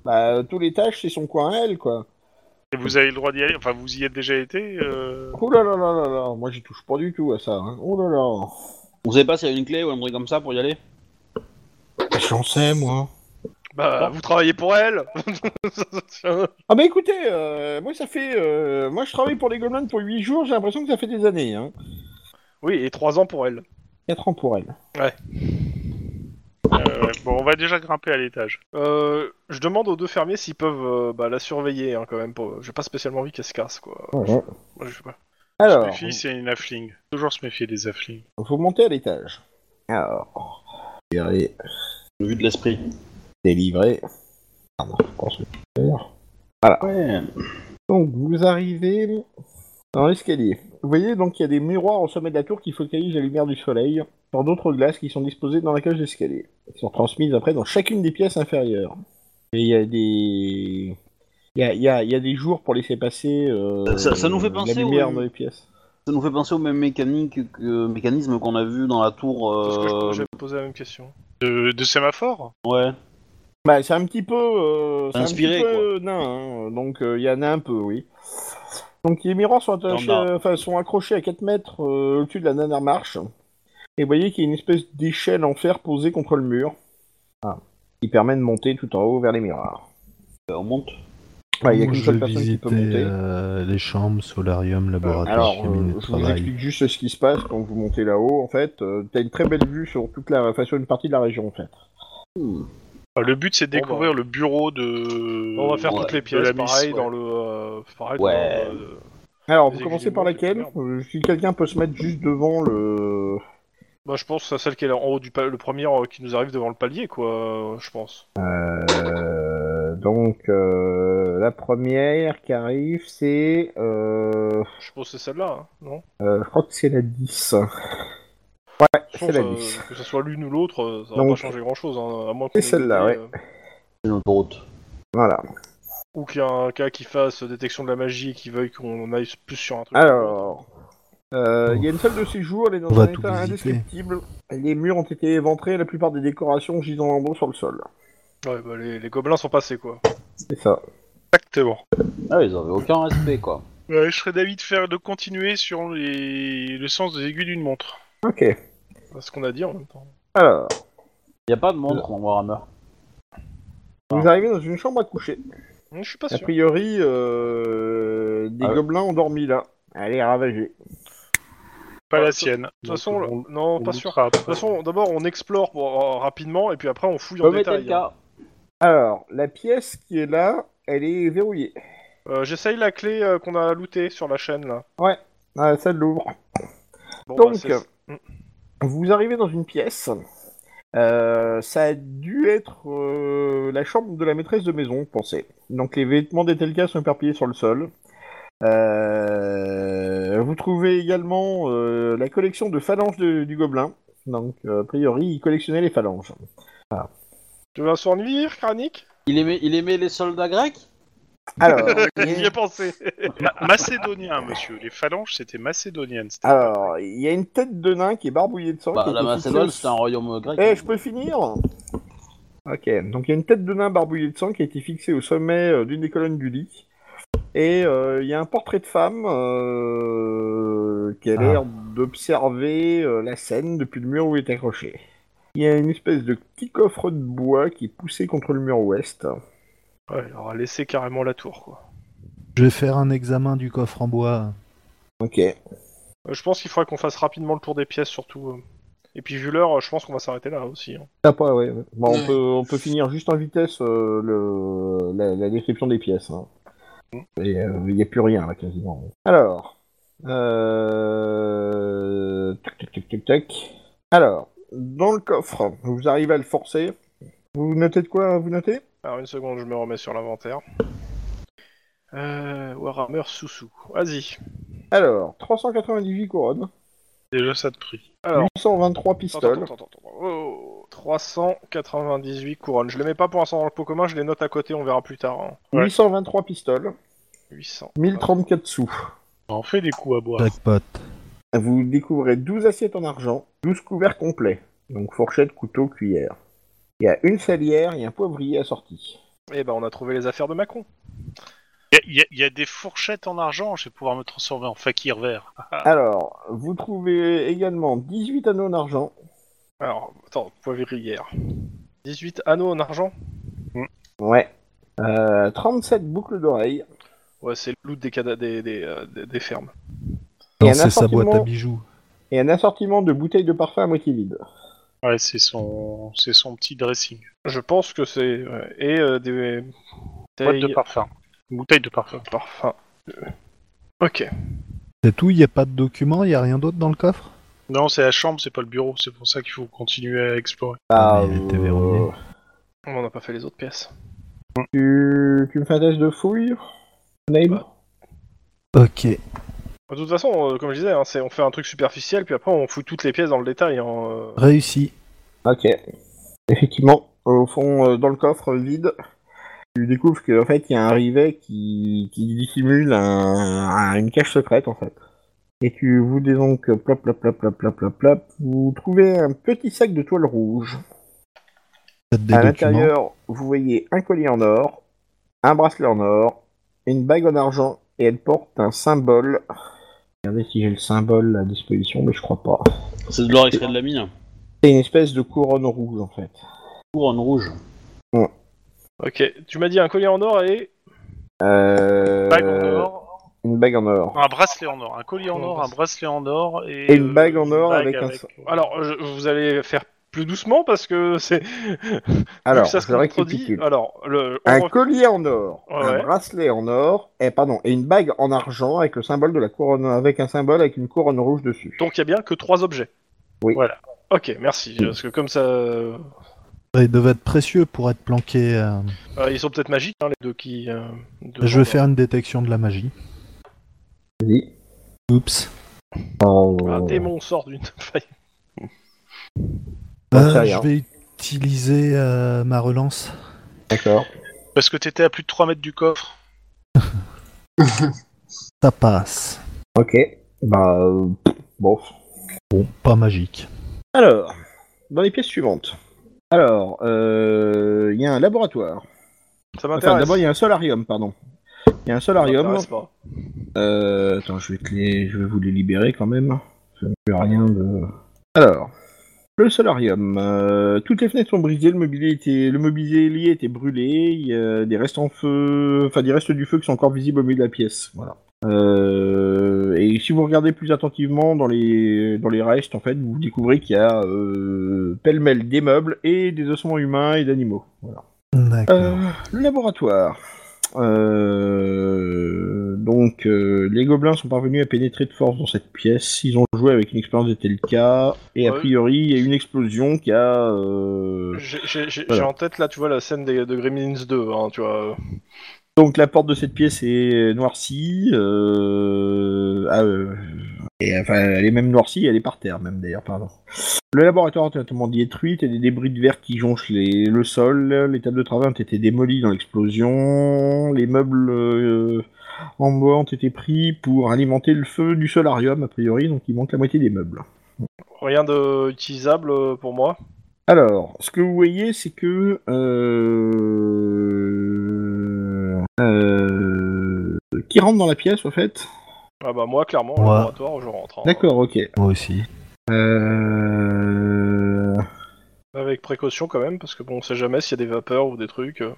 B: Bah tous l'étage c'est son coin à elle, quoi.
C: Et vous avez le droit d'y aller, enfin, vous y êtes déjà été euh,
B: Oh là là là là là, moi j'y touche pas du tout à ça. Hein. Oh là là.
A: Vous savez pas s'il y a une clé ou un truc comme ça pour y aller
B: J'en sais, moi.
F: Bah, vous travaillez pour elle.
B: Ah bah écoutez, euh, moi ça fait... euh, moi je travaille pour les Goblins pour 8 jours, j'ai l'impression que ça fait des années. Hein.
F: oui, et trois ans pour elle.
B: 4 ans pour elle.
C: euh, Bon, on va déjà grimper à l'étage.
F: Euh, je demande aux deux fermiers s'ils peuvent euh, bah, la surveiller hein, quand même. Pour... J'ai pas spécialement envie qu'elle se casse quoi.
B: Ouais.
F: Moi, je sais pas.
C: Alors,
B: Alors...
C: se méfie, c'est une affling. Toujours se méfier des afflings.
B: Faut monter à l'étage. Alors, je dirais
A: Vu de l'esprit.
B: délivrer.
A: Ouais.
B: Donc vous arrivez dans l'escalier. Vous voyez donc il y a des miroirs au sommet de la tour qui focalisent la lumière du soleil sur d'autres glaces qui sont disposées dans la cage d'escalier. Elles sont transmises après dans chacune des pièces inférieures. Et il y a des... Il y a, il y a- il y a des jours pour laisser passer euh,
A: Ça- ça nous fait
B: la
A: penser
B: lumière
A: au-
B: dans les pièces.
A: Ça nous fait penser au même mécanique que, euh, mécanisme qu'on a vu dans la tour.
F: Parce que je-
A: euh,
F: j'avais posé la même question.
C: De, de sémaphore
A: Ouais.
B: Bah, c'est un petit peu... euh, c'est un
A: Inspiré,
B: petit peu, euh, nain, hein. donc euh, il y en a un peu, oui. Donc les miroirs sont, attachés,
A: Standard.
B: euh, enfin, sont accrochés à 4 mètres euh, au-dessus de la dernière marche. Et vous voyez qu'il y a une espèce d'échelle en fer posée contre le mur. Ah. Qui permet de monter tout en haut vers les miroirs.
A: Euh, on monte.
B: Ouais, Ah, il y a
D: Moi,
B: qu'une
D: je
B: seule personne qui
D: visitais
B: peut monter.
D: euh, les chambres, solarium, laboratoire,
B: Alors,
D: cabinet
B: euh,
D: de
B: je vous
D: travail.
B: explique juste ce qui se passe quand vous montez là-haut. En fait, euh, t'as une très belle vue sur toute la, enfin, sur une partie de la région, en fait.
A: Hmm.
C: Bah, Le but, c'est de
F: Bon,
C: découvrir le bureau de...
F: on va faire
A: ouais,
F: toutes les
C: de
F: pièces
C: la
F: pareil
C: miss, ouais.
F: dans le. euh, pareil
A: Ouais.
F: dans euh, le-
B: Alors, vous
F: Les
B: commencez par
F: aiguilles du
B: laquelle
F: monde,
B: Euh, Si quelqu'un peut se mettre juste devant le.
F: Bah, je pense à celle qui est en haut du pal- le premier euh, qui nous arrive devant le palier, quoi, euh, je pense.
B: Euh, donc, euh, la première qui arrive, c'est. euh,
F: Je pense que c'est celle-là, hein, non
B: euh, je crois que c'est la 10. Ouais,
F: De toute
B: c'est la
F: façon,
B: 10.
F: ça- Que ce soit l'une ou l'autre, euh, ça va
B: Donc,
F: pas changer grand-chose, hein, à moins
B: c'est
F: qu'on ait
B: celle-là,
F: oublié, euh,
A: C'est notre route.
B: Voilà.
F: Ou qu'il y a un cas qui fasse détection de la magie et qui veuille qu'on aille plus sur un truc.
B: Alors, euh, il y a une salle de séjour, elle est dans
D: On va
B: un
D: tout
B: état
D: visiter.
B: indescriptible. Les murs ont été éventrés, la plupart des décorations gisant en sur le sol.
F: Ouais, bah, les, les gobelins sont passés, quoi.
B: C'est ça.
C: Exactement.
A: Ah, ils avaient aucun respect, quoi.
C: Ouais, je serais d'avis de, faire, de continuer sur les- le sens des aiguilles d'une montre.
B: Ok.
F: C'est Bah, ce qu'on a dit en même temps.
B: Alors,
A: Y a pas de montre dans Warhammer. Ah.
B: vous arrivez dans une chambre à coucher.
F: Hum, Je suis pas
B: A
F: sûr.
B: priori, euh, des
A: Ah ouais.
B: gobelins ont dormi là. Elle est ravagée.
C: Pas
F: Ouais,
C: la
F: ça-
C: sienne.
F: De toute Bah, façon,
C: on-
F: le- non,
C: on
F: pas sûr.
C: lootera après.
F: De toute façon, d'abord on explore pour- euh, rapidement et puis après on fouille en
A: Comme était
F: détail.
A: le cas.
B: Alors, la pièce qui est là, elle est verrouillée.
F: Euh, J'essaye la clé euh, qu'on a lootée sur la chaîne là.
B: Ah, ça l'ouvre.
F: Bon, bah,
B: Donc,
F: c'est-
B: Vous arrivez dans une pièce. Euh, ça a dû être euh, la chambre de la maîtresse de maison, pensez. Donc les vêtements d'Etelka sont éparpillés sur le sol. Euh, vous trouvez également euh, la collection de phalanges de- du gobelin. Donc euh, a priori, il collectionnait les phalanges.
F: tu veux un
C: *laughs*
F: sournuir, Kranik
A: Il aimait, il aimait les soldats grecs *laughs*
B: Alors,
F: J'y ai pensé.
C: Ma- macédonien, monsieur. Les phalanges, c'était macédonienne. c'était-
B: alors, il y a une tête de nain qui est barbouillée de sang.
A: Bah,
B: qui a
A: la
B: été fixée
A: Macédoine,
B: au-
A: c'était un royaume euh, grec.
B: Eh, je peux finir Ok, donc il y a une tête de nain barbouillée de sang qui a été fixée au sommet euh, d'une des colonnes du lit. Et euh, il y a un portrait de femme euh, qui a
D: Ah.
B: l'air d'observer euh, la scène depuis le mur où il est accroché. Il y a une espèce de petit coffre de bois qui est poussé contre le mur ouest.
F: Ouais, il aura laissé carrément la tour quoi.
D: Je vais faire un examen du coffre en bois.
B: Ok.
F: Euh, je pense qu'il faudrait qu'on fasse rapidement le tour des pièces surtout. euh. Et puis vu l'heure, euh, je pense qu'on va s'arrêter là aussi. hein.
B: Ah, pas, ouais. ouais. Bon,
E: Ouais.
B: on, peut, on peut finir juste en vitesse euh, le, la, la description des pièces. hein. Et euh, il n'y a plus rien là quasiment. Alors. Euh... Tac, tac, tac, tac, tac. Alors, dans le coffre, vous arrivez à le forcer. Vous notez de quoi Vous notez
F: Alors une seconde, je me remets sur l'inventaire. Euh, Warhammer Soussou. Vas-y.
B: Alors, 398 couronnes,
C: Déjà, ça te prie.
F: Alors.
B: 823
F: Attends,
B: pistoles.
F: attends, attends, attends. Oh, 398 couronnes. Je les mets pas pour l'instant dans le pot commun, je les note à côté, on verra plus tard. hein.
C: ouais.
B: 823 pistoles,
F: 800.
B: 1034 sous.
C: On fait des coups à boire.
D: Jackpot.
B: Vous découvrez 12 assiettes en argent, 12 couverts complets, donc fourchette, couteau, cuillère. Il y a une salière et un poivrier assorti.
F: Eh ben, on a trouvé les affaires de Macron.
C: Il y, a- y a des fourchettes en argent, je vais pouvoir me transformer en fakir vert.
B: Alors, vous trouvez également 18 anneaux en argent.
F: Alors, attends, poivrière. 18 anneaux en argent
B: Ouais. Euh, 37 boucles d'oreilles.
F: Ouais, c'est le loot des, cada- des, des, euh, des- des fermes.
B: Il y a
D: Non,
B: un
D: c'est sa boîte à
B: assortiment-
D: bijoux.
B: Et un assortiment de bouteilles de parfum à moitié vide.
C: Ouais, c'est son, c'est son petit dressing.
F: Je pense que c'est. ouais. Et euh, des.
C: Boîte de
F: bouteilles-
C: parfum. Une bouteille de parfum.
F: parfum. Euh, Ok.
D: C'est tout, il n'y a pas de documents, il n'y a rien d'autre dans le coffre
C: Non, c'est la chambre, c'est pas le bureau, c'est pour ça qu'il faut continuer à explorer.
D: Ah, mais elle était verrouillée.
F: On n'a pas fait les autres pièces.
B: Tu, tu me fais un test de fouille, Naïm
D: Ok.
F: De toute façon, euh, comme je disais, hein, c'est- on fait un truc superficiel, puis après on fout toutes les pièces dans le détail. hein, euh.
D: Réussi.
B: Ok. Effectivement, au fond, euh, dans le coffre vide, tu découvres qu'en fait, il y a un rivet qui, qui dissimule un- un- une cache secrète, en fait. Et tu vous dis donc, euh, plop, plop, plop, plop, plop, plop, plop, vous trouvez un petit sac de toile rouge.
D: Peut-être des
B: à
D: documents.
B: l'intérieur, vous voyez un collier en or, un bracelet en or, une bague en argent, et elle porte un symbole. Regardez si j'ai le symbole à disposition, mais je crois pas.
A: C'est de l'or extrait de la mine.
B: C'est une espèce de couronne rouge, en fait.
A: Couronne rouge.
F: Ok, tu m'as dit un collier en or et.
B: Euh...
C: Bague en or,
B: Une bague en or.
C: un bracelet en or, un collier en or, un bracelet en or et,
B: Et une
C: euh,
B: bague en or
C: bague
B: avec un so-
F: Alors, je- vous allez faire plus doucement parce que c'est. *laughs*
B: Alors,
F: Vu que ça se
B: je
F: contredit,
B: récapitule.
F: Alors, le. on
B: Un
F: ref-
B: collier en or, un
F: Ouais.
B: bracelet en or, et pardon, et une bague en argent avec le symbole de la couronne, avec un symbole avec une couronne rouge dessus.
F: Donc il y a bien que trois objets.
B: Oui.
F: Voilà. Ok, merci. Parce que comme ça, euh,
D: Ils doivent être précieux pour être planqués. euh.
F: euh, ils sont peut-être magiques, hein, les deux qui. euh, deux
D: Je vais
F: endroits.
D: faire une détection de la magie.
B: Vas-y.
D: Oups.
B: Oh.
F: Un démon sort d'une *laughs* faille.
B: J'en sais
D: Euh,
B: rien.
D: je vais utiliser euh, ma relance.
B: D'accord.
C: Parce que t'étais à plus de 3 mètres du coffre.
D: Ça passe.
B: Ok. Bah, euh, bon.
D: Bon, pas magique.
B: Alors, dans les pièces suivantes. Alors, euh, il y a un laboratoire.
F: Ça
B: Enfin,
F: m'intéresse.
B: d'abord, il y a un solarium, pardon. Il y a un
F: Ça
B: solarium.
F: m'intéresse pas.
B: Euh, attends, je vais, te les... je vais vous les libérer quand même. Ça ne fait rien de. Alors, le solarium. euh, toutes les fenêtres sont brisées, le mobilier était, le mobilier était brûlé. Il y a des restes en feu, enfin des restes du feu qui sont encore visibles au milieu de la pièce. Voilà. Euh, et si vous regardez plus attentivement dans les dans les restes, en fait, vous découvrez qu'il y a euh, pêle-mêle des meubles et des ossements humains et d'animaux. Voilà.
D: D'accord.
B: Euh, le laboratoire. Euh, donc, euh, les gobelins sont parvenus à pénétrer de force dans cette pièce. Ils ont joué avec une expérience était le cas. Et a
F: Ouais.
B: priori, il y a une explosion qui a. euh,
F: J'ai- J'ai j'ai-
B: Voilà.
F: j'ai en tête là, tu vois, la scène des- de Gremlins 2, hein, tu vois. euh,
B: Donc, la porte de cette pièce est noircie. euh, ah, euh, et, enfin, elle est même noircie, elle est par terre, même d'ailleurs, pardon. Le laboratoire a été totalement détruit, il y a des débris de verre qui jonchent les- le sol, les tables de travail ont été démolies dans l'explosion, les meubles euh, en bois ont été pris pour alimenter le feu du solarium, a priori, donc il manque la moitié des meubles.
F: Rien de utilisable euh, pour moi.
B: Alors, ce que vous voyez, c'est que... Euh... euh, Qui rentre dans la pièce, en fait
F: Ah bah moi, clairement, au
D: Ouais.
F: laboratoire, je rentre. hein.
B: D'accord, ok.
D: Moi aussi.
B: Euh...
F: Avec précaution quand même, parce que bon, on sait jamais s'il y a des vapeurs ou des trucs. euh.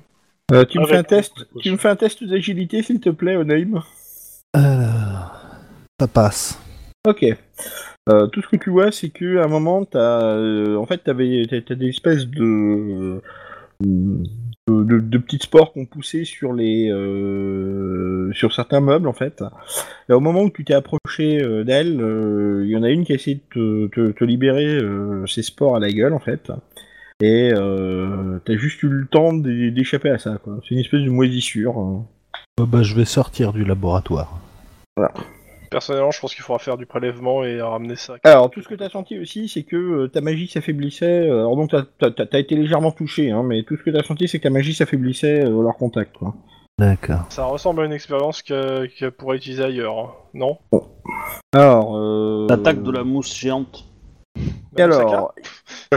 B: euh, tu, me
C: Avec
B: fais un test,
C: précaution.
B: tu me fais un test d'agilité, s'il te plaît, Onaim
D: Alors, ça passe.
B: Ok. Euh, tout ce que tu vois, c'est que à un moment, t'as, euh, en fait, t'avais, t'as, t'as des espèces de de, de- de petites spores qu'on poussait sur les euh, sur certains meubles, en fait. Et au moment où tu t'es approché euh, d'elle, euh, il y en a une qui a essayé de te, te- te libérer euh, ses spores à la gueule, en fait. Et euh, t'as juste eu le temps d'é- d'échapper à ça, quoi. C'est une espèce de moisissure. hein.
D: Euh, bah, je vais sortir du laboratoire.
F: Personnellement, je pense qu'il faudra faire du prélèvement et ramener ça.
B: Alors, tout ce que t'as senti aussi, c'est que euh, ta magie s'affaiblissait. euh, Alors, donc, t'as t'as- t'as- t'as été légèrement touché, hein, mais tout ce que t'as senti, c'est que ta magie s'affaiblissait euh, à leur contact. Quoi.
D: D'accord.
F: Ça ressemble à une expérience que, que pourrait utiliser ailleurs, hein. non
B: Alors, euh...
A: L'attaque de la mousse géante.
B: Et
F: Osaka
B: alors,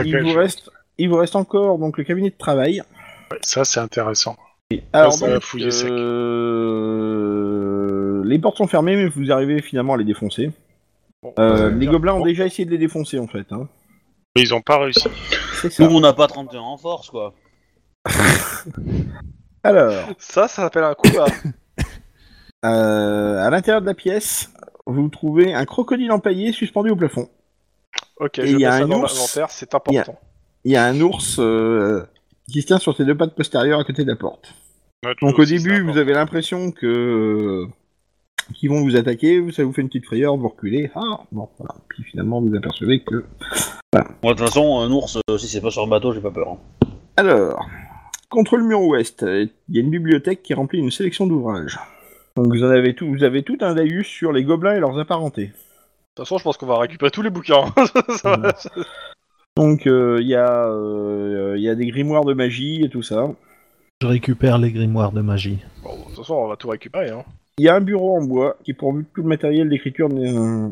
B: il
C: Ok,
B: vous
C: je-
B: reste, il vous reste encore donc le cabinet de travail.
C: Ouais, ça c'est intéressant.
B: Alors,
C: ça va
B: donc,
C: fouiller sec.
B: euh, les portes sont fermées, mais vous arrivez finalement à les défoncer.
F: Bon,
B: Euh,
F: euh,
B: les
F: bien.
B: gobelins ont
F: Bon,
B: déjà essayé de les défoncer en fait. Hein.
C: Mais ils ont pas réussi.
B: C'est
A: Nous,
B: ça.
A: on n'a pas 31 en force, quoi.
B: Alors,
F: Ça, ça s'appelle un coup bas.
B: euh, à l'intérieur de la pièce, vous trouvez un crocodile empaillé suspendu au plafond.
F: *laughs* Ok,
B: Et
F: je
B: il y
F: mets
B: a
F: ça
B: un
F: dans
B: ours.
F: l'inventaire, c'est
B: Il y a-
F: important.
B: il y a un ours euh, qui se tient sur ses deux pattes postérieures à côté de la porte. Donc au début, vous avez l'impression que euh, qu'ils vont vous attaquer, ça vous fait une petite frayeur, vous reculez. Ah, bon, voilà. Puis finalement, vous apercevez que.
A: Moi, de toute façon, un ours, euh, si c'est pas sur un bateau, j'ai pas peur. hein.
B: Alors, Contre le mur ouest, euh, il y a une bibliothèque qui remplit une sélection d'ouvrages. Donc vous en avez tout, vous avez tout un laïus sur les gobelins et leurs apparentés.
F: De toute façon, je pense qu'on va récupérer tous les bouquins. *laughs* hein. Ça va.
B: Donc euh, il y a, euh, il y a des grimoires de magie et tout ça.
D: Je récupère les grimoires de magie.
F: Bon, de toute façon, on va tout récupérer. Hein.
B: Il y a un bureau en bois qui est pourvu de tout le matériel d'écriture. mais, euh,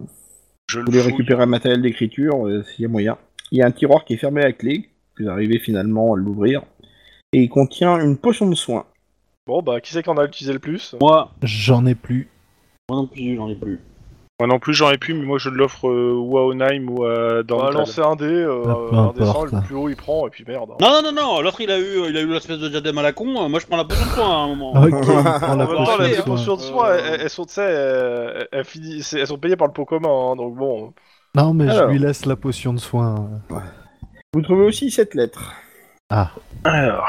C: Je
B: Vous voulez
C: le fouille.
B: récupérer un matériel d'écriture, euh, s'il y a moyen. Il y a un tiroir qui est fermé à clé, vous arrivez finalement à l'ouvrir, et il contient une potion de soin.
F: Bon, bah, qui c'est qu'on a utilisé le plus
A: Moi,
D: J'en ai plus.
A: moi non plus, j'en ai plus.
C: Moi non plus, j'en ai plus, mais moi je l'offre euh, ou à Onaim ou à
F: On
B: bah,
F: va
C: Dormtal.
F: lancer un dé, euh,
D: Ah, peu
F: un dé
D: importe.
F: 100, le plus haut il prend, et puis merde. hein.
A: Non, non, non, non, l'autre il a eu il a eu l'espèce de diadème à la con, euh, moi je prends la potion de soin à un moment.
D: *laughs* Ok, il prend
F: En
D: la
F: même temps,
D: potion de
C: hein.
F: les
D: soin.
F: potions de soin,
A: Euh,
F: elles, elles sont, tu sais, elles, elles finissent- c'est- elles sont payées par le pot commun, hein, donc bon.
D: Non, mais
B: Alors.
D: je lui laisse la potion de soin.
B: Vous trouvez aussi cette lettre. *laughs*
C: Alors,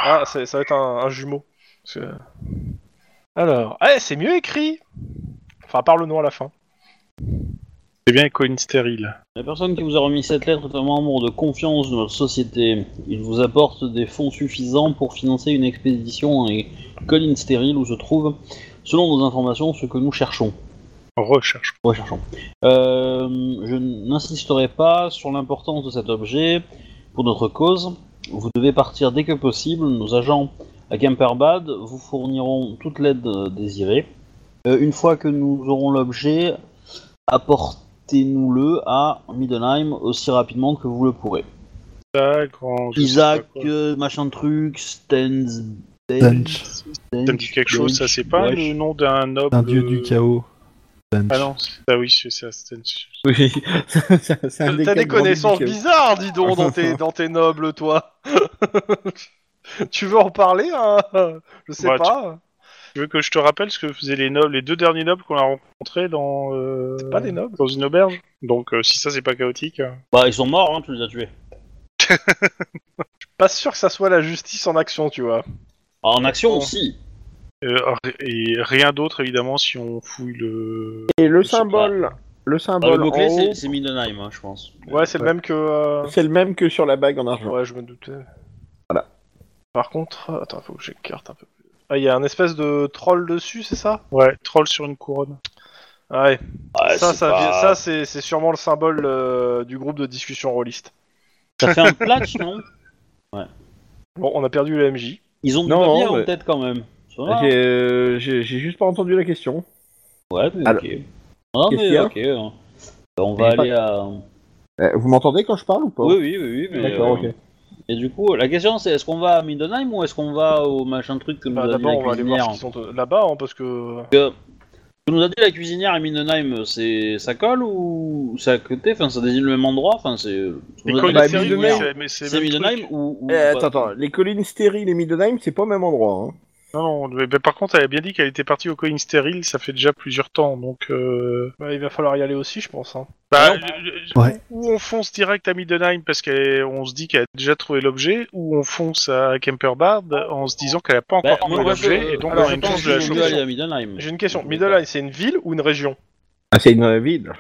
F: Ah, c'est- ça va être un, un jumeau. Parce que- Alors, eh, c'est mieux écrit Enfin, à part le nom à la fin.
C: c'est bien une stérile.
A: La personne qui vous a remis cette lettre est un membre de confiance de notre société. Il vous apporte des fonds suffisants pour financer une expédition à les collines stériles où se trouve, selon nos informations, ce que nous cherchons.
C: Recherche.
A: Recherchons. Euh, je n'insisterai pas sur l'importance de cet objet pour notre cause. Vous devez partir dès que possible. Nos agents à Camperbad vous fourniront toute l'aide euh, désirée. Euh, une fois que nous aurons l'objet, apportez-nous-le à Middenheim aussi rapidement que vous le pourrez.
C: Isaac, grand- je sais
A: Isaac,
C: pas quoi.
A: euh, machin truc, Stens...
D: Dunch.
C: Ça me dit quelque chose, ça c'est pas le nom d'un noble.
D: Un dieu du chaos. Dunch.
C: Ah non, c'est- ah oui, c'est ça. c'est-
B: Oui, c'est c'est un des
F: T'as des
B: quatre grands
F: connaissances
B: indices.
F: bizarres, dis donc, dans tes, dans tes nobles, toi. *laughs* tu veux en parler hein Je sais
C: Bah, tu-
F: pas.
C: Tu veux que je te rappelle ce que faisaient les nobles, les deux derniers nobles qu'on a rencontrés dans euh,
F: C'est pas des nobles.
C: dans une auberge Donc euh, si ça c'est pas chaotique. euh.
A: Bah, ils sont morts, hein, tu les as tués.
F: Pas sûr que ça soit la justice en action, tu vois.
A: Ah, En action
C: Bon.
A: aussi.
C: Euh, et rien d'autre évidemment si on fouille le.
B: Et le
A: Je sais
B: symbole, le
A: Bah, le
B: symbole
A: mot-clé,
B: en
C: Oh.
B: haut,
A: c'est- c'est Middenheim, hein, je pense.
F: Ouais, c'est le même que. euh,
B: c'est le même que sur la bague en argent.
F: Ouais, je me doutais.
B: Voilà.
F: Par contre, euh, attends, faut que j'écarte un peu plus. Ah, il y a un espèce de troll dessus, c'est ça Ah
C: Ouais, troll sur une couronne.
A: Ouais,
F: Ouais. ça,
A: Ah, c'est
F: ça,
A: pas-
F: vient- ça c'est c'est sûrement le symbole euh, du groupe de discussion rôliste.
A: Ça fait un platch, non
F: Bon, on a perdu le MJ.
A: Ils ont du
B: Non,
A: papier
B: non,
A: en
B: mais-
A: tête quand même. Ça va
B: J'ai euh, j'ai- j'ai juste pas entendu la question.
A: Ouais, mais
B: Alors,
A: ok. Non,
B: qu'est-ce
A: mais
B: qu'il y a
A: ok. hein. Bah, on va
B: Il y a
A: aller à.
B: Euh, vous m'entendez quand je parle ou pas
A: Oui, oui, oui, oui. Mais,
B: D'accord,
A: euh,
B: ok.
A: Et du coup, la question c'est est-ce qu'on va à Mindenheim ou est-ce qu'on va au machin truc que nous
F: Bah,
A: a dit la
F: D'abord, on va aller voir
A: cuisinière
F: ce qu'ils sont euh, là-bas, hein, parce que.
A: Ce que nous a dit la cuisinière à Mindenheim, c'est ça colle ou c'est à côté Enfin, ça désigne le même endroit Enfin, c'est. ce que
C: Les
A: nous a dit
C: collines
A: la
B: bah,
C: stériles,
A: cuisinière,
B: Middenheim,
C: c'est- mais c'est
A: C'est
C: le même
A: Mindenheim
C: truc.
A: ou. ou-
B: Euh,
A: bah,
B: attends, attends, les collines stériles et Middenheim, c'est pas au même endroit. hein.
C: Non, non, mais, mais par contre, elle a bien dit qu'elle était partie au collines stérile, ça fait déjà plusieurs temps, donc. Euh...
F: ouais, il va falloir y aller aussi, je pense. hein.
C: Bah,
A: non.
C: euh,
D: Ouais.
C: Ou on fonce direct à Middenheim parce qu'on se dit qu'elle a déjà trouvé l'objet, ou on fonce à Kemperbard en se disant qu'elle n'a pas
A: Bah,
C: encore
A: moi,
C: trouvé
A: moi,
C: l'objet,
A: je-
C: et donc
A: alors,
C: on a
A: je
C: une
A: pense
C: chance de la
A: qu'il vaut mieux
C: choper.
A: aller à Middenheim.
F: J'ai une question. Middle c'est une ville ou une région
B: Ah, c'est une euh, ville.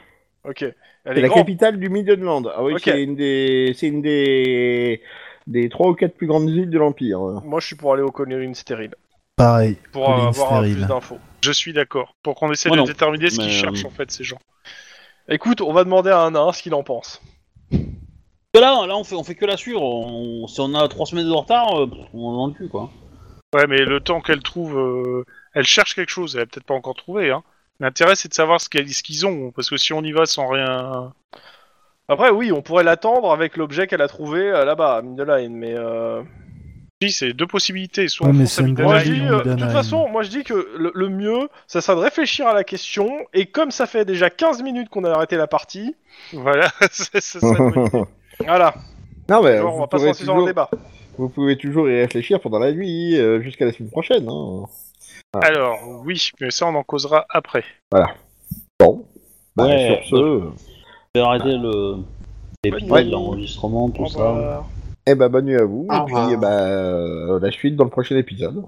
F: Ok. Elle
B: C'est
F: est,
B: la
F: grande.
B: capitale du Midland. Ah oui,
F: Ok.
B: c'est une des, c'est une des, des trois ou quatre plus grandes villes de
F: *laughs*
B: l'empire.
F: Moi, je suis pour aller au Collines stérile.
D: Pareil.
F: Pour
D: Collines
F: euh, avoir un
D: stériles.
F: plus d'infos.
C: Je suis d'accord. Pour qu'on essaie
A: Moi,
C: de
A: non.
C: déterminer ce
A: Mais,
C: qu'ils
A: euh,
C: cherchent en fait ces gens.
F: Écoute, on va demander à un nain ce qu'il en pense.
A: Que Là, là on, fait, on fait que la suivre. On- si on a trois semaines de retard, euh, pff, on en a le cul, quoi.
C: Ouais, mais le temps qu'elle trouve, euh, elle cherche quelque chose. Elle a peut-être pas encore trouvé. Hein. L'intérêt c'est de savoir ce qu'elle- ce qu'ils ont, parce que si on y va sans rien,
F: Après, oui, on pourrait l'attendre avec l'objet qu'elle a trouvé euh, là-bas, à Midline, mais. Euh...
C: si c'est deux possibilités. Soit
D: Ouais,
C: on
D: mais
C: fonce à
D: c'est une
F: Moi,
D: Ouais,
F: je
C: Middenheim,
F: dis,
D: ils nous
F: euh, de
D: donnent
F: toute
D: un-
F: façon, moi je dis que le, le mieux, ça serait de réfléchir à la question, et comme ça fait déjà 15 minutes qu'on a arrêté la partie, *laughs*
C: Voilà, c'est c'est ça. le truc. *laughs*
B: non
F: voilà,
C: Euh,
B: mais
F: genre, on
B: vous,
F: va pas se
B: pouvez
F: lancer dans
B: toujours,
F: le débat.
B: vous pouvez toujours y réfléchir pendant la nuit euh, jusqu'à la semaine prochaine. hein.
C: Alors oui, mais ça on en causera après.
B: Bon, bah,
A: Ouais.
B: sur ce,
A: Je vais arrêter le.
F: Ouais.
A: l'épisode, l'enregistrement, tout
F: Au
A: ça.
F: revoir.
B: eh ben bonne nuit à vous
E: Au
B: et bah,
E: revoir.
B: puis eh ben, euh, la suite dans le prochain épisode.